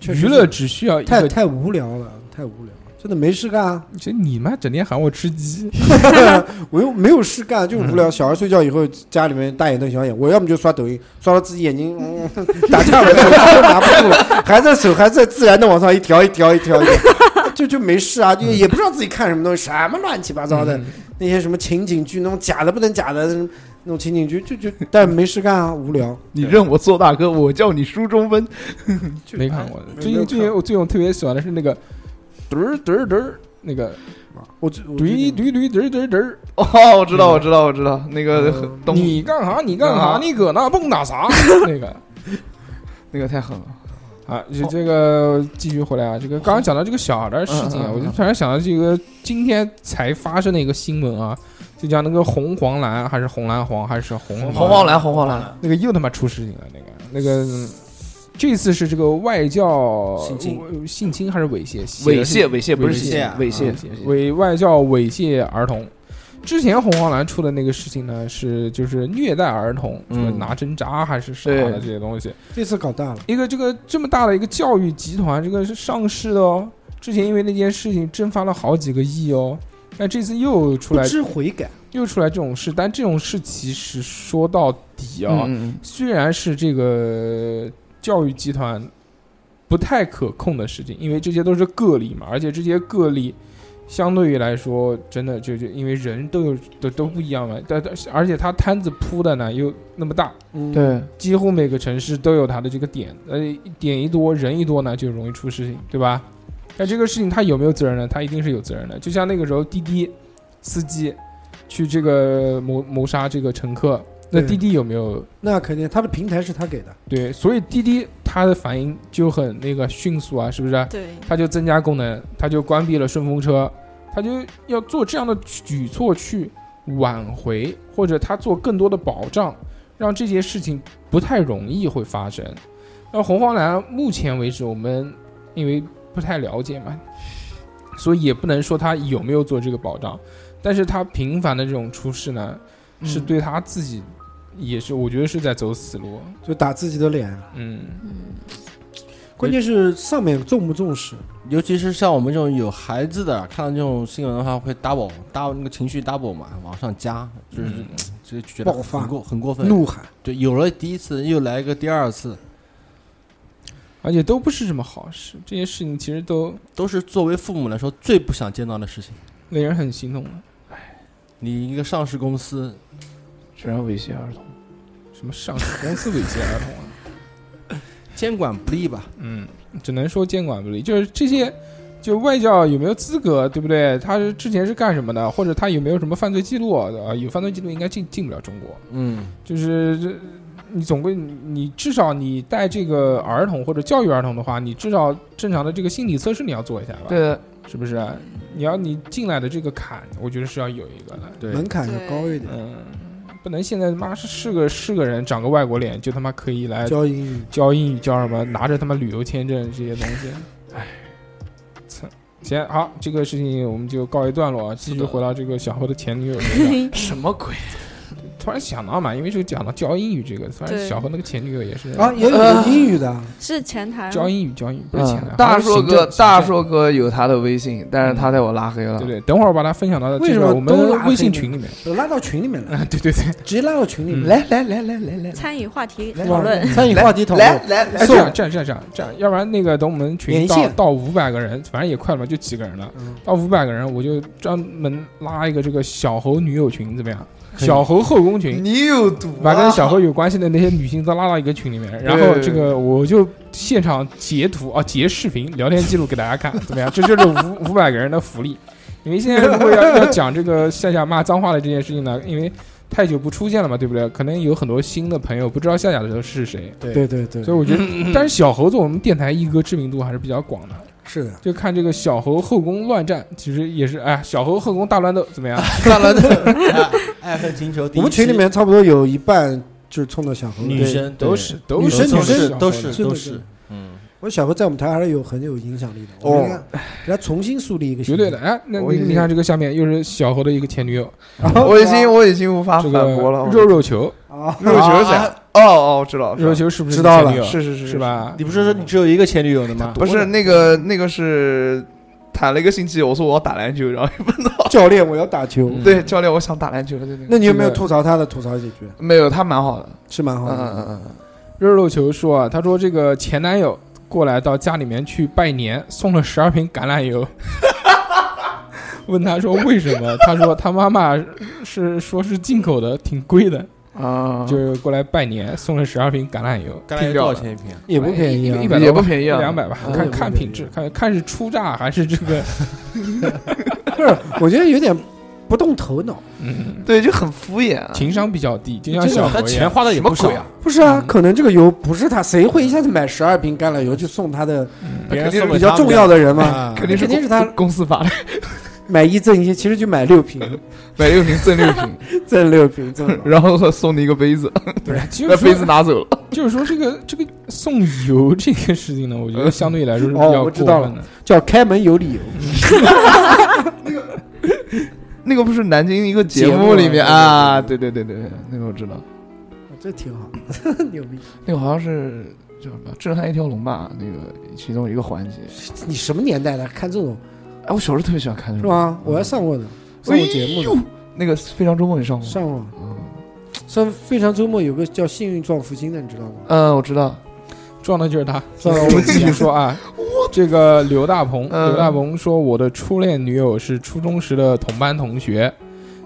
[SPEAKER 3] 确实
[SPEAKER 2] 娱乐只需要一
[SPEAKER 3] 太
[SPEAKER 2] 个。
[SPEAKER 3] 太无聊了，太无聊了，真的没事干啊。
[SPEAKER 2] 就你妈整天喊我吃鸡，
[SPEAKER 3] (laughs) 我又没有事干，就是无聊。小孩睡觉以后，家里面大眼瞪小眼，我要么就刷抖音，刷到自己眼睛、嗯、打架了，手都拿不住了， (laughs) 还在手还在自然的往上一条一条一条一条， (laughs) 就就没事啊，就也不知道自己看什么东西，什么乱七八糟
[SPEAKER 2] 嗯
[SPEAKER 3] 的、那些什么情景剧，那种假的不能假的那种情景剧，就就但没事干啊，无聊。
[SPEAKER 5] 你任我做大哥，我叫你书中分。
[SPEAKER 2] 没看过。最
[SPEAKER 3] 没有
[SPEAKER 2] 近最近我最近我特别喜欢的是那个，嘚儿嘚儿嘚儿那个，
[SPEAKER 3] 我
[SPEAKER 2] 对对对对对对，
[SPEAKER 5] (laughs) 哦，我知道，我知道，我知道，那个
[SPEAKER 2] 呃
[SPEAKER 5] 东
[SPEAKER 2] 你干啥？你干啥？
[SPEAKER 5] 啊
[SPEAKER 2] 你搁那蹦跶啥？那个
[SPEAKER 5] 那个太狠了。
[SPEAKER 2] 啊，就这个继续回来啊，这个刚刚讲到这个小孩的事情啊，
[SPEAKER 5] 嗯嗯嗯
[SPEAKER 2] 我就突然想到这个今天才发生的一个新闻啊，就讲那个红黄蓝还是红蓝黄还是红
[SPEAKER 5] 红黄蓝，红黄蓝，
[SPEAKER 2] 那个又他妈出事情了，那个那个。这次是这个外教
[SPEAKER 5] 性侵
[SPEAKER 2] 呃性侵还是猥亵？
[SPEAKER 5] 猥亵猥亵不是性侵
[SPEAKER 2] 亵，
[SPEAKER 5] 猥亵
[SPEAKER 2] 啊猥外教猥亵儿童。之前红黄蓝出的那个事情呢，是就是虐待儿童，
[SPEAKER 3] 嗯
[SPEAKER 2] 就是拿针扎还是啥的
[SPEAKER 3] 对
[SPEAKER 2] 这些东西。
[SPEAKER 3] 这次搞大了，
[SPEAKER 2] 一个这个这么大的一个教育集团，这个是上市的哦。之前因为那件事情蒸发了好几个亿哦，但这次又出
[SPEAKER 3] 不
[SPEAKER 2] 来
[SPEAKER 3] 知悔改。
[SPEAKER 2] 又出来这种事，但这种事其实说到底啊，
[SPEAKER 5] 嗯嗯
[SPEAKER 2] 虽然是这个教育集团不太可控的事情，因为这些都是个例嘛，而且这些个例相对于来说，真的就就因为人都有都都不一样嘛，但但而且他摊子铺的呢又那么大，
[SPEAKER 3] 嗯
[SPEAKER 5] 对，
[SPEAKER 2] 几乎每个城市都有他的这个点，呃，点一多人一多呢就容易出事情，对吧？但这个事情他有没有责任呢？他一定是有责任的，就像那个时候滴滴司机去这个谋谋杀这个乘客，那
[SPEAKER 3] 对
[SPEAKER 2] 滴滴有没有
[SPEAKER 3] 那肯定，他的平台是他给的。
[SPEAKER 2] 对，所以滴滴它的反应就很那个迅速啊，是不是？
[SPEAKER 7] 对
[SPEAKER 2] 它就增加功能，它就关闭了顺风车，它就要做这样的举措去挽回，或者它做更多的保障，让这些事情不太容易会发生。那红黄蓝目前为止，我们因为不太了解嘛，所以也不能说他有没有做这个保障，但是他频繁的这种出事呢，
[SPEAKER 3] 嗯
[SPEAKER 2] 是对他自己也是，我觉得是在走死路。
[SPEAKER 3] 就打自己的脸。
[SPEAKER 2] 嗯，
[SPEAKER 3] 啊关键是上面重不重视，
[SPEAKER 6] 尤其是像我们这种有孩子的，看到这种新闻的话，会 double double 那个情绪 double 嘛，往上加，就是
[SPEAKER 3] 嗯
[SPEAKER 6] 就觉得
[SPEAKER 3] 爆发
[SPEAKER 6] 很过很过分，
[SPEAKER 3] 怒喊。
[SPEAKER 6] 对，有了第一次，又来一个第二次，
[SPEAKER 2] 而且都不是什么好事。这些事情其实都
[SPEAKER 6] 都是作为父母来说最不想见到的事情，
[SPEAKER 2] 令人很心痛的。
[SPEAKER 6] 你一个上市公司
[SPEAKER 5] 居然猥亵儿童，
[SPEAKER 2] 什么上市公司猥亵儿童啊？
[SPEAKER 6] 监管不力吧？
[SPEAKER 2] 嗯，只能说监管不力。就是这些，就外教有没有资格，对不对？他是之前是干什么的，或者他有没有什么犯罪记录啊？有犯罪记录应该进进不了中国。
[SPEAKER 6] 嗯，
[SPEAKER 2] 就是这，你总归你你至少你带这个儿童或者教育儿童的话，你至少正常的这个心理测试你要做一下吧？
[SPEAKER 5] 对，
[SPEAKER 2] 是不是？你要你进来的这个坎，我觉得是要有一个的，
[SPEAKER 6] 对
[SPEAKER 3] 门槛要高一点。
[SPEAKER 2] 嗯，不能现在他妈是是个是个人长个外国脸就他妈可以来
[SPEAKER 3] 教英语
[SPEAKER 2] 教英语教什么，拿着他妈旅游签证这些东西，唉，操！行，好，这个事情我们就告一段落啊，继续回到这个小侯的前女友身上。
[SPEAKER 7] (laughs)
[SPEAKER 5] (laughs) 什么鬼？
[SPEAKER 2] 突然想到嘛，因为这个讲到教英语这个，突然
[SPEAKER 7] 对
[SPEAKER 2] 小何那个前女友也是
[SPEAKER 3] 啊，也有英语的，
[SPEAKER 7] 是前台吗
[SPEAKER 2] 教英语教英语不是前台
[SPEAKER 5] 嗯，。大
[SPEAKER 2] 好像
[SPEAKER 5] 硕
[SPEAKER 2] 是行
[SPEAKER 5] 哥
[SPEAKER 2] 政，
[SPEAKER 5] 大硕哥有他的微信，但是他在我拉黑了。
[SPEAKER 2] 对对，等会儿我把他分享到
[SPEAKER 3] 为
[SPEAKER 2] 这
[SPEAKER 3] 什
[SPEAKER 2] 个
[SPEAKER 3] 么
[SPEAKER 2] 我
[SPEAKER 3] 都拉
[SPEAKER 2] 们微信
[SPEAKER 3] 黑
[SPEAKER 2] 群里面。 (laughs)
[SPEAKER 3] 都拉到群里面了，
[SPEAKER 2] 对对对，
[SPEAKER 3] 直接拉到群里面。
[SPEAKER 5] 来来来来来来，
[SPEAKER 7] 参与话题
[SPEAKER 3] 哇
[SPEAKER 7] 讨论，
[SPEAKER 3] 参与话题讨论，
[SPEAKER 5] 来来
[SPEAKER 2] 哎，这样这样这样这样这样，要不然那个等我们群
[SPEAKER 3] 连
[SPEAKER 2] 到
[SPEAKER 3] 线
[SPEAKER 2] 到五百个人，反正也快了嘛，就几个人了，
[SPEAKER 5] 嗯
[SPEAKER 2] 到五百个人我就专门拉一个这个小猴女友群，怎么样？
[SPEAKER 5] 可以
[SPEAKER 2] 小猴后宫群，
[SPEAKER 5] 你有毒啊
[SPEAKER 2] 把跟小猴有关系的那些女性都拉到一个群里面，然后
[SPEAKER 5] 对
[SPEAKER 2] 这个我就现场截图啊，截视频聊天记录给大家看，怎么样？这就是五五百个人的福利。因为现在如果要要讲这个夏夏骂脏话的这件事情呢，因为太久不出现了嘛，对不对？可能有很多新的朋友不知道夏夏的时候是谁，
[SPEAKER 6] 对
[SPEAKER 3] 对对对
[SPEAKER 2] 所以我觉得，
[SPEAKER 6] (laughs)
[SPEAKER 2] 但是小猴子我们电台一哥知名度还是比较广的。
[SPEAKER 3] 是的，
[SPEAKER 2] 就看这个小猴后宫乱战，其实也是哎，小猴后宫大乱斗怎么
[SPEAKER 5] (laughs)
[SPEAKER 2] 样？
[SPEAKER 6] 大乱斗，哎爱恨情仇第一期。
[SPEAKER 3] 我们群里面差不多有一半就是冲着小何来的
[SPEAKER 6] 女生
[SPEAKER 3] 对
[SPEAKER 6] 都是
[SPEAKER 3] 女生
[SPEAKER 6] 都
[SPEAKER 3] 女生
[SPEAKER 6] 是都是
[SPEAKER 3] 真的
[SPEAKER 6] 都是嗯。
[SPEAKER 3] 我小何在我们台还是有很有影响力的，我们应该给他重新树立一个
[SPEAKER 2] 绝
[SPEAKER 3] 形
[SPEAKER 2] 对
[SPEAKER 3] 象。
[SPEAKER 2] 的哎，那你你看这个下面又是小猴的一个前女友，
[SPEAKER 5] 我已经我已经无
[SPEAKER 2] 嗯
[SPEAKER 5] 法
[SPEAKER 2] 这
[SPEAKER 5] 反
[SPEAKER 2] 个
[SPEAKER 5] 驳了。我
[SPEAKER 2] 肉肉球，
[SPEAKER 5] 肉球是谁啊？哦哦，我知道，
[SPEAKER 2] 肉肉球是不是
[SPEAKER 5] 知
[SPEAKER 2] 你
[SPEAKER 5] 道
[SPEAKER 2] 前女
[SPEAKER 5] 了？
[SPEAKER 2] 友
[SPEAKER 5] 是是是
[SPEAKER 2] 是？吧？
[SPEAKER 6] 你不是说你只有一个前女友的吗？
[SPEAKER 5] 不是那个那个是谈了一个星期，我说我要打篮球，然后
[SPEAKER 2] 嗯
[SPEAKER 5] 也不能。
[SPEAKER 3] 教练，我要打球。
[SPEAKER 6] 嗯
[SPEAKER 5] 对，教练，我想打篮球。对对对
[SPEAKER 3] 那你有没有吐槽他的？吐槽几句？
[SPEAKER 5] 没有，他蛮好的，
[SPEAKER 3] 是蛮好的。
[SPEAKER 5] 嗯嗯嗯，
[SPEAKER 2] 肉肉球说啊，他说这个前男友过来到家里面去拜年，送了十二瓶橄榄油。 (laughs) 问他说为什么？他说他妈妈是说是进口的，挺贵的
[SPEAKER 5] 啊，
[SPEAKER 2] 就是过来拜年，送了十二瓶橄榄油。
[SPEAKER 6] 橄榄油多少钱一瓶啊
[SPEAKER 3] 也不便宜啊
[SPEAKER 2] 一百
[SPEAKER 5] 也不便宜啊
[SPEAKER 2] 两百吧，
[SPEAKER 5] 嗯
[SPEAKER 2] 看看品质，看看是初榨还是这
[SPEAKER 5] (laughs)
[SPEAKER 2] 个。
[SPEAKER 3] 不是，我觉得有点不动头脑。
[SPEAKER 2] 嗯，
[SPEAKER 5] 对，就很敷衍啊。
[SPEAKER 2] 情商比较低，就像
[SPEAKER 3] 这个
[SPEAKER 2] 小
[SPEAKER 3] 他
[SPEAKER 2] 何一
[SPEAKER 6] 钱
[SPEAKER 2] 样。
[SPEAKER 6] 花的也不少
[SPEAKER 5] 什么鬼啊
[SPEAKER 3] 不是啊，可能这个油不是他，谁会一下子买十二瓶橄榄油去送他的
[SPEAKER 2] 嗯
[SPEAKER 6] 别人送给
[SPEAKER 3] 比较
[SPEAKER 6] 他们
[SPEAKER 3] 重要的人
[SPEAKER 6] 啊
[SPEAKER 3] 嘛？哎
[SPEAKER 5] 肯定是
[SPEAKER 3] 肯定是他
[SPEAKER 5] 公司发的，
[SPEAKER 3] 买一赠一，其实就买六瓶，
[SPEAKER 5] (laughs) 买六瓶赠六瓶，
[SPEAKER 3] 赠六瓶，赠六瓶
[SPEAKER 5] (laughs) 然后送你一个杯子，
[SPEAKER 2] 对，
[SPEAKER 5] (laughs)
[SPEAKER 2] 就是
[SPEAKER 5] 那杯子
[SPEAKER 2] 说
[SPEAKER 5] 拿走了。
[SPEAKER 2] 就是说这个这个送油这个事情呢，我觉得相对来说是比
[SPEAKER 3] 哦，
[SPEAKER 2] 较
[SPEAKER 3] 我
[SPEAKER 2] 过
[SPEAKER 3] 知道
[SPEAKER 2] 分的
[SPEAKER 3] 了。，叫开门有理由。
[SPEAKER 5] (laughs) 嗯那个不是南京一个节
[SPEAKER 3] 节目
[SPEAKER 5] 目里面
[SPEAKER 3] 啊
[SPEAKER 5] 啊？对对对对，对那个我知道，
[SPEAKER 3] 哦这挺好， (laughs) 牛逼！
[SPEAKER 5] 那个好像是叫什么《震撼一条龙》吧？那个其中一个环节。
[SPEAKER 3] 你什么年代的看这种
[SPEAKER 5] 哎，我小时候特别喜欢看这
[SPEAKER 3] 是
[SPEAKER 5] 种，
[SPEAKER 3] 吧？我还上
[SPEAKER 5] 嗯
[SPEAKER 3] 过的，上过节目的，
[SPEAKER 5] 那个《非常周末》，你上过吗？
[SPEAKER 3] 上过。
[SPEAKER 5] 哎嗯
[SPEAKER 3] 上非常周末有个叫幸运撞福星的，你知道吗？
[SPEAKER 5] 嗯，我知道。
[SPEAKER 2] 撞的就是他。
[SPEAKER 3] (laughs) 撞到
[SPEAKER 2] 我
[SPEAKER 3] 我
[SPEAKER 2] (laughs) 们继续说啊，这个刘大鹏，
[SPEAKER 5] 嗯
[SPEAKER 2] 刘大鹏说我的初恋女友是初中时的同班同学，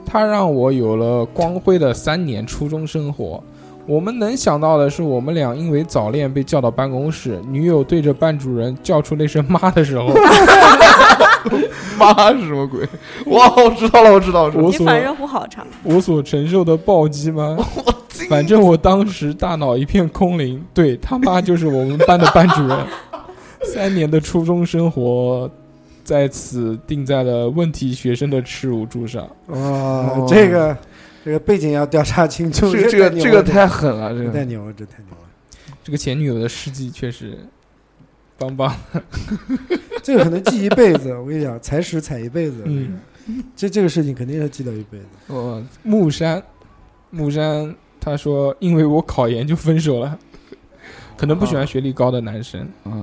[SPEAKER 2] 她让我有了光辉的三年初中生活。我们能想到的是，我们俩因为早恋被叫到办公室，女友对着班主任叫出那声“妈”的时候，
[SPEAKER 5] 妈是什么鬼？哇，我知道了，我知道，我知道
[SPEAKER 2] 我
[SPEAKER 7] 你
[SPEAKER 2] 所
[SPEAKER 7] 反热乎好长，
[SPEAKER 2] 我所承受的暴击吗？反正我当时大脑一片空灵，对他妈就是我们班的班主任。 (laughs) 三年的初中生活，在此定在了问题学生的耻辱柱上。
[SPEAKER 3] 哇，啊这个这个背景要调查清楚。
[SPEAKER 5] 这个
[SPEAKER 3] 太
[SPEAKER 5] 哦这个
[SPEAKER 3] 牛
[SPEAKER 5] 这个
[SPEAKER 3] 了
[SPEAKER 5] 太狠了，这
[SPEAKER 3] 这太
[SPEAKER 5] 个
[SPEAKER 3] 牛了，这太牛了。
[SPEAKER 2] 这个前女友的事迹确实棒棒。
[SPEAKER 3] 这个可能记一辈子，我跟你讲，踩屎踩一辈子，
[SPEAKER 2] 嗯，哦
[SPEAKER 3] 这这个事情肯定要记到一辈子。
[SPEAKER 2] 我木山，木山他说因为我考研就分手了。可能不喜欢学历高的男生。
[SPEAKER 5] 嗯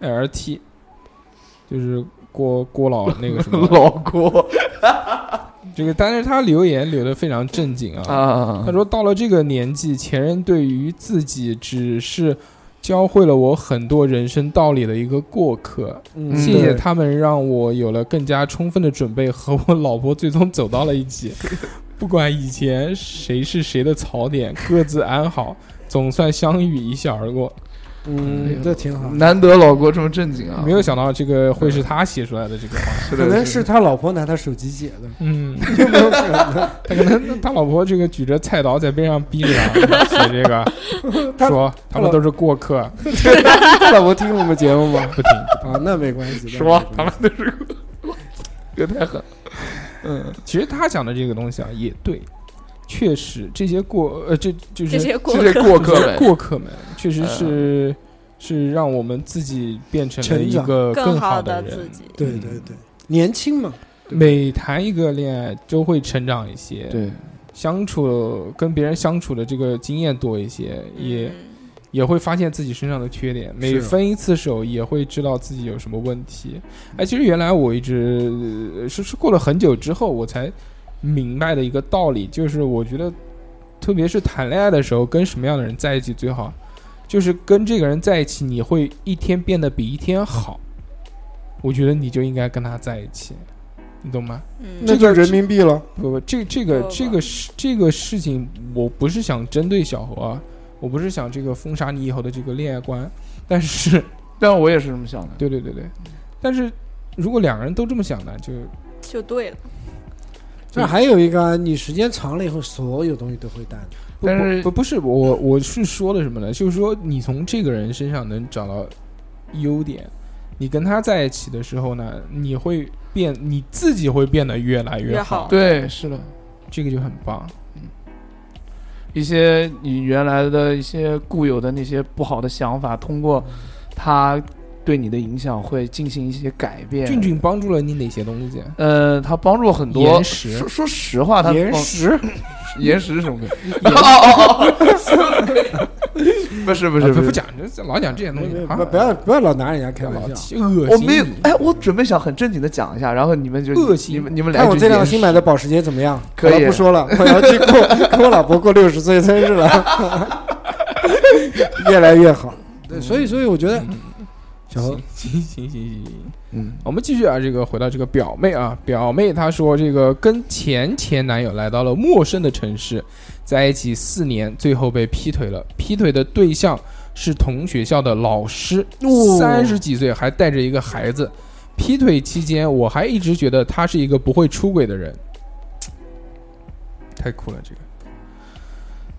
[SPEAKER 2] ，LT 就是郭郭老那个什
[SPEAKER 5] (laughs)
[SPEAKER 2] 么
[SPEAKER 5] 老郭，
[SPEAKER 2] 这个，但是他留言留的非常正经啊。
[SPEAKER 5] 啊
[SPEAKER 2] 他说到了这个年纪，前任对于自己只是教会了我很多人生道理的一个过客，
[SPEAKER 5] 嗯
[SPEAKER 2] 谢谢
[SPEAKER 5] 对
[SPEAKER 2] 他们让我有了更加充分的准备，和我老婆最终走到了一起。不管以前谁是谁的槽点，各自安好，总算相遇一笑而过。
[SPEAKER 3] 嗯，这挺好。
[SPEAKER 5] 难得老郭这么正经啊！
[SPEAKER 2] 没有想到这个会是他写出来的这个话，
[SPEAKER 3] 可能是他老婆拿他手机写的。
[SPEAKER 2] 嗯， (laughs) 他可能他老婆这个举着菜刀在边上逼着
[SPEAKER 3] (laughs)
[SPEAKER 2] 他写这个，说他们都是过客。
[SPEAKER 3] 他老婆听我们节目吗？
[SPEAKER 2] (laughs) 不听
[SPEAKER 3] (laughs) 啊，那没关系。
[SPEAKER 5] (laughs) 说他们都是， (laughs) 这太狠。嗯，
[SPEAKER 2] 其实他讲的这个东西啊，也对，确实这些过呃，这就是
[SPEAKER 7] 这些过
[SPEAKER 5] 客这些过客们
[SPEAKER 2] 这些过客们，确实
[SPEAKER 3] 嗯
[SPEAKER 2] 是是让我们自己变成了一个
[SPEAKER 7] 成长更
[SPEAKER 2] 好
[SPEAKER 7] 好
[SPEAKER 2] 的
[SPEAKER 7] 的
[SPEAKER 2] 人
[SPEAKER 7] 自己。
[SPEAKER 3] 对对对，年轻嘛，
[SPEAKER 2] 每谈一个恋爱都会成长一些，
[SPEAKER 5] 对，
[SPEAKER 2] 相处跟别人相处的这个经验多一些，也也会发现自己身上的缺点，每分一次手也会知道自己有什么问题。哎，其实原来我一直呃是是过了很久之后我才明白的一个道理，就是我觉得，特别是谈恋爱的时候，跟什么样的人在一起最好，就是跟这个人在一起，你会一天变得比一天好。我觉得你就应该跟他在一起，你懂吗？
[SPEAKER 7] 嗯
[SPEAKER 3] 那就人民币了。
[SPEAKER 2] 不不，这这个这个事这个事情，我不是想针对小何啊，我不是想这个封杀你以后的这个恋爱观，但是， (laughs)
[SPEAKER 5] 但我也是这么想的。
[SPEAKER 2] 对对对对，但是如果两个人都这么想的，就
[SPEAKER 7] 就对了，
[SPEAKER 3] 那还有一个啊，你时间长了以后，所有东西都会淡的。
[SPEAKER 2] 不
[SPEAKER 5] 但是
[SPEAKER 2] 不不不是我我是说的什么呢？就是说你从这个人身上能找到优点，你跟他在一起的时候呢，你会变你自己会变得越来
[SPEAKER 7] 越
[SPEAKER 2] 好，
[SPEAKER 7] 好
[SPEAKER 5] 对，是的，
[SPEAKER 2] 这个就很棒。
[SPEAKER 5] 一些你原来的一些固有的那些不好的想法，通过他对你的影响会进行一些改变。
[SPEAKER 2] 俊俊帮助了你哪些东西？啊
[SPEAKER 5] 呃，他帮助我很多。
[SPEAKER 2] 岩石
[SPEAKER 5] 说说实话，他
[SPEAKER 2] 岩
[SPEAKER 5] 帮 (laughs)
[SPEAKER 2] 石，
[SPEAKER 5] 岩石是什
[SPEAKER 2] (laughs)
[SPEAKER 5] 么鬼？
[SPEAKER 2] 岩
[SPEAKER 5] 哦哦哦哦， (laughs) 不是不是
[SPEAKER 2] 啊不
[SPEAKER 5] 是
[SPEAKER 2] 不讲这老讲这些东西啊
[SPEAKER 3] 不，不要不要老拿人家开玩笑。
[SPEAKER 2] 恶
[SPEAKER 5] 我
[SPEAKER 2] 心
[SPEAKER 5] 没有
[SPEAKER 2] 你。
[SPEAKER 5] 哎，我准备想很正经的讲一下，然后你们就
[SPEAKER 2] 恶心
[SPEAKER 5] 你们你们来
[SPEAKER 3] 看我这辆新买
[SPEAKER 5] 的
[SPEAKER 3] 的保时捷怎么样？
[SPEAKER 5] 可以
[SPEAKER 3] 好了不说了，我要去
[SPEAKER 2] (laughs)
[SPEAKER 3] 过跟我老婆过六十岁生日了，越来越好。嗯对，所以所以我觉得，小何
[SPEAKER 2] 行行行行行行，
[SPEAKER 5] 嗯，
[SPEAKER 2] 我们继续啊，这个回到这个表妹啊，表妹她说这个跟前前男友来到了陌生的城市，在一起四年，最后被劈腿了，劈腿的对象是同学校的老师，
[SPEAKER 3] 哦
[SPEAKER 2] 三十几岁还带着一个孩子。劈腿期间，我还一直觉得他是一个不会出轨的人，太酷了这个。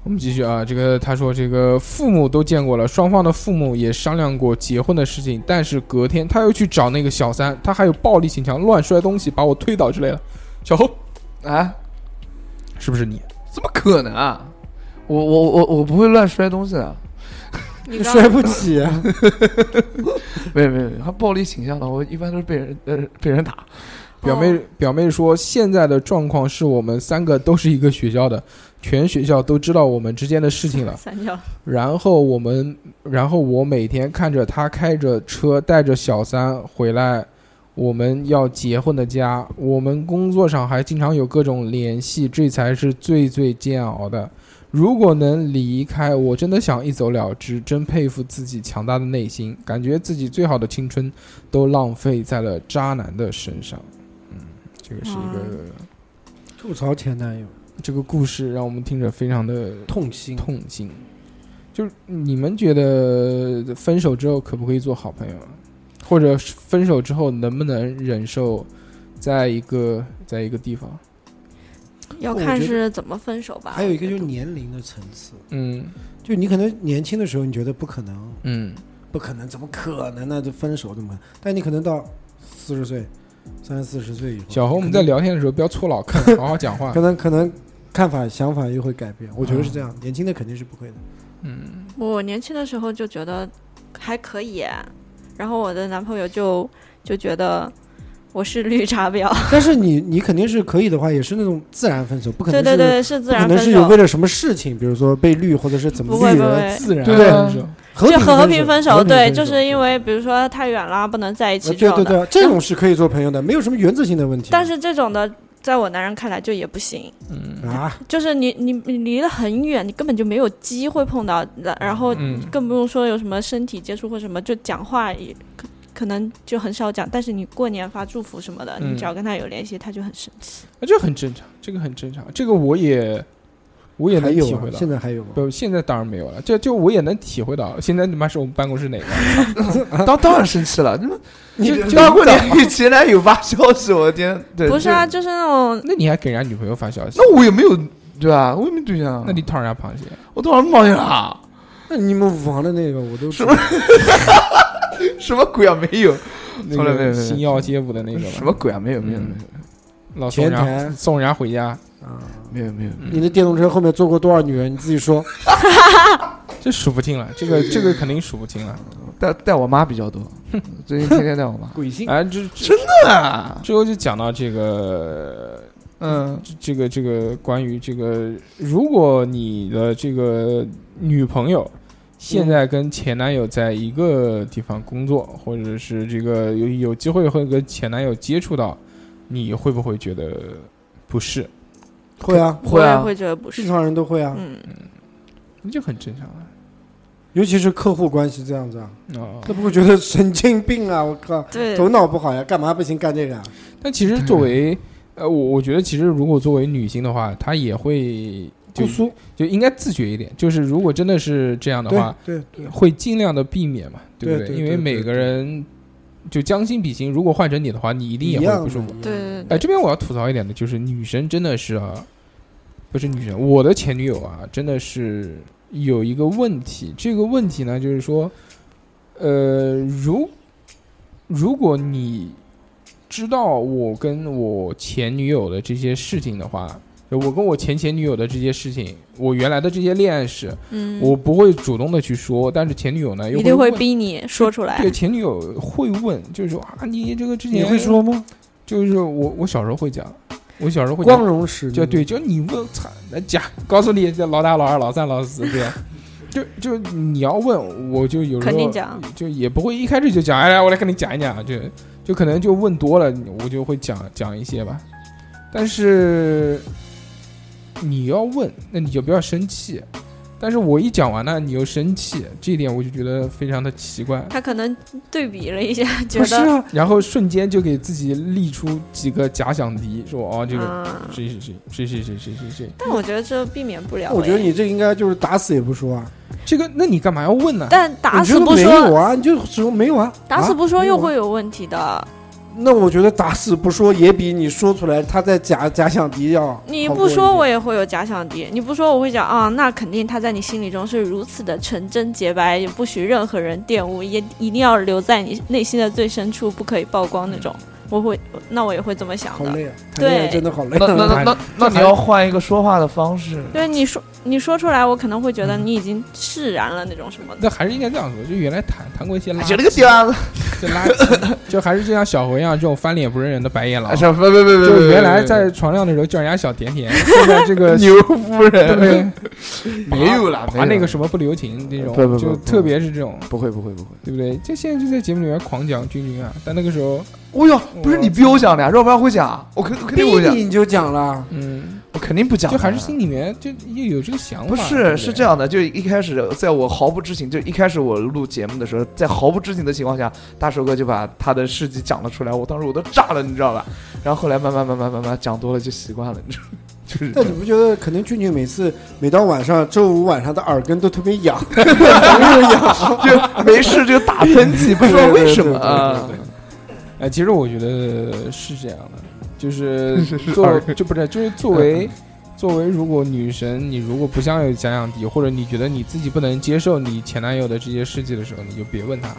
[SPEAKER 2] 我们继续啊，这个他说这个父母都见过了，双方的父母也商量过结婚的事情，但是隔天他又去找那个小三，他还有暴力倾向，乱摔东西，把我推倒之类的。小侯
[SPEAKER 5] 啊，
[SPEAKER 2] 是不是你？
[SPEAKER 5] 怎么可能啊？我我我我不会乱摔东西的，
[SPEAKER 7] 你
[SPEAKER 3] (laughs)
[SPEAKER 7] 刚
[SPEAKER 3] 摔不起啊。
[SPEAKER 5] 没有没有，没有他暴力倾向的，我一般都是被人 (laughs) 呃被人打。
[SPEAKER 2] 表妹表妹说，现在的状况是我们三个都是一个学校的，全学校都知道我们之间的事情了。
[SPEAKER 7] 三角
[SPEAKER 2] 然后我们，然后我每天看着他开着车带着小三回来我们要结婚的家，我们工作上还经常有各种联系，这才是最最煎熬的。如果能离开，我真的想一走了之，真佩服自己强大的内心，感觉自己最好的青春都浪费在了渣男的身上。嗯，这个是一个
[SPEAKER 3] 吐槽前男友，
[SPEAKER 2] 这个故事让我们听着非常的
[SPEAKER 3] 痛心
[SPEAKER 2] 痛心。就是你们觉得分手之后可不可以做好朋友，啊或者是分手之后能不能忍受在一个在一个地方？
[SPEAKER 7] 要
[SPEAKER 3] 我觉
[SPEAKER 7] 看
[SPEAKER 3] 得
[SPEAKER 7] 是怎么分手吧。
[SPEAKER 3] 还有一个就是年龄的层次，
[SPEAKER 2] 嗯
[SPEAKER 3] 就你可能年轻的时候你觉得不可能，
[SPEAKER 2] 嗯，
[SPEAKER 3] 不可能，怎么可能呢？就分手怎么可能？但你可能到四十岁、三十四十岁以后，
[SPEAKER 2] 小红，我们在聊啊天的时候不要搓老坑，好好讲话
[SPEAKER 3] 可。能可能看法想法又会改变，我觉得是这样。年轻的肯定是不会的。
[SPEAKER 2] (laughs) 嗯，
[SPEAKER 7] 我年轻的时候就觉得还可以，然后我的男朋友就就觉得我是绿茶婊。
[SPEAKER 3] 但是你你肯定是可以的话，也是那种自然分手， (laughs) 不可能
[SPEAKER 7] 对对对
[SPEAKER 3] 是
[SPEAKER 7] 是自然
[SPEAKER 3] 不可能是
[SPEAKER 7] 分手
[SPEAKER 3] 有为了什么事情，比如说被绿或者是怎么
[SPEAKER 7] 不会
[SPEAKER 3] 绿
[SPEAKER 7] 不
[SPEAKER 3] 人
[SPEAKER 7] 会，
[SPEAKER 3] 对不对？和
[SPEAKER 7] 就
[SPEAKER 3] 平
[SPEAKER 7] 和和
[SPEAKER 3] 平
[SPEAKER 7] 平分
[SPEAKER 3] 手，
[SPEAKER 7] 手，对，
[SPEAKER 3] 和平分
[SPEAKER 7] 就
[SPEAKER 3] 手
[SPEAKER 7] 是因为比如说太远了，不能在一
[SPEAKER 3] 啊
[SPEAKER 7] 起
[SPEAKER 3] 对
[SPEAKER 7] 种
[SPEAKER 3] 对
[SPEAKER 7] 的
[SPEAKER 3] 对，这种是可以做朋友的，没有什么原则性的问题。
[SPEAKER 7] 但是这种的，在我男人看来就也不行，
[SPEAKER 2] 嗯
[SPEAKER 3] 啊，
[SPEAKER 7] 就是你你你离得很远，你根本就没有机会碰到，然然后
[SPEAKER 3] 嗯
[SPEAKER 7] 更不用说有什么身体接触或什么，就讲话也可可能就很少讲。但是你过年发祝福什么的，
[SPEAKER 2] 嗯
[SPEAKER 7] 你只要跟他有联系，他就很生气。
[SPEAKER 2] 啊，这很正常，这个很正常，这个我也我也
[SPEAKER 3] 还
[SPEAKER 2] 能
[SPEAKER 3] 有
[SPEAKER 2] 体
[SPEAKER 3] 啊
[SPEAKER 2] 会到。
[SPEAKER 3] 现在还有吗？
[SPEAKER 2] 不，现在当然没有了，就就我也能体会到。现在你妈是我们办公室哪个？
[SPEAKER 5] 当当然生气了，你们
[SPEAKER 2] 你
[SPEAKER 5] (laughs) 就
[SPEAKER 2] 就
[SPEAKER 5] 就过年给前男友发消息，我的天， (laughs) 对，
[SPEAKER 7] 不是啊，就是那种
[SPEAKER 2] 那你还给人家女朋友发消息？
[SPEAKER 5] 那我也没有，对吧？我也没对象，啊
[SPEAKER 2] 那你讨人家螃蟹？
[SPEAKER 5] 我讨人螃蟹 (laughs) 啦，
[SPEAKER 3] 那你们舞房的那个我都
[SPEAKER 5] 什么什么鬼啊？没有，
[SPEAKER 2] 那
[SPEAKER 5] 从来没有，
[SPEAKER 2] 个
[SPEAKER 5] 没有
[SPEAKER 2] 星耀街舞的那个吧嗯
[SPEAKER 5] 什么鬼啊？没有，没有，没有，
[SPEAKER 2] 老送人
[SPEAKER 3] 前
[SPEAKER 2] 家
[SPEAKER 3] 台
[SPEAKER 2] 送人家回家，
[SPEAKER 5] 没有，没有，
[SPEAKER 3] 啊你的电动车后面坐过多少女人？你自己说。
[SPEAKER 2] 这数不清了，这个这个肯定数不清了。
[SPEAKER 5] 带带我妈比较多， (laughs) 最近天天带我 (laughs) 妈。
[SPEAKER 3] 鬼性
[SPEAKER 2] 哎，这
[SPEAKER 5] 真的啊！
[SPEAKER 2] 最后就讲到这个，
[SPEAKER 5] 嗯，
[SPEAKER 2] 这个这个关于这个，如果你的这个女朋友现在跟前男友在一个地方工作，或者是这个有有机会会跟前男友接触到，你会不会觉得不适？
[SPEAKER 3] 会啊，
[SPEAKER 5] 会啊
[SPEAKER 7] 我也会觉得不
[SPEAKER 3] 正
[SPEAKER 7] 是。
[SPEAKER 3] 常人都会啊，
[SPEAKER 7] 嗯，
[SPEAKER 2] 那就很正常了。
[SPEAKER 3] 尤其是客户关系这样子啊，
[SPEAKER 2] 哦
[SPEAKER 3] 他不会觉得神经病啊！我靠，
[SPEAKER 7] 对
[SPEAKER 3] 头脑不好呀，干嘛不行干这个啊？
[SPEAKER 2] 但其实作为呃，我我觉得其实如果作为女性的话，她也会就
[SPEAKER 3] 姑苏
[SPEAKER 2] 就应该自觉一点。就是如果真的是这样的
[SPEAKER 3] 对
[SPEAKER 2] 话，
[SPEAKER 3] 对对，
[SPEAKER 2] 会尽量的避免嘛，不
[SPEAKER 3] 对对
[SPEAKER 2] 因为
[SPEAKER 3] 对
[SPEAKER 2] 每个人就将心比心，如果换成你的话，你一定也
[SPEAKER 3] 一
[SPEAKER 2] 会
[SPEAKER 3] 样的
[SPEAKER 2] 不舒服。
[SPEAKER 7] 对
[SPEAKER 3] 嗯
[SPEAKER 7] 对
[SPEAKER 2] 哎，这边我要吐槽一点的就是，女生真的是啊，不是女生，我的前女友啊，真的是有一个问题。这个问题呢，就是说，呃，如如果你知道我跟我前女友的这些事情的话，就我跟我前前女友的这些事情，我原来的这些恋爱史，
[SPEAKER 7] 嗯
[SPEAKER 2] 我不会主动的去说，但是前女友呢，又
[SPEAKER 7] 一定
[SPEAKER 2] 会
[SPEAKER 7] 会
[SPEAKER 2] 问
[SPEAKER 7] 逼你说出来
[SPEAKER 2] 对，。前女友会问，就是说啊，你这个之前
[SPEAKER 3] 你会说吗？
[SPEAKER 2] 就是我我小时候会讲，我小时候会讲
[SPEAKER 3] 光荣史
[SPEAKER 2] 就对，就你问，操，那讲，告诉你这老大、老二、老三、老四这样。就就你要问，我就有时候
[SPEAKER 7] 肯定讲，
[SPEAKER 2] 就也不会一开始就讲，哎，来我来跟你讲一讲，就就可能就问多了，我就会讲讲一些吧。但是你要问，那你就不要生气。但是我一讲完呢，你又生气，这一点我就觉得非常的奇怪。
[SPEAKER 7] 他可能对比了一下，觉
[SPEAKER 3] 不是
[SPEAKER 7] 得
[SPEAKER 3] 啊，
[SPEAKER 2] 然后瞬间就给自己立出几个假想敌，说哦，这个
[SPEAKER 7] 啊
[SPEAKER 2] 谁谁谁谁谁谁谁谁谁，
[SPEAKER 7] 但我觉得这避免不了。
[SPEAKER 3] 我觉得
[SPEAKER 7] 哎
[SPEAKER 3] 你这应该就是打死也不说啊，
[SPEAKER 2] 这个那你干嘛要问呢？
[SPEAKER 7] 但打
[SPEAKER 3] 你
[SPEAKER 7] 死
[SPEAKER 3] 觉得
[SPEAKER 7] 不
[SPEAKER 3] 没有
[SPEAKER 7] 说，
[SPEAKER 3] 啊，你就说没有啊，
[SPEAKER 7] 打死
[SPEAKER 3] 啊
[SPEAKER 7] 不说又会有问题的。
[SPEAKER 3] 那我觉得打死不说也比你说出来他在假假想敌要
[SPEAKER 7] 你
[SPEAKER 3] 好
[SPEAKER 7] 不
[SPEAKER 3] 过一
[SPEAKER 7] 说
[SPEAKER 3] 点
[SPEAKER 7] 我也会有假想敌，你不说我会讲啊，那肯定他在你心里中是如此的纯真洁白，也不许任何人玷污，也一定要留在你内心的最深处，不可以曝光那种。我会，那我也会这么想
[SPEAKER 3] 好累
[SPEAKER 7] 的。
[SPEAKER 3] 啊，谈恋爱
[SPEAKER 7] 对
[SPEAKER 3] 真的好累
[SPEAKER 5] 那
[SPEAKER 3] 啊。
[SPEAKER 5] 那
[SPEAKER 3] (laughs)
[SPEAKER 5] 那那那你要换一个说话的方式，
[SPEAKER 7] 对你说，你说出来，我可能会觉得你已经释然了那种什么的。
[SPEAKER 2] 那还是应该这样说，就原来谈谈过一些垃圾，
[SPEAKER 5] 就那个屌子，
[SPEAKER 2] 就垃圾，就还是就像小何一样这种翻脸不认人的白眼狼。
[SPEAKER 5] 是不不不不，
[SPEAKER 2] 就原来在床上的时候叫人家小甜甜，现在这个
[SPEAKER 5] (laughs) 牛夫
[SPEAKER 2] 对不对
[SPEAKER 5] 人，啊没有啦，
[SPEAKER 2] 把
[SPEAKER 5] 没
[SPEAKER 2] 那
[SPEAKER 5] 有
[SPEAKER 2] 个
[SPEAKER 5] 啦
[SPEAKER 2] 什么不留情这
[SPEAKER 5] 不不
[SPEAKER 2] 种，
[SPEAKER 5] 不
[SPEAKER 2] 就
[SPEAKER 5] 不
[SPEAKER 2] 特别是这种，
[SPEAKER 5] 不会不会不会。
[SPEAKER 2] 对不对？就现在就在节目里面狂讲君君啊，但那个时候，
[SPEAKER 5] 哦哟，不是你逼我讲的呀，要不然会讲，我肯我肯定不会
[SPEAKER 3] 逼
[SPEAKER 5] 讲
[SPEAKER 3] 你，你就讲了，
[SPEAKER 2] 嗯，
[SPEAKER 5] 我肯定不讲的，
[SPEAKER 2] 就还是心里面就又有这个想法，
[SPEAKER 5] 不
[SPEAKER 2] 对
[SPEAKER 5] 是
[SPEAKER 2] 对
[SPEAKER 5] 是这样的，就一开始在我毫不知情，就一开始我录节目的时候，在毫不知情的情况下，大寿哥就把他的事迹讲了出来，我当时我都炸了，你
[SPEAKER 2] (laughs)
[SPEAKER 5] 知道吧？然后后来慢慢慢慢慢慢讲多了就习惯了，你知道吗，就是这
[SPEAKER 3] 但
[SPEAKER 5] 样
[SPEAKER 3] 你不觉得可能俊俊每次每到晚上周五晚上的耳根都特别痒，又痒，
[SPEAKER 5] 就没事就打喷嚏，不知道为什么啊。
[SPEAKER 2] 哎，其实我觉得是这样的，就是
[SPEAKER 3] (laughs)
[SPEAKER 2] 作就不是就是作
[SPEAKER 3] 嗯
[SPEAKER 2] 为作为如果女神，你如果不想有假想敌，或者你觉得你自己不能接受你前男友的这些事迹的时候，你就别问他。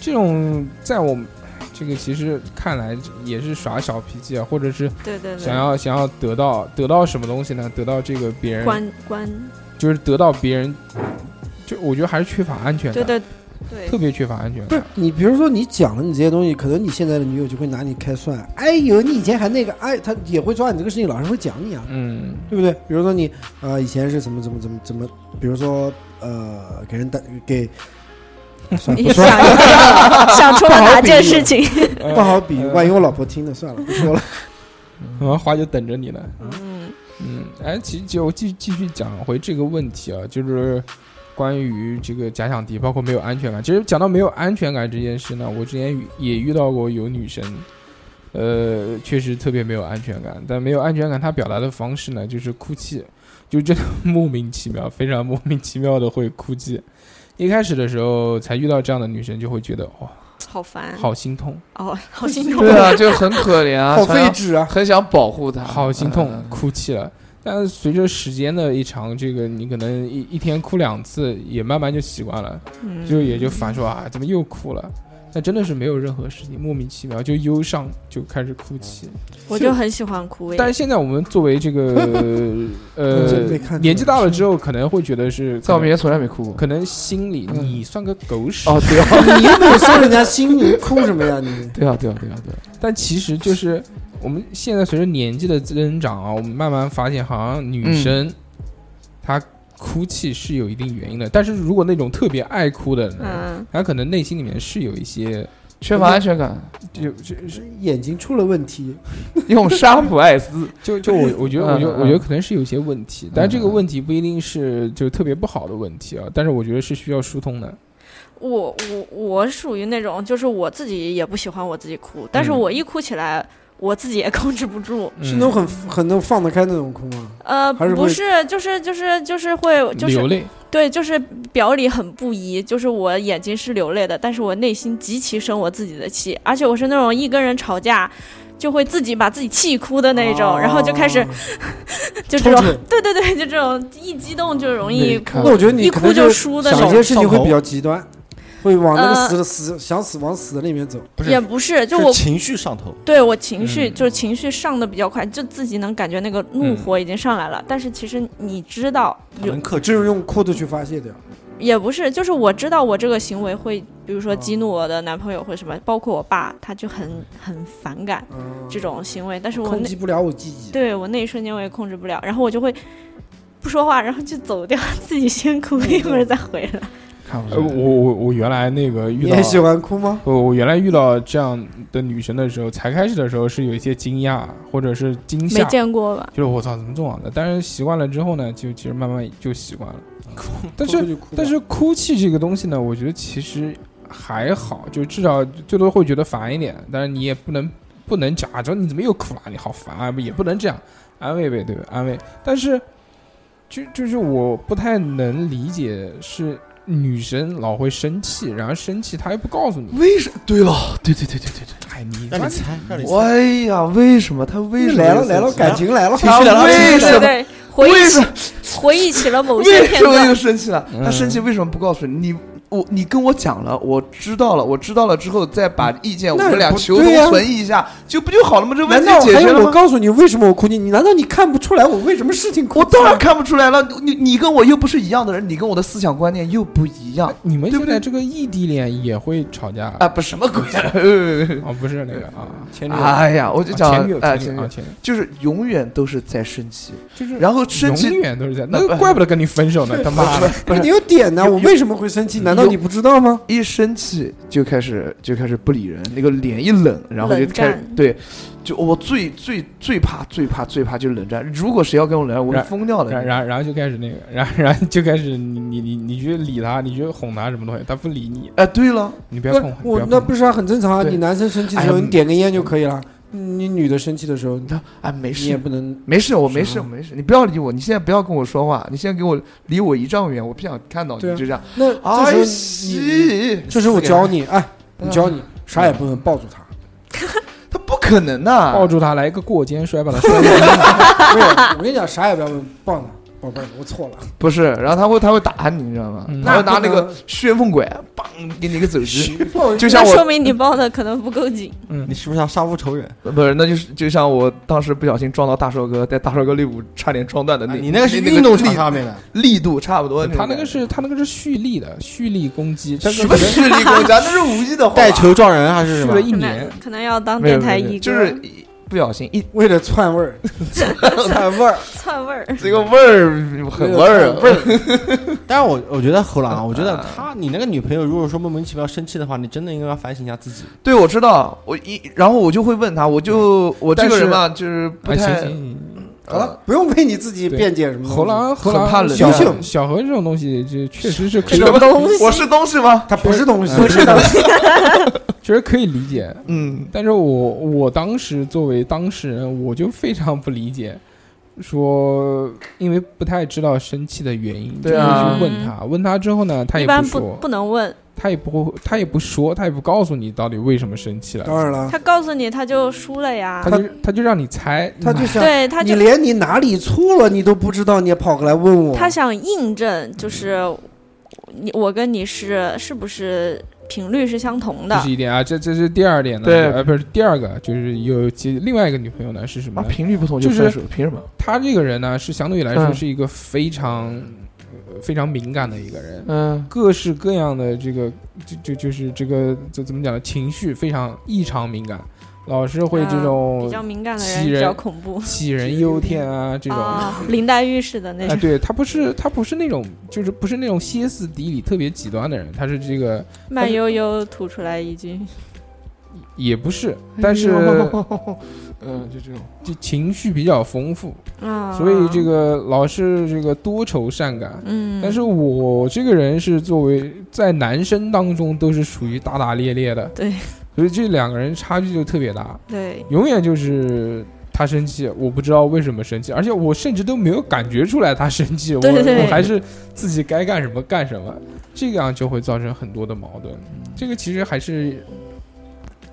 [SPEAKER 2] 这种在我们这个其实看来也是耍小脾气啊，或者是
[SPEAKER 7] 对对对
[SPEAKER 2] 想要想要得到得到什么东西呢？得到这个别人
[SPEAKER 7] 关关，
[SPEAKER 2] 就是得到别人，就我觉得还是缺乏安全感。
[SPEAKER 7] 对对，对
[SPEAKER 2] 特别缺乏安全
[SPEAKER 3] 不
[SPEAKER 2] 感。
[SPEAKER 3] 是你，比如说你讲了你这些东西，可能你现在的女友就会拿你开涮。哎呦，你以前还那个，哎，她也会抓你这个事情，老是会讲你啊， (laughs)
[SPEAKER 2] 嗯，
[SPEAKER 3] 对不对？比如说你，呃，以前是怎么怎么怎么怎么，比如说呃，给人打
[SPEAKER 7] (laughs)
[SPEAKER 3] 给，算了，不说了，
[SPEAKER 7] 想想出了哪件事情
[SPEAKER 2] 呃
[SPEAKER 3] 不好比喻，万一我老婆听了，算了，
[SPEAKER 2] (laughs)
[SPEAKER 3] 不说了。
[SPEAKER 2] 然后花就等着你呢。
[SPEAKER 7] 嗯
[SPEAKER 2] 嗯，哎，其实就我继继续讲回这个问题啊，就是关于这个假想敌，包括没有安全感。其实讲到没有安全感这件事呢，我之前也遇到过有女生，呃，确实特别没有安全感。但没有安全感，她表达的方式呢，就是哭泣，就真的莫名其妙，非常莫名其妙的会哭泣。一开始的时候才遇到这样的女生，就会觉得哇，
[SPEAKER 7] 好烦，
[SPEAKER 2] 好心痛
[SPEAKER 7] 哦，好心痛，
[SPEAKER 5] 对啊，就很可怜啊，
[SPEAKER 2] 好
[SPEAKER 5] 想要
[SPEAKER 2] 废纸啊
[SPEAKER 5] 很想保护他，
[SPEAKER 2] 好心痛啊
[SPEAKER 5] 嗯，
[SPEAKER 2] 哭泣了。但随着时间的一长，这个你可能一一天哭两次，也慢慢就习惯了，
[SPEAKER 8] 嗯
[SPEAKER 2] 就也就烦说啊，怎么又哭了？但真的是没有任何事情，莫名其妙就忧伤，就开始哭泣。
[SPEAKER 5] 嗯
[SPEAKER 7] 我就很喜欢哭。
[SPEAKER 2] 但是现在我们作为这个
[SPEAKER 5] (laughs) 真没看出
[SPEAKER 2] 呃
[SPEAKER 5] 来
[SPEAKER 2] 年纪大了之后，可能会觉得是
[SPEAKER 5] 嗯在我面前嗯
[SPEAKER 2] 从来没哭过，可能心里你算个狗屎
[SPEAKER 5] 哦对
[SPEAKER 3] 啊你又不说人家心里哭什么呀你
[SPEAKER 2] (laughs) 对啊对啊对啊对啊！但其实就是我们现在随着年纪的增长啊，我们慢慢发现，好像女生、她哭泣是有一定原因的，但是如果那种特别爱哭的人，
[SPEAKER 7] 嗯
[SPEAKER 2] 她可能内心里面是有一些
[SPEAKER 5] 缺乏安全感，
[SPEAKER 2] 就就是
[SPEAKER 3] 眼睛出了问题，
[SPEAKER 2] 嗯
[SPEAKER 5] 用沙普爱斯，
[SPEAKER 2] 就就我我觉得，我觉得，
[SPEAKER 5] 嗯
[SPEAKER 2] 我觉得可能是有些问题，但这个问题不一定是就特别不好的问题啊，但是我觉得是需要疏通的。
[SPEAKER 7] 我我我属于那种，就是我自己也不喜欢我自己哭，但是我一哭起来，我自己也 (laughs) 控制不住。
[SPEAKER 2] 嗯
[SPEAKER 3] 是那种很很能放得开那种哭吗？
[SPEAKER 7] 呃，
[SPEAKER 3] 还是
[SPEAKER 7] 不
[SPEAKER 3] 会
[SPEAKER 7] 是，就是就是就是会就是
[SPEAKER 3] 流泪
[SPEAKER 7] 对，就是表里很不一，就是我眼睛是流泪的，但是我内心极其生我自己的气，而且我是那种一跟人吵架。就会自己把自己气哭的那
[SPEAKER 2] 哦
[SPEAKER 3] 哦
[SPEAKER 7] 种，然后就开始，就这种
[SPEAKER 3] 抽搐，
[SPEAKER 7] 对对对，就这种一激动就容易哭，
[SPEAKER 3] 那我觉得你
[SPEAKER 7] 一
[SPEAKER 3] 可
[SPEAKER 7] 哭
[SPEAKER 3] 能
[SPEAKER 7] 就是输的那
[SPEAKER 3] 想一
[SPEAKER 7] 种。
[SPEAKER 3] 些事情会比较极端，会往那个
[SPEAKER 7] 呃
[SPEAKER 3] 死的死想死往死的那边走。
[SPEAKER 7] 也不是就我
[SPEAKER 6] 情绪上头。
[SPEAKER 7] 对我情绪、
[SPEAKER 3] 嗯
[SPEAKER 7] 就是情绪上的比较快，就自己能感觉那个怒火已经上来了。
[SPEAKER 3] 嗯
[SPEAKER 7] 但是其实你知道，有
[SPEAKER 3] 克就是用哭的去发泄掉。
[SPEAKER 7] 也不是，就是我知道我这个行为会，比如
[SPEAKER 3] 哦
[SPEAKER 7] 说激怒我的男朋友或什么，包括我爸，他就很很反感这种行为。但是
[SPEAKER 3] 嗯
[SPEAKER 7] 我
[SPEAKER 3] 控
[SPEAKER 7] 那
[SPEAKER 3] 制不了我自己。
[SPEAKER 7] 对我那一瞬间我也控制不了，然后我就会不说话，然后就走掉，自己先哭一会儿再回来。
[SPEAKER 2] 看我呃我我我原来那个遇
[SPEAKER 3] 你
[SPEAKER 2] 到
[SPEAKER 3] 也喜欢哭吗？
[SPEAKER 2] 我我原来遇到这样的女生的时候，才开始的时候是有一些惊讶或者是惊吓，
[SPEAKER 7] 没见过吧？
[SPEAKER 2] 就是我操怎么这样的？但是习惯了之后呢，就其实慢慢就习惯了。但
[SPEAKER 3] 哭
[SPEAKER 2] 是
[SPEAKER 3] 就哭吧
[SPEAKER 2] 但是哭泣这个东西呢，我觉得其实还好，就至少最多会觉得烦一点，但是你也不能不能假装你怎么又哭了，你好烦啊，也不能这样安慰呗，对吧？安慰，但是就就是我不太能理解是。女生老会生气，然后生气她又不告诉你，
[SPEAKER 5] 为什？对了，对对对对对
[SPEAKER 2] 对，哎，你
[SPEAKER 5] 让你
[SPEAKER 2] 猜，
[SPEAKER 5] 让
[SPEAKER 2] 你
[SPEAKER 5] 哎呀，为什么他为什么
[SPEAKER 2] 来了
[SPEAKER 5] 有
[SPEAKER 2] 来了
[SPEAKER 5] 生气
[SPEAKER 2] 感情来了
[SPEAKER 5] 他
[SPEAKER 2] 情绪来了
[SPEAKER 5] 为
[SPEAKER 2] 情绪来
[SPEAKER 5] 什
[SPEAKER 2] 了
[SPEAKER 5] 么？
[SPEAKER 7] 对，回忆
[SPEAKER 5] 为
[SPEAKER 7] 起
[SPEAKER 5] 什
[SPEAKER 7] 回忆起了某些
[SPEAKER 5] 为
[SPEAKER 7] 片
[SPEAKER 5] 什么又
[SPEAKER 7] 段。
[SPEAKER 5] 生气了？他生气为什么不告诉你？你我你跟我讲了，我知道了，我知道了之后再把意见我
[SPEAKER 3] 那
[SPEAKER 5] 们俩
[SPEAKER 3] 不
[SPEAKER 5] 求
[SPEAKER 3] 对呀
[SPEAKER 5] 同存异一下，就不就好了吗？这问
[SPEAKER 3] 难道
[SPEAKER 5] 题解
[SPEAKER 3] 还
[SPEAKER 5] 决
[SPEAKER 3] 有
[SPEAKER 5] 了
[SPEAKER 3] 我
[SPEAKER 5] 吗？
[SPEAKER 3] 告诉你为什么我哭泣？你难道你看不出来我为什么事情哭泣？
[SPEAKER 5] 我当然看不出来了，你你跟我又不是一样的人，你跟我的思想观念又不一样，
[SPEAKER 2] 你们
[SPEAKER 5] 对不
[SPEAKER 2] 现在
[SPEAKER 5] 对？
[SPEAKER 2] 这个异地恋也会吵架
[SPEAKER 5] 啊，不什么鬼 (laughs) 啊！
[SPEAKER 2] 哦，不是那个啊，前女友。
[SPEAKER 5] 哎呀，我就讲
[SPEAKER 2] 啊前女友，
[SPEAKER 5] 哎，
[SPEAKER 2] 前女友，啊
[SPEAKER 5] 前女友
[SPEAKER 2] 前女友，
[SPEAKER 5] 就是永远都是在生气，
[SPEAKER 2] 就是
[SPEAKER 5] 然后生气
[SPEAKER 2] 永远都是在，
[SPEAKER 5] 那
[SPEAKER 2] 那
[SPEAKER 5] 不
[SPEAKER 2] 怪不得跟你分手呢，他妈的！
[SPEAKER 5] 不是嗯
[SPEAKER 3] 你有点呢，我为什么会生气？难道你不知道吗？
[SPEAKER 5] 一生气就开始就开始不理人，那个脸一冷，然后就
[SPEAKER 3] 冷
[SPEAKER 5] 开始
[SPEAKER 3] 战
[SPEAKER 5] 对，就我最最最怕最怕最怕就是冷战。如果谁要跟我冷战，我会
[SPEAKER 2] 然
[SPEAKER 5] 疯掉的。
[SPEAKER 2] 然然然后就开始那个，然然后就开始你你你你去理他，你去哄他什么东西，他不理你。
[SPEAKER 5] 哎，对了，
[SPEAKER 2] 你不
[SPEAKER 3] 不
[SPEAKER 2] 要
[SPEAKER 3] 是
[SPEAKER 2] 碰不
[SPEAKER 3] 我
[SPEAKER 2] 要碰
[SPEAKER 3] 那不是啊，很正常啊。
[SPEAKER 5] 对
[SPEAKER 3] 你男生生气的
[SPEAKER 5] 哎
[SPEAKER 3] 时
[SPEAKER 5] 呀
[SPEAKER 3] 候，你点根烟就可以了。嗯你女的生气的时候，
[SPEAKER 5] 啊，没事，
[SPEAKER 3] 你也不能
[SPEAKER 5] 没事，我没
[SPEAKER 3] 是
[SPEAKER 5] 事，
[SPEAKER 3] 吧
[SPEAKER 5] 我没事，你不要理我，你现在不要跟我说话，你现在给我离我一丈远，我不想看到你，
[SPEAKER 3] 对啊
[SPEAKER 5] 就这样。
[SPEAKER 3] 那这
[SPEAKER 5] 哎
[SPEAKER 3] 时候你
[SPEAKER 5] 西
[SPEAKER 3] 你，这时候我教你，哎，我
[SPEAKER 5] 嗯
[SPEAKER 3] 教你，啥也不能抱住
[SPEAKER 5] (laughs)
[SPEAKER 3] 他。
[SPEAKER 5] 不可能的，
[SPEAKER 3] 哦
[SPEAKER 2] (laughs) 抱住他来一个过肩摔，把他摔倒。
[SPEAKER 3] 没有，我跟你讲，啥也不要问，抱他，宝贝儿，我错了。
[SPEAKER 5] 不是，然后他会他会打你，你知道吗？
[SPEAKER 3] 嗯
[SPEAKER 5] 他会拿那个旋风拐，梆给你一个走直，就像
[SPEAKER 7] 那
[SPEAKER 5] 我
[SPEAKER 7] 说明你抱的可能不够紧。
[SPEAKER 5] 嗯，
[SPEAKER 6] 你是不是想杀父仇人？
[SPEAKER 5] 不是，那就是就像我当时不小心撞到大寿哥，在大寿哥肋骨差点撞断的那、
[SPEAKER 6] 你那个是
[SPEAKER 5] 那
[SPEAKER 6] 运动场
[SPEAKER 5] 力
[SPEAKER 6] 上面的
[SPEAKER 5] 力度差不多。
[SPEAKER 2] 他那
[SPEAKER 5] 个
[SPEAKER 2] 个是他那个是蓄力的，蓄力攻击，
[SPEAKER 5] 什么蓄力攻击啊？那是无意的话吧，
[SPEAKER 6] 撞人还是
[SPEAKER 2] 蓄
[SPEAKER 6] 什么
[SPEAKER 2] 了一
[SPEAKER 7] 可
[SPEAKER 2] 年
[SPEAKER 7] 能，可能要当
[SPEAKER 5] 没有
[SPEAKER 7] 电台
[SPEAKER 5] 没有没
[SPEAKER 7] 一
[SPEAKER 5] 有
[SPEAKER 7] 哥，
[SPEAKER 5] 就是一不小心一
[SPEAKER 3] 为了窜味儿，
[SPEAKER 6] 看味儿，
[SPEAKER 7] 窜味儿。
[SPEAKER 5] 这个味儿很味儿啊，
[SPEAKER 6] 味儿。但是我我觉得侯朗，我觉得他你那个女朋友，如果说莫名其妙生气的话，你真的应该要反省一下自己。
[SPEAKER 5] 对，我知道，我一然后我就会问他，我就我这个人嘛，就是
[SPEAKER 2] 嗯
[SPEAKER 5] 不
[SPEAKER 2] 哎行
[SPEAKER 5] 太
[SPEAKER 2] 行行
[SPEAKER 5] 呃
[SPEAKER 3] 好了，不用为你自己辩解什么东西。
[SPEAKER 2] 猴
[SPEAKER 5] 啊
[SPEAKER 2] 狼，猴狼，
[SPEAKER 5] 很怕冷
[SPEAKER 2] 小
[SPEAKER 5] 战
[SPEAKER 2] 小何这种东西，就确实是可以
[SPEAKER 5] 什么东西？我是东西吗？
[SPEAKER 3] 他不是东西，
[SPEAKER 2] 不是东西，确实可以理解。
[SPEAKER 5] 嗯，
[SPEAKER 2] 但是我我当时作为当事人，我就非常不理解，说因为不太知道生气的原因，
[SPEAKER 5] 对啊
[SPEAKER 2] 就是去问他，问他之后呢，他
[SPEAKER 7] 一
[SPEAKER 2] 也
[SPEAKER 7] 般不
[SPEAKER 2] 说，
[SPEAKER 7] 不能问，
[SPEAKER 2] 他也不会，他也不说，他也不告诉你到底为什么生气
[SPEAKER 3] (laughs)
[SPEAKER 7] 啊
[SPEAKER 3] 当
[SPEAKER 2] 了，
[SPEAKER 3] 然了
[SPEAKER 7] 他，告诉你他就输了呀
[SPEAKER 2] 他。就他就让你猜，嗯
[SPEAKER 3] 他就想，
[SPEAKER 7] 对他就
[SPEAKER 3] 你连你哪里错了你都不知道，你也跑过来问我，
[SPEAKER 7] 他想印证，就是你我跟你是是不是频率是相同
[SPEAKER 2] 这
[SPEAKER 7] 的
[SPEAKER 2] 是？一点啊，这这是第二点呢，
[SPEAKER 5] 对
[SPEAKER 2] 呃，不是第二个，就是有其另外一个女朋友呢是什么
[SPEAKER 5] 啊，
[SPEAKER 2] 呢？
[SPEAKER 5] 频率不同就
[SPEAKER 2] 就是
[SPEAKER 5] 分手，凭什么？
[SPEAKER 2] 他这个人呢，是相对来说
[SPEAKER 5] 嗯
[SPEAKER 2] 是一个非常、呃非常敏感的一个人，
[SPEAKER 5] 嗯，
[SPEAKER 2] 各式各样的这个就就就是这个就怎么讲呢？情绪非常异常敏感，老是会这
[SPEAKER 7] 嗯啊比
[SPEAKER 2] 种
[SPEAKER 7] 较敏感的
[SPEAKER 2] 欺
[SPEAKER 7] 人
[SPEAKER 2] 人
[SPEAKER 7] 比较恐怖
[SPEAKER 2] 杞人忧天啊，这种。
[SPEAKER 7] 啊，林黛玉似的那
[SPEAKER 2] 哎，
[SPEAKER 7] 种。
[SPEAKER 2] 对他不是他不是那种就是不是那种歇斯底里特别极端的人，他是这个
[SPEAKER 7] 慢悠悠吐出来一句，
[SPEAKER 2] 也不是，
[SPEAKER 7] 哎
[SPEAKER 2] 但是
[SPEAKER 5] 嗯，就这种，
[SPEAKER 2] 就情绪比较丰富，
[SPEAKER 7] 啊，
[SPEAKER 2] 所以这个老是这个多愁善感，
[SPEAKER 7] 嗯，
[SPEAKER 2] 但是我这个人是作为在男生当中都是属于大大咧咧的，
[SPEAKER 7] 对
[SPEAKER 2] 所以这两个人差距就特别大，
[SPEAKER 7] 对，
[SPEAKER 2] 永远就是他生气，我不知道为什么生气，而且我甚至都没有感觉出来他生气，我
[SPEAKER 7] 对对
[SPEAKER 2] 我还是自己该干什么干什么，这样就会造成很多的矛盾。这个其实还是，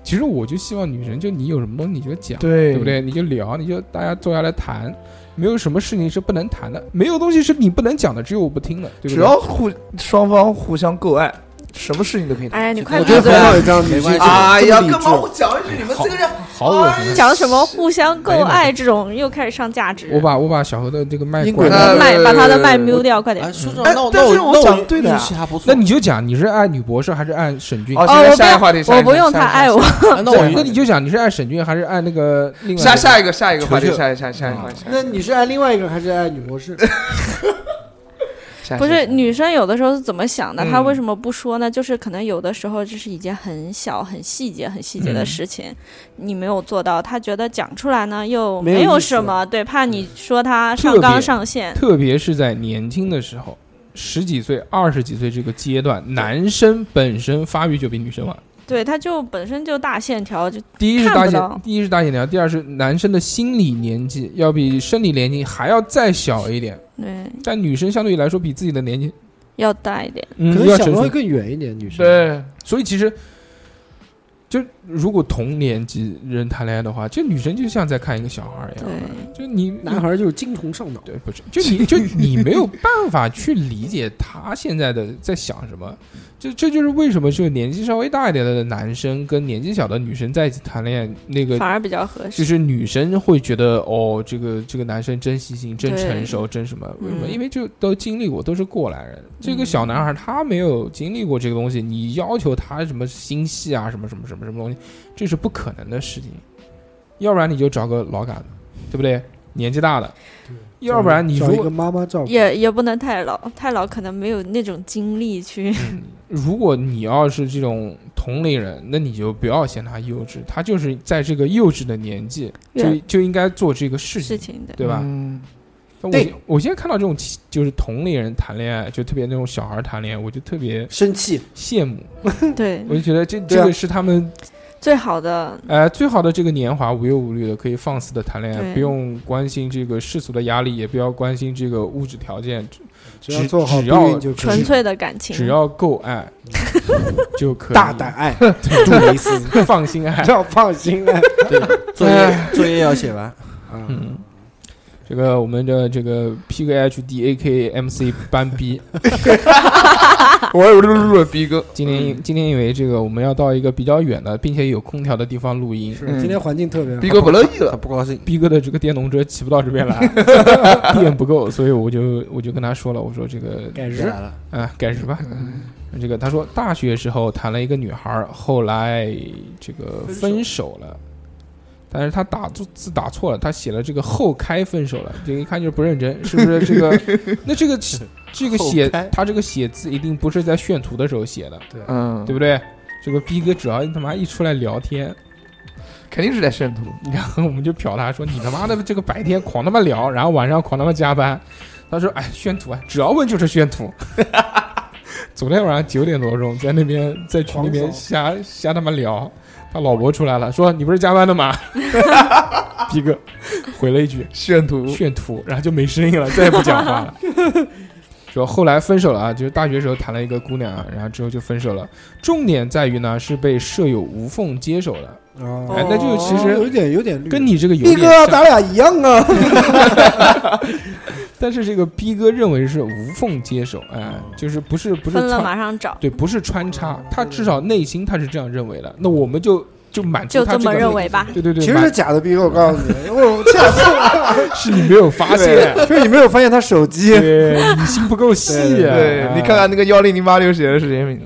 [SPEAKER 2] 其实我就希望女生就你有什么东西你就讲，
[SPEAKER 5] 对
[SPEAKER 2] 对不？对？你就聊，你就大家坐下来谈，没有什么事情是不能谈的，没有东西是你不能讲的，只有我不听的，对不对？
[SPEAKER 5] 只要互双方互相够爱，什么事情都可以。
[SPEAKER 7] 哎呀，你快
[SPEAKER 3] 我
[SPEAKER 7] 闭
[SPEAKER 3] 觉得
[SPEAKER 7] 嘴
[SPEAKER 3] 很！好有这样的女性，
[SPEAKER 7] 啊
[SPEAKER 5] 哎呀，
[SPEAKER 3] 这么理
[SPEAKER 5] 干嘛
[SPEAKER 3] 智
[SPEAKER 5] 我讲一句你们这个人
[SPEAKER 2] 好恶心啊！
[SPEAKER 7] 讲什么互相够
[SPEAKER 2] 哎呀妈
[SPEAKER 7] 爱这种，又开始上价值。
[SPEAKER 2] 我把我把小何的这个麦
[SPEAKER 3] 英
[SPEAKER 2] 关
[SPEAKER 3] 国
[SPEAKER 2] 了，
[SPEAKER 5] 人
[SPEAKER 7] 麦把他的麦
[SPEAKER 5] 呃
[SPEAKER 7] mute 掉，快点
[SPEAKER 6] 哎，！说实
[SPEAKER 5] 哎
[SPEAKER 6] 话，那我
[SPEAKER 5] 但
[SPEAKER 6] 那
[SPEAKER 5] 是
[SPEAKER 6] 我
[SPEAKER 5] 我
[SPEAKER 6] 那
[SPEAKER 5] 讲对的
[SPEAKER 6] 运
[SPEAKER 5] 呀
[SPEAKER 6] 气还不错。
[SPEAKER 2] 那你就讲你是爱女博士还是爱沈俊？
[SPEAKER 5] 好
[SPEAKER 7] 哦，
[SPEAKER 5] 行
[SPEAKER 7] 我不
[SPEAKER 5] 下一个话题下
[SPEAKER 7] 要，
[SPEAKER 5] 一
[SPEAKER 7] 我
[SPEAKER 5] 个
[SPEAKER 7] 不用
[SPEAKER 5] 下
[SPEAKER 7] 他
[SPEAKER 5] 一个
[SPEAKER 7] 爱我。
[SPEAKER 6] 哎那我
[SPEAKER 2] 那你就讲你是爱沈俊还是爱那个另外
[SPEAKER 5] 下下
[SPEAKER 2] 一
[SPEAKER 5] 一个下一个话题，
[SPEAKER 6] 球球
[SPEAKER 5] 下一个下一个下一个话题，
[SPEAKER 3] 那你是爱另外一个还是爱女博士？
[SPEAKER 2] 嗯
[SPEAKER 5] 下一
[SPEAKER 7] 不
[SPEAKER 5] 个下
[SPEAKER 7] 是
[SPEAKER 5] 一个
[SPEAKER 7] 女生有的时候是怎么想的？她
[SPEAKER 5] 嗯
[SPEAKER 7] 为什么不说呢？就是可能有的时候这是一件很小、很细节、很细节的事情，你没有做到，她觉得讲出来呢又
[SPEAKER 3] 没有
[SPEAKER 7] 没有
[SPEAKER 3] 意思
[SPEAKER 7] 什么，对，怕你说她
[SPEAKER 2] 特
[SPEAKER 7] 上纲
[SPEAKER 2] 别
[SPEAKER 7] 上线
[SPEAKER 2] 个，。特别是在年轻的时候，十几岁、二十几岁这个阶段，男生本身发育就比女生晚。
[SPEAKER 7] 对，她就本身就大线条，就
[SPEAKER 2] 第一是
[SPEAKER 7] 看
[SPEAKER 2] 大
[SPEAKER 7] 不
[SPEAKER 2] 线
[SPEAKER 7] 到，
[SPEAKER 2] 第一是大线条，第二是男生的心理年纪要比生理年纪还要再小一点，
[SPEAKER 7] 对，
[SPEAKER 2] 但女生相对来说比自己的年纪
[SPEAKER 7] 要大一点。
[SPEAKER 2] 嗯
[SPEAKER 3] 可
[SPEAKER 2] 要
[SPEAKER 3] 能想
[SPEAKER 2] 成
[SPEAKER 3] 的
[SPEAKER 2] 熟
[SPEAKER 3] 会更远一点，女生。
[SPEAKER 5] 对
[SPEAKER 2] 所以其实，就如果同年级人谈恋爱的话，这女生就像在看一个小孩儿一样的，就你你
[SPEAKER 3] 男孩就是精虫上脑，
[SPEAKER 2] 对不是就你就你没有办法去理解他现在的在想什么，这这就是为什么就年纪稍微大一点的男生跟年纪小的女生在一起谈恋爱，那个
[SPEAKER 7] 反而比较合适。
[SPEAKER 2] 就是女生会觉得哦，这个这个男生真细心、真
[SPEAKER 7] 对
[SPEAKER 2] 成熟、真什么？为什么？
[SPEAKER 7] 嗯
[SPEAKER 2] 因为就都经历过，都是过来人。这个小男孩他没有经历过这个东西，你要求他什么心细啊，什么什么什么什么东西，这是不可能的事情。要不然你就找个老杆子，对不对？年纪大的，要不然你
[SPEAKER 3] 找
[SPEAKER 2] 如
[SPEAKER 3] 一个
[SPEAKER 2] 果
[SPEAKER 3] 妈妈照顾，
[SPEAKER 7] 也也不能太老，太老可能没有那种精力去。
[SPEAKER 2] 如果你要是这种同龄人，那你就不要嫌他幼稚，他就是在这个幼稚的年纪，就
[SPEAKER 7] 对
[SPEAKER 2] 就应该做这个事
[SPEAKER 7] 事
[SPEAKER 2] 情，
[SPEAKER 7] 情的，
[SPEAKER 2] 对吧？
[SPEAKER 5] 嗯
[SPEAKER 2] 但我
[SPEAKER 3] 对
[SPEAKER 2] 现我现在看到这种其就是同龄人谈恋爱，就特别那种小孩谈恋爱，我就特别
[SPEAKER 3] 生气，
[SPEAKER 2] 羡慕，
[SPEAKER 7] 对，
[SPEAKER 2] 我就觉得这
[SPEAKER 3] 对啊
[SPEAKER 2] 这个是他们
[SPEAKER 7] 最好的，
[SPEAKER 2] 呃最好的这个年华，无忧无虑的，可以放肆的谈恋爱，
[SPEAKER 7] 对
[SPEAKER 2] 不用关心这个世俗的压力，也不要关心这个物质条件，只
[SPEAKER 3] 只要做好
[SPEAKER 2] 只
[SPEAKER 3] 避
[SPEAKER 2] 要
[SPEAKER 3] 孕就可
[SPEAKER 7] 纯
[SPEAKER 3] 以。
[SPEAKER 7] 粹的感情。
[SPEAKER 2] 只要够爱
[SPEAKER 3] (laughs)
[SPEAKER 2] 就可以
[SPEAKER 3] 大胆爱，杜蕾斯，
[SPEAKER 2] 放心爱嗯
[SPEAKER 3] 只。要放心爱。
[SPEAKER 6] 对作业作业要写完。
[SPEAKER 2] 嗯，这个我们的这个 P K H D A K M C 班 B，
[SPEAKER 5] 我有录录逼哥。
[SPEAKER 2] 今天
[SPEAKER 3] 嗯
[SPEAKER 2] 因今天因为这个我们要到一个比较远的，并且有空调的地方录音。
[SPEAKER 3] 今天环境特别好。
[SPEAKER 5] 逼哥不乐意了，
[SPEAKER 6] 不高兴。
[SPEAKER 2] 逼哥的这个电动车骑不到这边
[SPEAKER 3] (laughs)
[SPEAKER 2] 来，电不够，所以我就我就跟他说了，我说这个
[SPEAKER 3] 改嗯日
[SPEAKER 2] 啊，改日吧。这个他说大学时候谈了一个女孩，后来这个分手了。但是他打字字打错了，他写了这个后开分手了，这一看就是不认
[SPEAKER 3] (laughs)
[SPEAKER 2] 真，是不是？这个，那这个这个写他这个写字一定不是在炫图的时候写的，
[SPEAKER 3] 对，
[SPEAKER 5] 嗯，
[SPEAKER 2] 对不对？这个逼哥只要他妈一出来聊天，
[SPEAKER 5] 肯定是在炫图，
[SPEAKER 2] 然后我们就瞟他说你他妈的这个白天狂他妈聊，然后晚上狂他妈加班，他说哎炫图啊，只要问就是炫图。 (laughs) 昨天晚上九点多钟在那边在群里面瞎瞎他妈聊。他老婆出来了，说：“你不是加班的吗？” (laughs) 逼哥回了一句：“
[SPEAKER 5] 炫图，
[SPEAKER 2] 炫图。”然后就没声音了，再也不讲话了。说后来分手了啊，就是大学时候谈了一个姑娘啊，然后之后就分手了。重点在于呢，是被舍友无缝接手了。
[SPEAKER 3] 哦，
[SPEAKER 2] 哎，那就其实
[SPEAKER 3] 有点有点绿
[SPEAKER 2] 跟你这个有
[SPEAKER 3] 嗯逼
[SPEAKER 2] 点
[SPEAKER 3] 哥，
[SPEAKER 2] 像
[SPEAKER 3] 咱俩一样啊。
[SPEAKER 2] 但是这个逼哥认为是无缝接手，哎，就是不是不是
[SPEAKER 7] 分了
[SPEAKER 2] 穿
[SPEAKER 7] 马上找
[SPEAKER 2] 对，不是穿插，他至少内心他是这样认为的。那我们就就满足
[SPEAKER 7] 就
[SPEAKER 2] 他
[SPEAKER 7] 这么
[SPEAKER 2] 个
[SPEAKER 7] 认为吧
[SPEAKER 2] 对对对，
[SPEAKER 3] 其实
[SPEAKER 2] 满
[SPEAKER 3] 是假的逼哥，我告诉你， (laughs) 我吓死我了。
[SPEAKER 2] 是你没有发现，
[SPEAKER 3] 就是你没有发现他手机，
[SPEAKER 2] 对 (laughs) 你心不够细啊。
[SPEAKER 5] 对你看看那个幺零零八六写的是谁名字？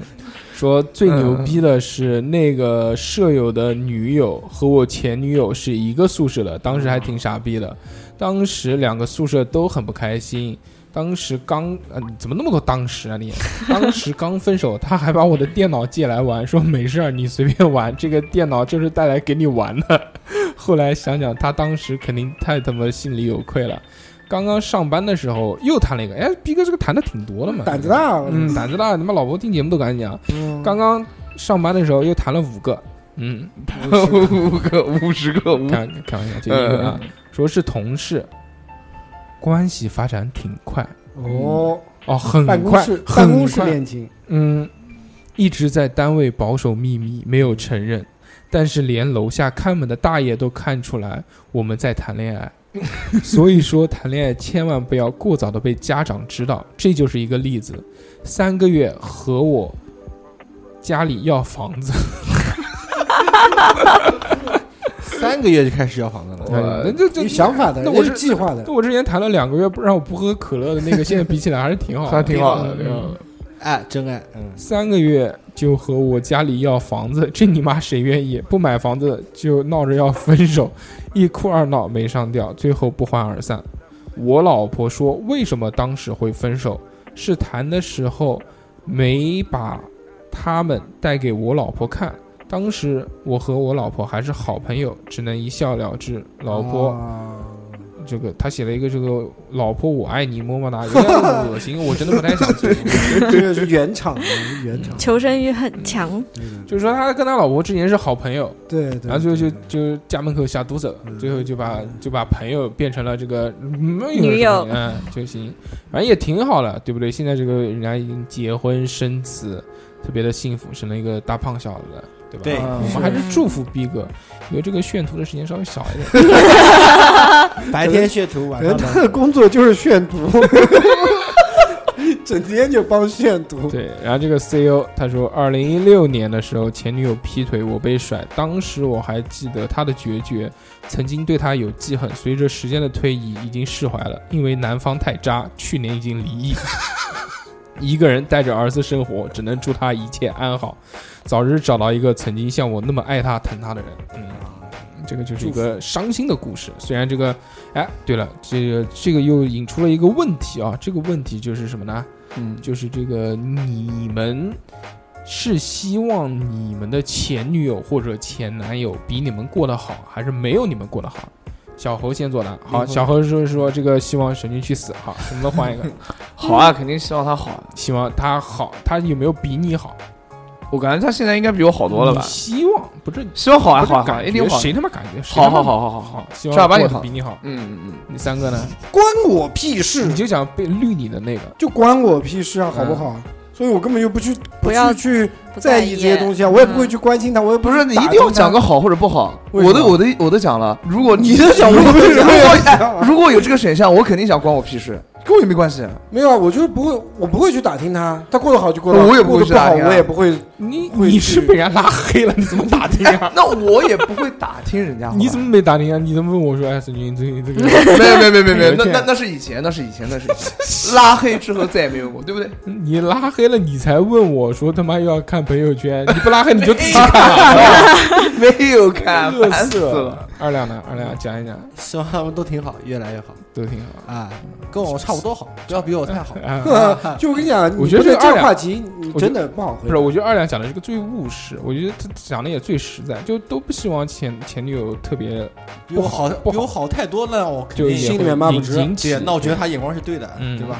[SPEAKER 2] 说最牛逼
[SPEAKER 3] 嗯
[SPEAKER 2] 的是那个舍友的女友和我前女友是一个宿舍的，当时还挺傻逼的。当时两个宿舍都很不开心。当时刚，呃，怎么那么多当时
[SPEAKER 3] (laughs)
[SPEAKER 2] 啊你？当时刚分手，他还把我的电脑借来玩，说没事儿，你随便玩，这个电脑就是带来给你玩的。 (laughs) 后来想想，他当时肯定太他妈心里有愧了。刚刚上班的时候又谈了一个，哎，逼哥这个谈的挺多的嘛，
[SPEAKER 3] 胆子大嗯我
[SPEAKER 2] 嗯，胆子大，他妈老婆听节目都敢讲。刚刚上班的时候又谈了五个，嗯，
[SPEAKER 5] 五个五十个，五
[SPEAKER 2] 开开玩笑，就一个啊，说是同事，关系发展挺快
[SPEAKER 3] 哦
[SPEAKER 2] 哦，很
[SPEAKER 3] 办公
[SPEAKER 2] 快
[SPEAKER 3] 室，
[SPEAKER 2] 很
[SPEAKER 3] 办公室
[SPEAKER 2] 快
[SPEAKER 3] 恋情，
[SPEAKER 2] 嗯，一直在单位保守秘密，没有承认，但是连楼下看门的大爷都看出来我们在谈恋 (laughs) 爱。所以说，谈恋爱千万不要过早的被家长知道，这就是一个例子。三个月和我家里要房子，
[SPEAKER 6] 三个月就开始要房子了，
[SPEAKER 2] 哎那 (laughs) 这这
[SPEAKER 3] 有想法的，
[SPEAKER 2] 那我
[SPEAKER 3] 有
[SPEAKER 2] 是
[SPEAKER 3] 计划的
[SPEAKER 2] 那。我之前谈了两个月不让我不喝可乐的那个，现在比起来还是挺好的，
[SPEAKER 5] (laughs) 还挺好的
[SPEAKER 2] 嗯嗯
[SPEAKER 6] 爱真爱，嗯，
[SPEAKER 2] 三个月就和我家里要房子，这你妈谁愿意？不买房子就闹着要分手，一哭二闹没上吊，最后不欢而散。我老婆说，为什么当时会分手？是谈的时候没把他们带给我老婆看。当时我和我老婆还是好朋友，只能一笑了之。老
[SPEAKER 6] 哦
[SPEAKER 2] 婆，
[SPEAKER 3] 哦
[SPEAKER 2] 这个他写了一个这个“老婆我爱你”，么么哒，有点恶心，我真的不太想做。
[SPEAKER 3] 这个是原厂的，原厂。
[SPEAKER 7] 求生欲很强，
[SPEAKER 2] 嗯就是说他跟他老婆之前是好朋友，
[SPEAKER 3] 对 (laughs) 对，嗯
[SPEAKER 2] 然后最后就就家门口下毒手，最后就把就把朋友变成了这个
[SPEAKER 7] 女
[SPEAKER 2] 女
[SPEAKER 7] 友
[SPEAKER 2] 嗯，就行，反正也挺好了，对不对？现在这个人家已经结婚生子，特别的幸福，生了一个大胖小子，对吧？
[SPEAKER 6] 对
[SPEAKER 2] 我
[SPEAKER 6] 是
[SPEAKER 2] 们还是祝福逼哥，因为这个炫图的时间稍微少一点。
[SPEAKER 6] 白天炫图，晚
[SPEAKER 3] 人
[SPEAKER 6] 上
[SPEAKER 3] 他的工作就是炫图，整天就帮炫图。
[SPEAKER 2] 对，然后这个 CEO 他说，二零一六年的时候，前女友劈腿，我被甩，当时我还记得他的决绝，曾经对他有记恨，随着时间的推移，已经释怀了，因为男方太渣，去年已经离异，一个人带着儿子生活，只能祝他一切安好，早日找到一个曾经像我那么爱他疼他的人。嗯。这个就是一个伤心的故事，虽然这个，哎，对了，这个这个又引出了一个问题啊，这个问题就是什么呢？
[SPEAKER 5] 嗯，
[SPEAKER 2] 就是这个你们是希望你们的前女友或者前男友比你们过得好，还是没有你们过得好？小猴先作答。好，
[SPEAKER 5] 嗯
[SPEAKER 2] 小猴说说这个希望神君去死。好，我们都换一 (laughs) 个，
[SPEAKER 5] 好啊，肯定希望他好啊。
[SPEAKER 2] 希望他好，他有没有比你好？
[SPEAKER 5] 我感觉他现在应该比我好多了吧？
[SPEAKER 2] 你希望不是
[SPEAKER 5] 希望好啊
[SPEAKER 2] 不是
[SPEAKER 5] 好啊好啊
[SPEAKER 2] 感
[SPEAKER 5] 一定
[SPEAKER 2] 觉
[SPEAKER 5] 好啊
[SPEAKER 2] 谁他妈感觉？谁
[SPEAKER 5] 好
[SPEAKER 2] 他妈
[SPEAKER 5] 好好好好好
[SPEAKER 2] 希
[SPEAKER 5] 正儿
[SPEAKER 2] 望
[SPEAKER 5] 八经
[SPEAKER 2] 过得
[SPEAKER 5] 好
[SPEAKER 2] 比你好。
[SPEAKER 5] 嗯嗯嗯，
[SPEAKER 2] 你三个呢？
[SPEAKER 3] 关我屁事！
[SPEAKER 2] 你就想被绿你的那个，
[SPEAKER 3] 就关我屁事啊，好不好？所以我根本就不去
[SPEAKER 7] 不
[SPEAKER 3] 去
[SPEAKER 7] 要
[SPEAKER 3] 去
[SPEAKER 7] 不
[SPEAKER 3] 在
[SPEAKER 7] 在
[SPEAKER 3] 意
[SPEAKER 7] 意
[SPEAKER 3] 这
[SPEAKER 7] 嗯
[SPEAKER 3] 些东西啊，我也不会去关心他，我也
[SPEAKER 5] (laughs) 不
[SPEAKER 3] 会
[SPEAKER 5] 是
[SPEAKER 3] 去
[SPEAKER 5] 你
[SPEAKER 3] 打
[SPEAKER 5] 一定要
[SPEAKER 3] 听他
[SPEAKER 5] 讲个好或者不好，
[SPEAKER 3] 为
[SPEAKER 5] 我
[SPEAKER 3] 什
[SPEAKER 5] 的
[SPEAKER 3] 么
[SPEAKER 5] 我的我都讲了。如果你
[SPEAKER 3] 都讲
[SPEAKER 5] 如果
[SPEAKER 3] 我都
[SPEAKER 5] 如
[SPEAKER 3] 讲
[SPEAKER 5] 果
[SPEAKER 3] 我讲
[SPEAKER 2] 啊
[SPEAKER 5] 哎如果有这个选项，我肯定想关我屁事，跟我也没关系。
[SPEAKER 3] 没有啊，我就是不会，我不会去打听他，他过得好就过得好，
[SPEAKER 5] 我也不
[SPEAKER 3] 过
[SPEAKER 5] 会
[SPEAKER 3] 得
[SPEAKER 5] 去
[SPEAKER 3] 不
[SPEAKER 5] 打
[SPEAKER 3] 好，
[SPEAKER 5] 听啊
[SPEAKER 3] 我也不会。
[SPEAKER 2] 你
[SPEAKER 3] 会
[SPEAKER 2] 你
[SPEAKER 3] 去。
[SPEAKER 2] 是被人家拉黑了，你怎么打听啊？
[SPEAKER 5] 那我也不会打听人家。
[SPEAKER 2] 你怎么没打听啊？你怎么问我说，哎，沈军，这个这个
[SPEAKER 5] (laughs) 没有没有没有没有没有，那那那是以前，那是以前，那是以前。拉黑之后再也没有过，对不 (laughs) 对？
[SPEAKER 2] 你拉黑了，你才问我说他妈又要看朋友圈，你不拉黑你就自己看了，
[SPEAKER 5] 没有看，
[SPEAKER 2] 乐
[SPEAKER 5] 烦死
[SPEAKER 2] 死
[SPEAKER 5] 了。。
[SPEAKER 2] 二两呢？二两讲一讲，
[SPEAKER 6] 希望他们都挺好，越来越好
[SPEAKER 2] 都挺好。
[SPEAKER 6] 啊，跟我差不多好，不要比我太好
[SPEAKER 3] 就我跟你讲，
[SPEAKER 2] 啊我觉得
[SPEAKER 3] 你
[SPEAKER 2] 这
[SPEAKER 3] 不能
[SPEAKER 2] 个二
[SPEAKER 3] 这个
[SPEAKER 2] 两
[SPEAKER 3] 话题你
[SPEAKER 2] 我觉
[SPEAKER 3] 真
[SPEAKER 2] 得
[SPEAKER 3] 的不好
[SPEAKER 2] 不
[SPEAKER 3] 回
[SPEAKER 2] 是，我觉得二两讲的这个最务实，我觉得他讲的也最实在，就都不希望前前女友特别
[SPEAKER 6] 比我好，
[SPEAKER 2] 不
[SPEAKER 6] 比我好太多了，我肯
[SPEAKER 2] 就
[SPEAKER 6] 定
[SPEAKER 2] 也
[SPEAKER 3] 心里
[SPEAKER 2] 会
[SPEAKER 3] 面骂不
[SPEAKER 2] 引
[SPEAKER 3] 直
[SPEAKER 2] 引起
[SPEAKER 6] 对，那我觉得他眼光是对的，
[SPEAKER 2] 嗯
[SPEAKER 6] 对吧？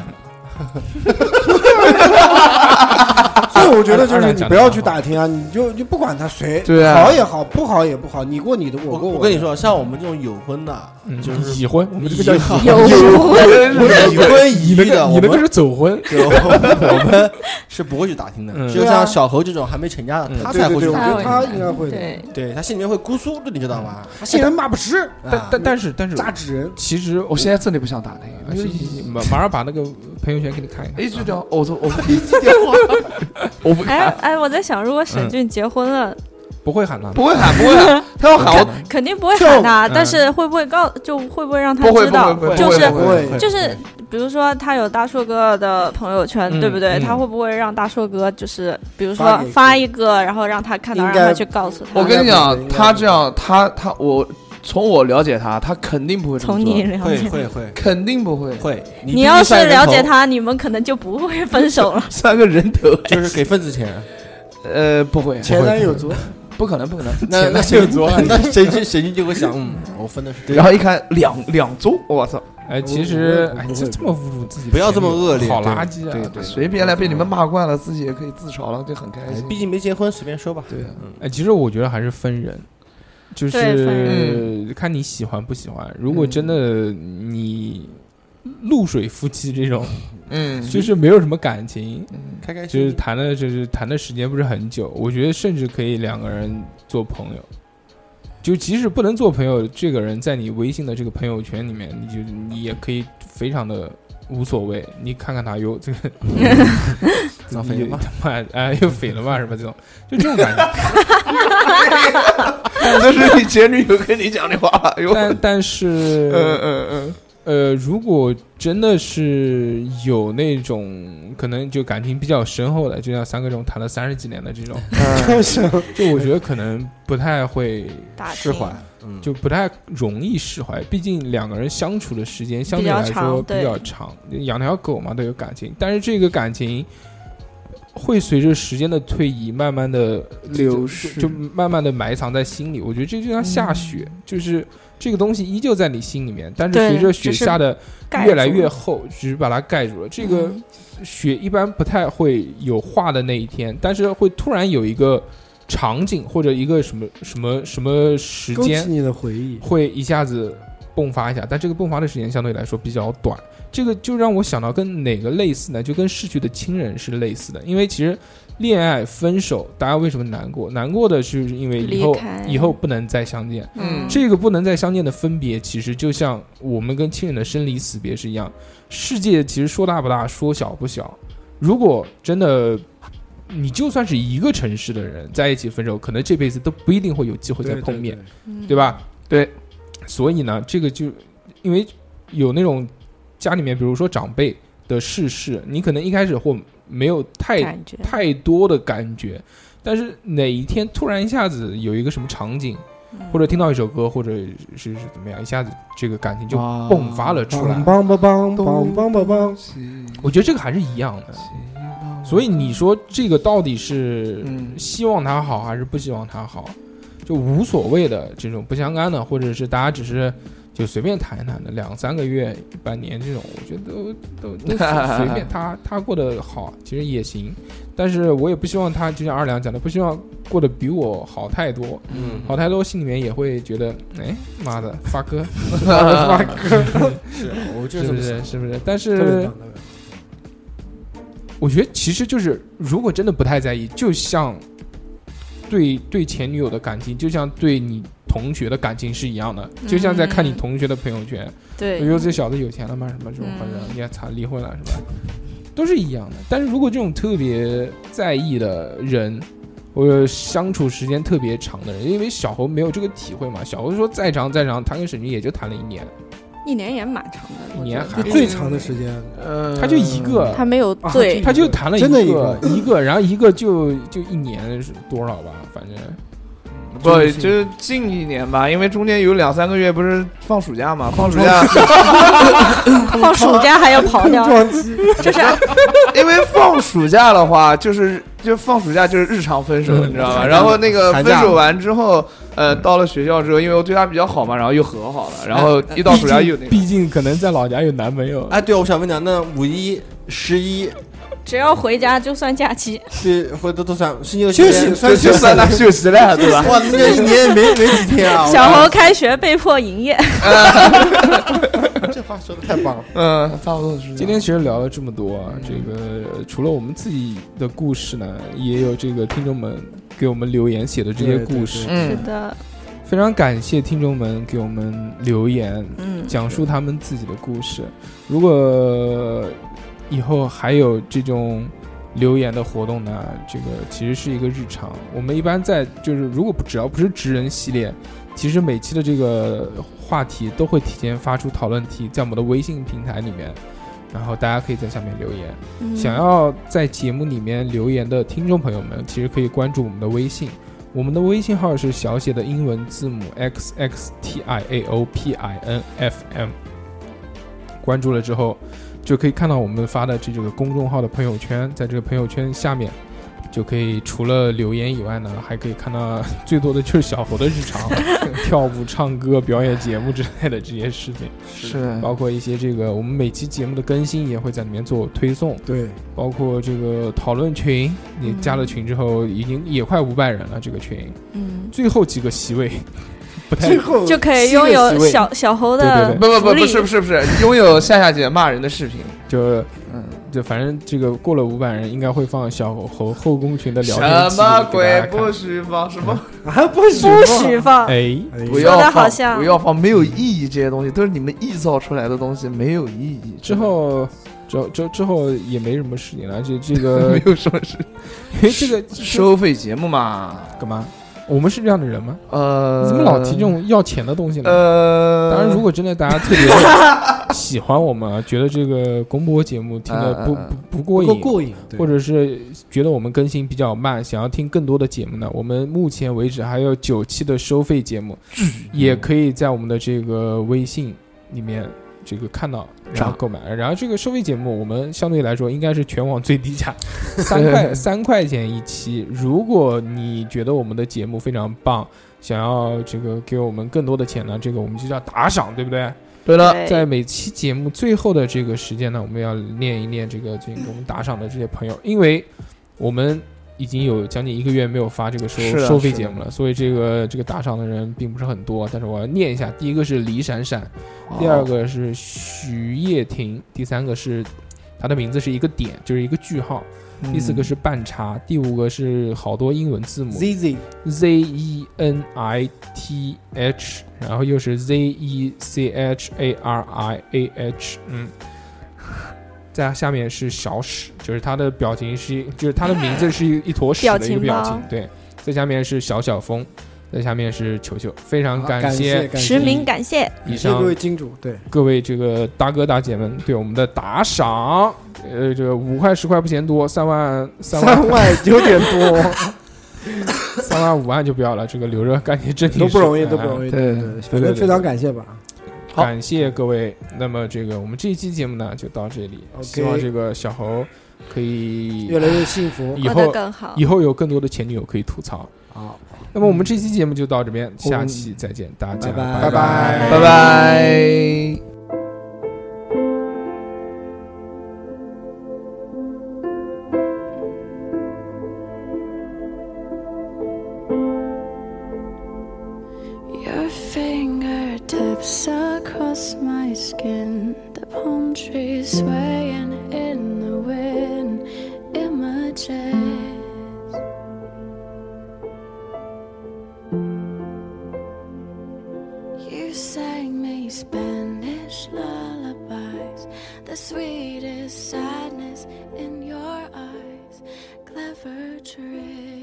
[SPEAKER 3] 所以我觉得就
[SPEAKER 2] 二
[SPEAKER 3] 是
[SPEAKER 2] 两
[SPEAKER 3] 你
[SPEAKER 2] 讲
[SPEAKER 3] 不
[SPEAKER 2] 得
[SPEAKER 3] 要
[SPEAKER 2] 很
[SPEAKER 3] 去
[SPEAKER 2] 好
[SPEAKER 3] 打听啊，你就就不管他谁，
[SPEAKER 5] 对啊
[SPEAKER 3] 好也好，不好也不好，你过你的，我
[SPEAKER 6] 我
[SPEAKER 3] 过
[SPEAKER 6] 我
[SPEAKER 3] 我。
[SPEAKER 6] 跟你，说，像我们这种有婚的，
[SPEAKER 2] 嗯
[SPEAKER 6] 就是
[SPEAKER 2] 已婚，我们这个叫
[SPEAKER 6] 已
[SPEAKER 2] 已
[SPEAKER 6] 婚
[SPEAKER 2] 婚，
[SPEAKER 6] 不是已婚已育
[SPEAKER 2] 你那个
[SPEAKER 6] 的，
[SPEAKER 2] 你那
[SPEAKER 6] 我
[SPEAKER 2] 个
[SPEAKER 6] 们
[SPEAKER 2] 是走婚，
[SPEAKER 6] 对我我们是不会去打听的
[SPEAKER 2] 嗯，
[SPEAKER 6] 只有像小侯这种还没成家的，他
[SPEAKER 3] 对
[SPEAKER 6] 才
[SPEAKER 3] 对
[SPEAKER 6] 会
[SPEAKER 3] 对，
[SPEAKER 6] 去
[SPEAKER 3] 我
[SPEAKER 6] 打
[SPEAKER 3] 觉
[SPEAKER 6] 听
[SPEAKER 3] 得他应该会的。
[SPEAKER 7] 对，
[SPEAKER 6] 对他心里面会姑苏的，你知道吗？
[SPEAKER 3] 他信人骂不实，
[SPEAKER 2] 但但但是但是，
[SPEAKER 3] 扎纸人。
[SPEAKER 2] 其实我
[SPEAKER 5] 我现在真的不想打听，
[SPEAKER 2] 啊行行行马马上把那个朋友圈给你看一看。
[SPEAKER 5] 一句掉，我我我
[SPEAKER 2] 我不
[SPEAKER 7] 哎哎，我在想，如果沈俊结婚了，
[SPEAKER 2] 不会喊了，
[SPEAKER 5] 不会喊，不会
[SPEAKER 2] (laughs)
[SPEAKER 5] 喊，他要喊我
[SPEAKER 7] 肯定不会喊他，
[SPEAKER 2] 就嗯
[SPEAKER 7] 但是会不会告，就会不会让他
[SPEAKER 5] 不会
[SPEAKER 7] 知道
[SPEAKER 5] 不会不会，
[SPEAKER 7] 就
[SPEAKER 5] 不会
[SPEAKER 7] 是
[SPEAKER 5] 不会
[SPEAKER 6] 会
[SPEAKER 7] (laughs) 就是，比如说他有大硕哥的朋友圈，
[SPEAKER 2] 嗯
[SPEAKER 7] 对不对？
[SPEAKER 2] 嗯
[SPEAKER 7] 他会不会让大硕哥就是，比如
[SPEAKER 3] 发
[SPEAKER 7] 说
[SPEAKER 3] 给
[SPEAKER 7] 发一个，然后让他看到，
[SPEAKER 3] 应
[SPEAKER 7] 让
[SPEAKER 3] 该
[SPEAKER 7] 他去告诉他？
[SPEAKER 5] 我跟你讲，
[SPEAKER 3] 应该不会
[SPEAKER 5] 他这样，他他我从我了解他，他肯定不会这么
[SPEAKER 7] 从你
[SPEAKER 5] 做，
[SPEAKER 7] 了
[SPEAKER 6] 会
[SPEAKER 7] 解，
[SPEAKER 6] 会会
[SPEAKER 5] 肯定不会。。
[SPEAKER 6] 会，
[SPEAKER 7] 你要是了解，他，你们可能就不会分手了
[SPEAKER 2] (laughs)
[SPEAKER 5] 三个人头，
[SPEAKER 6] 就是给份子钱，
[SPEAKER 5] 呃，不会，
[SPEAKER 3] 前男友足，
[SPEAKER 5] 不可能，不可能。
[SPEAKER 6] 那那
[SPEAKER 2] 前男友
[SPEAKER 6] 谁
[SPEAKER 2] 足
[SPEAKER 5] (laughs)
[SPEAKER 6] 那谁就谁就会想，嗯，我分的是对
[SPEAKER 5] 然后一看两两周，我操，
[SPEAKER 2] 哎，其
[SPEAKER 3] 我
[SPEAKER 2] 实
[SPEAKER 3] 我
[SPEAKER 2] 哎，
[SPEAKER 3] 不
[SPEAKER 2] 这
[SPEAKER 3] 会
[SPEAKER 2] 这么侮辱自己的前女友，
[SPEAKER 6] 不要这么恶劣
[SPEAKER 2] 好
[SPEAKER 6] 对
[SPEAKER 2] 垃圾啊！
[SPEAKER 6] 对对，
[SPEAKER 5] 随便来被你们骂惯了，自己也可以自嘲了，就很开
[SPEAKER 6] 哎
[SPEAKER 5] 心。
[SPEAKER 6] 毕竟没结婚，随便说吧。
[SPEAKER 5] 对啊，
[SPEAKER 2] 哎，其实我觉得还是分人，就
[SPEAKER 7] 对分
[SPEAKER 2] 是嗯看你喜欢不喜欢。如果真的你露水夫妻这
[SPEAKER 5] (laughs)
[SPEAKER 2] 种，
[SPEAKER 5] 嗯，
[SPEAKER 2] 就是没有什么感情，
[SPEAKER 6] 开开
[SPEAKER 2] 就是
[SPEAKER 6] 心，
[SPEAKER 2] 谈的就是谈的时间不是很久，我觉得甚至可以两个人做朋友。就即使不能做朋友，这个人在你微信的这个朋友圈里面，你就你也可以非常的无所谓。你看看他哟，这个
[SPEAKER 6] 长肥了吗
[SPEAKER 2] 他妈哎 (laughs) 又肥了嘛什么这种，就这种感
[SPEAKER 5] (laughs)
[SPEAKER 2] 觉。
[SPEAKER 5] 这是你前女友跟你讲的 (laughs) 话，哎呦，嗯
[SPEAKER 2] 但但是
[SPEAKER 5] 嗯嗯，
[SPEAKER 2] 呃，如果真的是有那种可能就感情比较深厚的，就像三哥这种谈了三十几年的这种，嗯
[SPEAKER 3] (laughs)
[SPEAKER 2] 就我觉得可能不太会，
[SPEAKER 7] 打听
[SPEAKER 6] 释怀，嗯，
[SPEAKER 2] 就不太容易释怀。毕竟两个人相处的时间相对来
[SPEAKER 7] 比
[SPEAKER 2] 说
[SPEAKER 7] 较长
[SPEAKER 2] 比
[SPEAKER 7] 对
[SPEAKER 2] 较长，养条狗嘛都有感情，但是这个感情会随着时间的推移，慢慢的
[SPEAKER 5] 流逝
[SPEAKER 2] 就慢慢的埋藏在心里。我觉得这就像下雪，就是这个东西依旧在你心里面，但是
[SPEAKER 7] 嗯对
[SPEAKER 2] 随着雪
[SPEAKER 7] 只是
[SPEAKER 2] 下的
[SPEAKER 7] 盖
[SPEAKER 2] 越来
[SPEAKER 7] 住嗯
[SPEAKER 2] 越厚，只是把它盖住了。这个雪一般不太会有化的那一天，但是会突然有一个场景或者一个什么什么什么时
[SPEAKER 3] 勾起
[SPEAKER 2] 间，
[SPEAKER 3] 你的回忆。
[SPEAKER 2] 会一下子迸发一下。但这个迸发的时间相对来说比较短，这个就让我想到跟哪个类似呢？就跟逝去的亲人是类似的，因为其实恋爱、分手，大家为什么难过？难过的是因为以后
[SPEAKER 7] 离开
[SPEAKER 2] 以后不能再相见。
[SPEAKER 5] 嗯
[SPEAKER 2] 这个不能再相见的分别，其实就像我们跟亲人的生离死别是一样。世界其实说大不大，说小不小。如果真的，你就算是一个城市的人在一起分手，可能这辈子都不一定会有机会再碰面，
[SPEAKER 7] 嗯
[SPEAKER 2] 对吧？
[SPEAKER 5] 对。
[SPEAKER 2] 所以呢，这个就因为有那种家里面，比如说长辈的逝世，你可能一开始或没有太
[SPEAKER 7] 感觉
[SPEAKER 2] 太多的感觉，但是哪一天突然一下子有一个什么场景，
[SPEAKER 7] 嗯
[SPEAKER 2] 或者听到一首歌，或者是是怎么样，一下子这个感情就
[SPEAKER 5] 啊
[SPEAKER 2] 迸发了出来
[SPEAKER 3] 梆。梆梆梆梆梆梆梆，
[SPEAKER 2] 我觉得这个还是一样
[SPEAKER 5] 嗯
[SPEAKER 2] 的，所以你说这个到底是
[SPEAKER 5] 嗯
[SPEAKER 2] 希望他好还是不希望他好，就无所谓的这种不相干的，或者是大家只是就随便谈一谈的，两三个月、一半年这种，我觉得都都都随便他他过得好，其实也行。但是我也不希望他，就像二两讲的，不希望过得比我好太多，
[SPEAKER 6] 嗯
[SPEAKER 2] 好太多，心里面也会觉得，哎，妈的，发哥，妈的发哥，
[SPEAKER 6] 是我就是这
[SPEAKER 2] 不
[SPEAKER 6] 么想
[SPEAKER 2] 是？是不是？但
[SPEAKER 3] 特
[SPEAKER 2] 是
[SPEAKER 3] 别棒特别棒
[SPEAKER 2] 我我觉得其实就是，如果真的不太在意，就像对对前女友的感情，就像对你同学的感情是一样的，就像在看你同学的朋友圈，
[SPEAKER 7] 对
[SPEAKER 2] 我觉得这小子有钱了吗？什么这种，反正你也惨离婚了是吧？都是一样的。但是如果这种特别在意的人，或者相处时间特别长的人，因为小侯没有这个体会嘛，小侯说再长再长，谈跟沈军也就谈了一年，
[SPEAKER 7] 一年也蛮长的，
[SPEAKER 2] 一年还
[SPEAKER 3] 就最长的时间，
[SPEAKER 2] 呃，他就一个，
[SPEAKER 6] 嗯
[SPEAKER 7] 他没有醉，
[SPEAKER 2] 啊他就谈了
[SPEAKER 3] 真的
[SPEAKER 2] 一
[SPEAKER 3] 一
[SPEAKER 2] 个
[SPEAKER 3] 个
[SPEAKER 2] 一个，然后一个就就一年是多少吧，反正
[SPEAKER 5] 不 (laughs) 就是近一年吧，因为中间有两三个月不是放暑假嘛，放暑假， (laughs)
[SPEAKER 7] 放暑假还要跑掉，就是
[SPEAKER 5] (laughs) 因为放暑假的话，就是就放暑假就是日常分手，
[SPEAKER 2] 嗯
[SPEAKER 5] 你知道吧？然后那个分手完之后，呃，到了学校之后，因为我对他比较好嘛，然后又和好了，然后一到暑假又那个，
[SPEAKER 2] 哎毕竟可能在老家有男朋友，
[SPEAKER 6] 哎，对，我想问你，那五一、十一
[SPEAKER 7] 只要回家就算假期。
[SPEAKER 6] 是或都都算是有
[SPEAKER 3] 休息算休息
[SPEAKER 5] 他休息了，
[SPEAKER 2] (laughs)
[SPEAKER 5] 对吧？
[SPEAKER 6] 哇，那这一年也没没几天啊！
[SPEAKER 7] 小侯开学被迫营业，
[SPEAKER 6] 这话说的太棒了。
[SPEAKER 5] 嗯，差不多是这样。
[SPEAKER 2] 今天其实聊了这么多
[SPEAKER 5] 嗯
[SPEAKER 2] 啊，这个除了我们自己的故事呢，也有这个听众们给我们留言写的这些故事，
[SPEAKER 5] 嗯
[SPEAKER 7] 是的，
[SPEAKER 2] 非常感谢听众们给我们留言，
[SPEAKER 7] 嗯
[SPEAKER 2] 讲述他们自己的故事。如果以后还有这种留言的活动呢，这个其实是一个日常。我们一般在就是，如果不只要不是职人系列，其实每期的这个话题都会提前发出讨论题，在我们的微信平台里面，然后大家可以在下面留言。
[SPEAKER 7] 嗯
[SPEAKER 2] 想要在节目里面留言的听众朋友们，其实可以关注我们的微信。我们的微信号是小写的英文字母 x x t i a o p i n f m。关注了之后，就可以看到我们发的这这个公众号的朋友圈，在这个朋友圈下面，就可以除了留言以外呢，还可以看到最多的就是小猴的日常，跳舞、唱歌、表演节目之类的这些事情，
[SPEAKER 5] 是
[SPEAKER 2] 包括一些这个我们每期节目的更新也会在里面做推送，
[SPEAKER 3] 对，
[SPEAKER 2] 包括这个讨论群，你加了群之后已经也快五百人了，这个群，
[SPEAKER 7] 嗯，
[SPEAKER 2] 最后几个席位。 (laughs) 不太
[SPEAKER 7] 就可以
[SPEAKER 2] 七个
[SPEAKER 7] 拥
[SPEAKER 2] 席
[SPEAKER 7] 有
[SPEAKER 2] 位
[SPEAKER 7] 小小猴
[SPEAKER 2] 对
[SPEAKER 7] 的
[SPEAKER 2] 对
[SPEAKER 5] 不不不
[SPEAKER 7] 福利
[SPEAKER 5] 不是不是不是，拥有夏夏姐骂人的视频，
[SPEAKER 2] 就
[SPEAKER 5] 嗯，
[SPEAKER 2] 就反正这个过了五百人，应该会放小猴后宫群的聊天
[SPEAKER 5] 什
[SPEAKER 2] 记录
[SPEAKER 5] 么
[SPEAKER 2] 给大
[SPEAKER 5] 鬼
[SPEAKER 2] 家看
[SPEAKER 5] 不许放什么。
[SPEAKER 3] 啊，不许
[SPEAKER 7] 不许放，
[SPEAKER 2] 哎，
[SPEAKER 5] 不
[SPEAKER 7] 说
[SPEAKER 5] 要
[SPEAKER 7] 得好
[SPEAKER 5] 放，
[SPEAKER 7] 像
[SPEAKER 5] 不要放，没有意义。这些东西都是你们臆造出来的东西，没有意义。
[SPEAKER 2] 之后，之后之之后也没什么事情了，这这个
[SPEAKER 5] (laughs) 没，有什么事。
[SPEAKER 2] 因为这个
[SPEAKER 5] 收费节目嘛，
[SPEAKER 2] 干嘛？我们是这样的人吗？
[SPEAKER 5] 呃，
[SPEAKER 2] 你怎么老提这种要钱的东西呢？
[SPEAKER 5] 呃，
[SPEAKER 2] 当然，如果真的大家特别喜欢我们，啊，觉得这个广播节目听的不
[SPEAKER 5] 嗯嗯嗯
[SPEAKER 2] 不不过
[SPEAKER 3] 够
[SPEAKER 2] 瘾，啊
[SPEAKER 3] 过瘾，对
[SPEAKER 2] 或者是觉得我们更新比较慢，想要听更多的节目呢，我们目前为止还有九期的收费节目，也可以在我们的这个微信里面这个看到，然后购买。然后这个收费节目，我们相对来说应该是全网最低价，三块三块钱一期。如果你觉得我们的节目非常棒，想要这个给我们更多的钱呢，这个我们就叫打赏，对不对？
[SPEAKER 5] 对了，
[SPEAKER 7] 对
[SPEAKER 2] 在每期节目最后的这个时间呢，我们要念一念这个最近给我们打赏的这些朋友，因为我们已经有将近一个月没有发这个收
[SPEAKER 5] 是的啊
[SPEAKER 2] 收费
[SPEAKER 5] 是的
[SPEAKER 2] 节目了，所以这个这个打赏的人并不是很多，但是我要念一下，第一个是李闪闪，
[SPEAKER 5] 哦
[SPEAKER 2] 第二个是徐叶婷，第三个是他的名字是一个点，就是一个句号，
[SPEAKER 5] 嗯
[SPEAKER 2] 第四个是半茶，第五个是好多英文字母
[SPEAKER 3] z z
[SPEAKER 2] Z E N I T H，然后又是 Z E C H A R I A H，嗯，在下面是小史，就是他的表情是，就是他的名字是一一坨屎的一个表
[SPEAKER 7] 表
[SPEAKER 2] 情，
[SPEAKER 7] 情包
[SPEAKER 2] 对，在下面是小小风，在下面是球球，非常
[SPEAKER 3] 好
[SPEAKER 2] 感
[SPEAKER 3] 啊感谢感谢
[SPEAKER 7] 实名感谢，
[SPEAKER 2] 以
[SPEAKER 3] 谢谢
[SPEAKER 2] 上
[SPEAKER 3] 各位金主，对，
[SPEAKER 2] 各位这个大哥大姐们对我们的打赏，呃，这个五块十块不嫌多，三万三万
[SPEAKER 3] 三万有点多，
[SPEAKER 2] (laughs) 三万五万就不要了，这个留着干些正经
[SPEAKER 3] 都不
[SPEAKER 2] (laughs)
[SPEAKER 3] 容易，
[SPEAKER 2] 事
[SPEAKER 3] 都不容易，
[SPEAKER 5] 对
[SPEAKER 3] 对，
[SPEAKER 2] 对
[SPEAKER 3] 反
[SPEAKER 2] 对
[SPEAKER 3] 正
[SPEAKER 2] 对
[SPEAKER 3] 非常感谢吧。
[SPEAKER 5] 好
[SPEAKER 2] 哎感谢各位。那么这个我们这一期节目呢就到这里，
[SPEAKER 3] OK
[SPEAKER 2] 希望这个小猴可以
[SPEAKER 3] 越来越幸福
[SPEAKER 2] 以
[SPEAKER 7] 过得
[SPEAKER 2] 后
[SPEAKER 7] 更好
[SPEAKER 2] 以。后有更多的前女友可以吐槽。
[SPEAKER 3] 好，
[SPEAKER 2] 那么我们这期节目就到这边，下期再见，大家
[SPEAKER 3] 拜
[SPEAKER 2] 拜
[SPEAKER 3] 拜
[SPEAKER 2] 拜
[SPEAKER 5] 拜拜。
[SPEAKER 9] Your fingertips across my skin, the palm trees swaying in the wind, Spanish lullabies, the sweetest sadness in your eyes. Clever trick.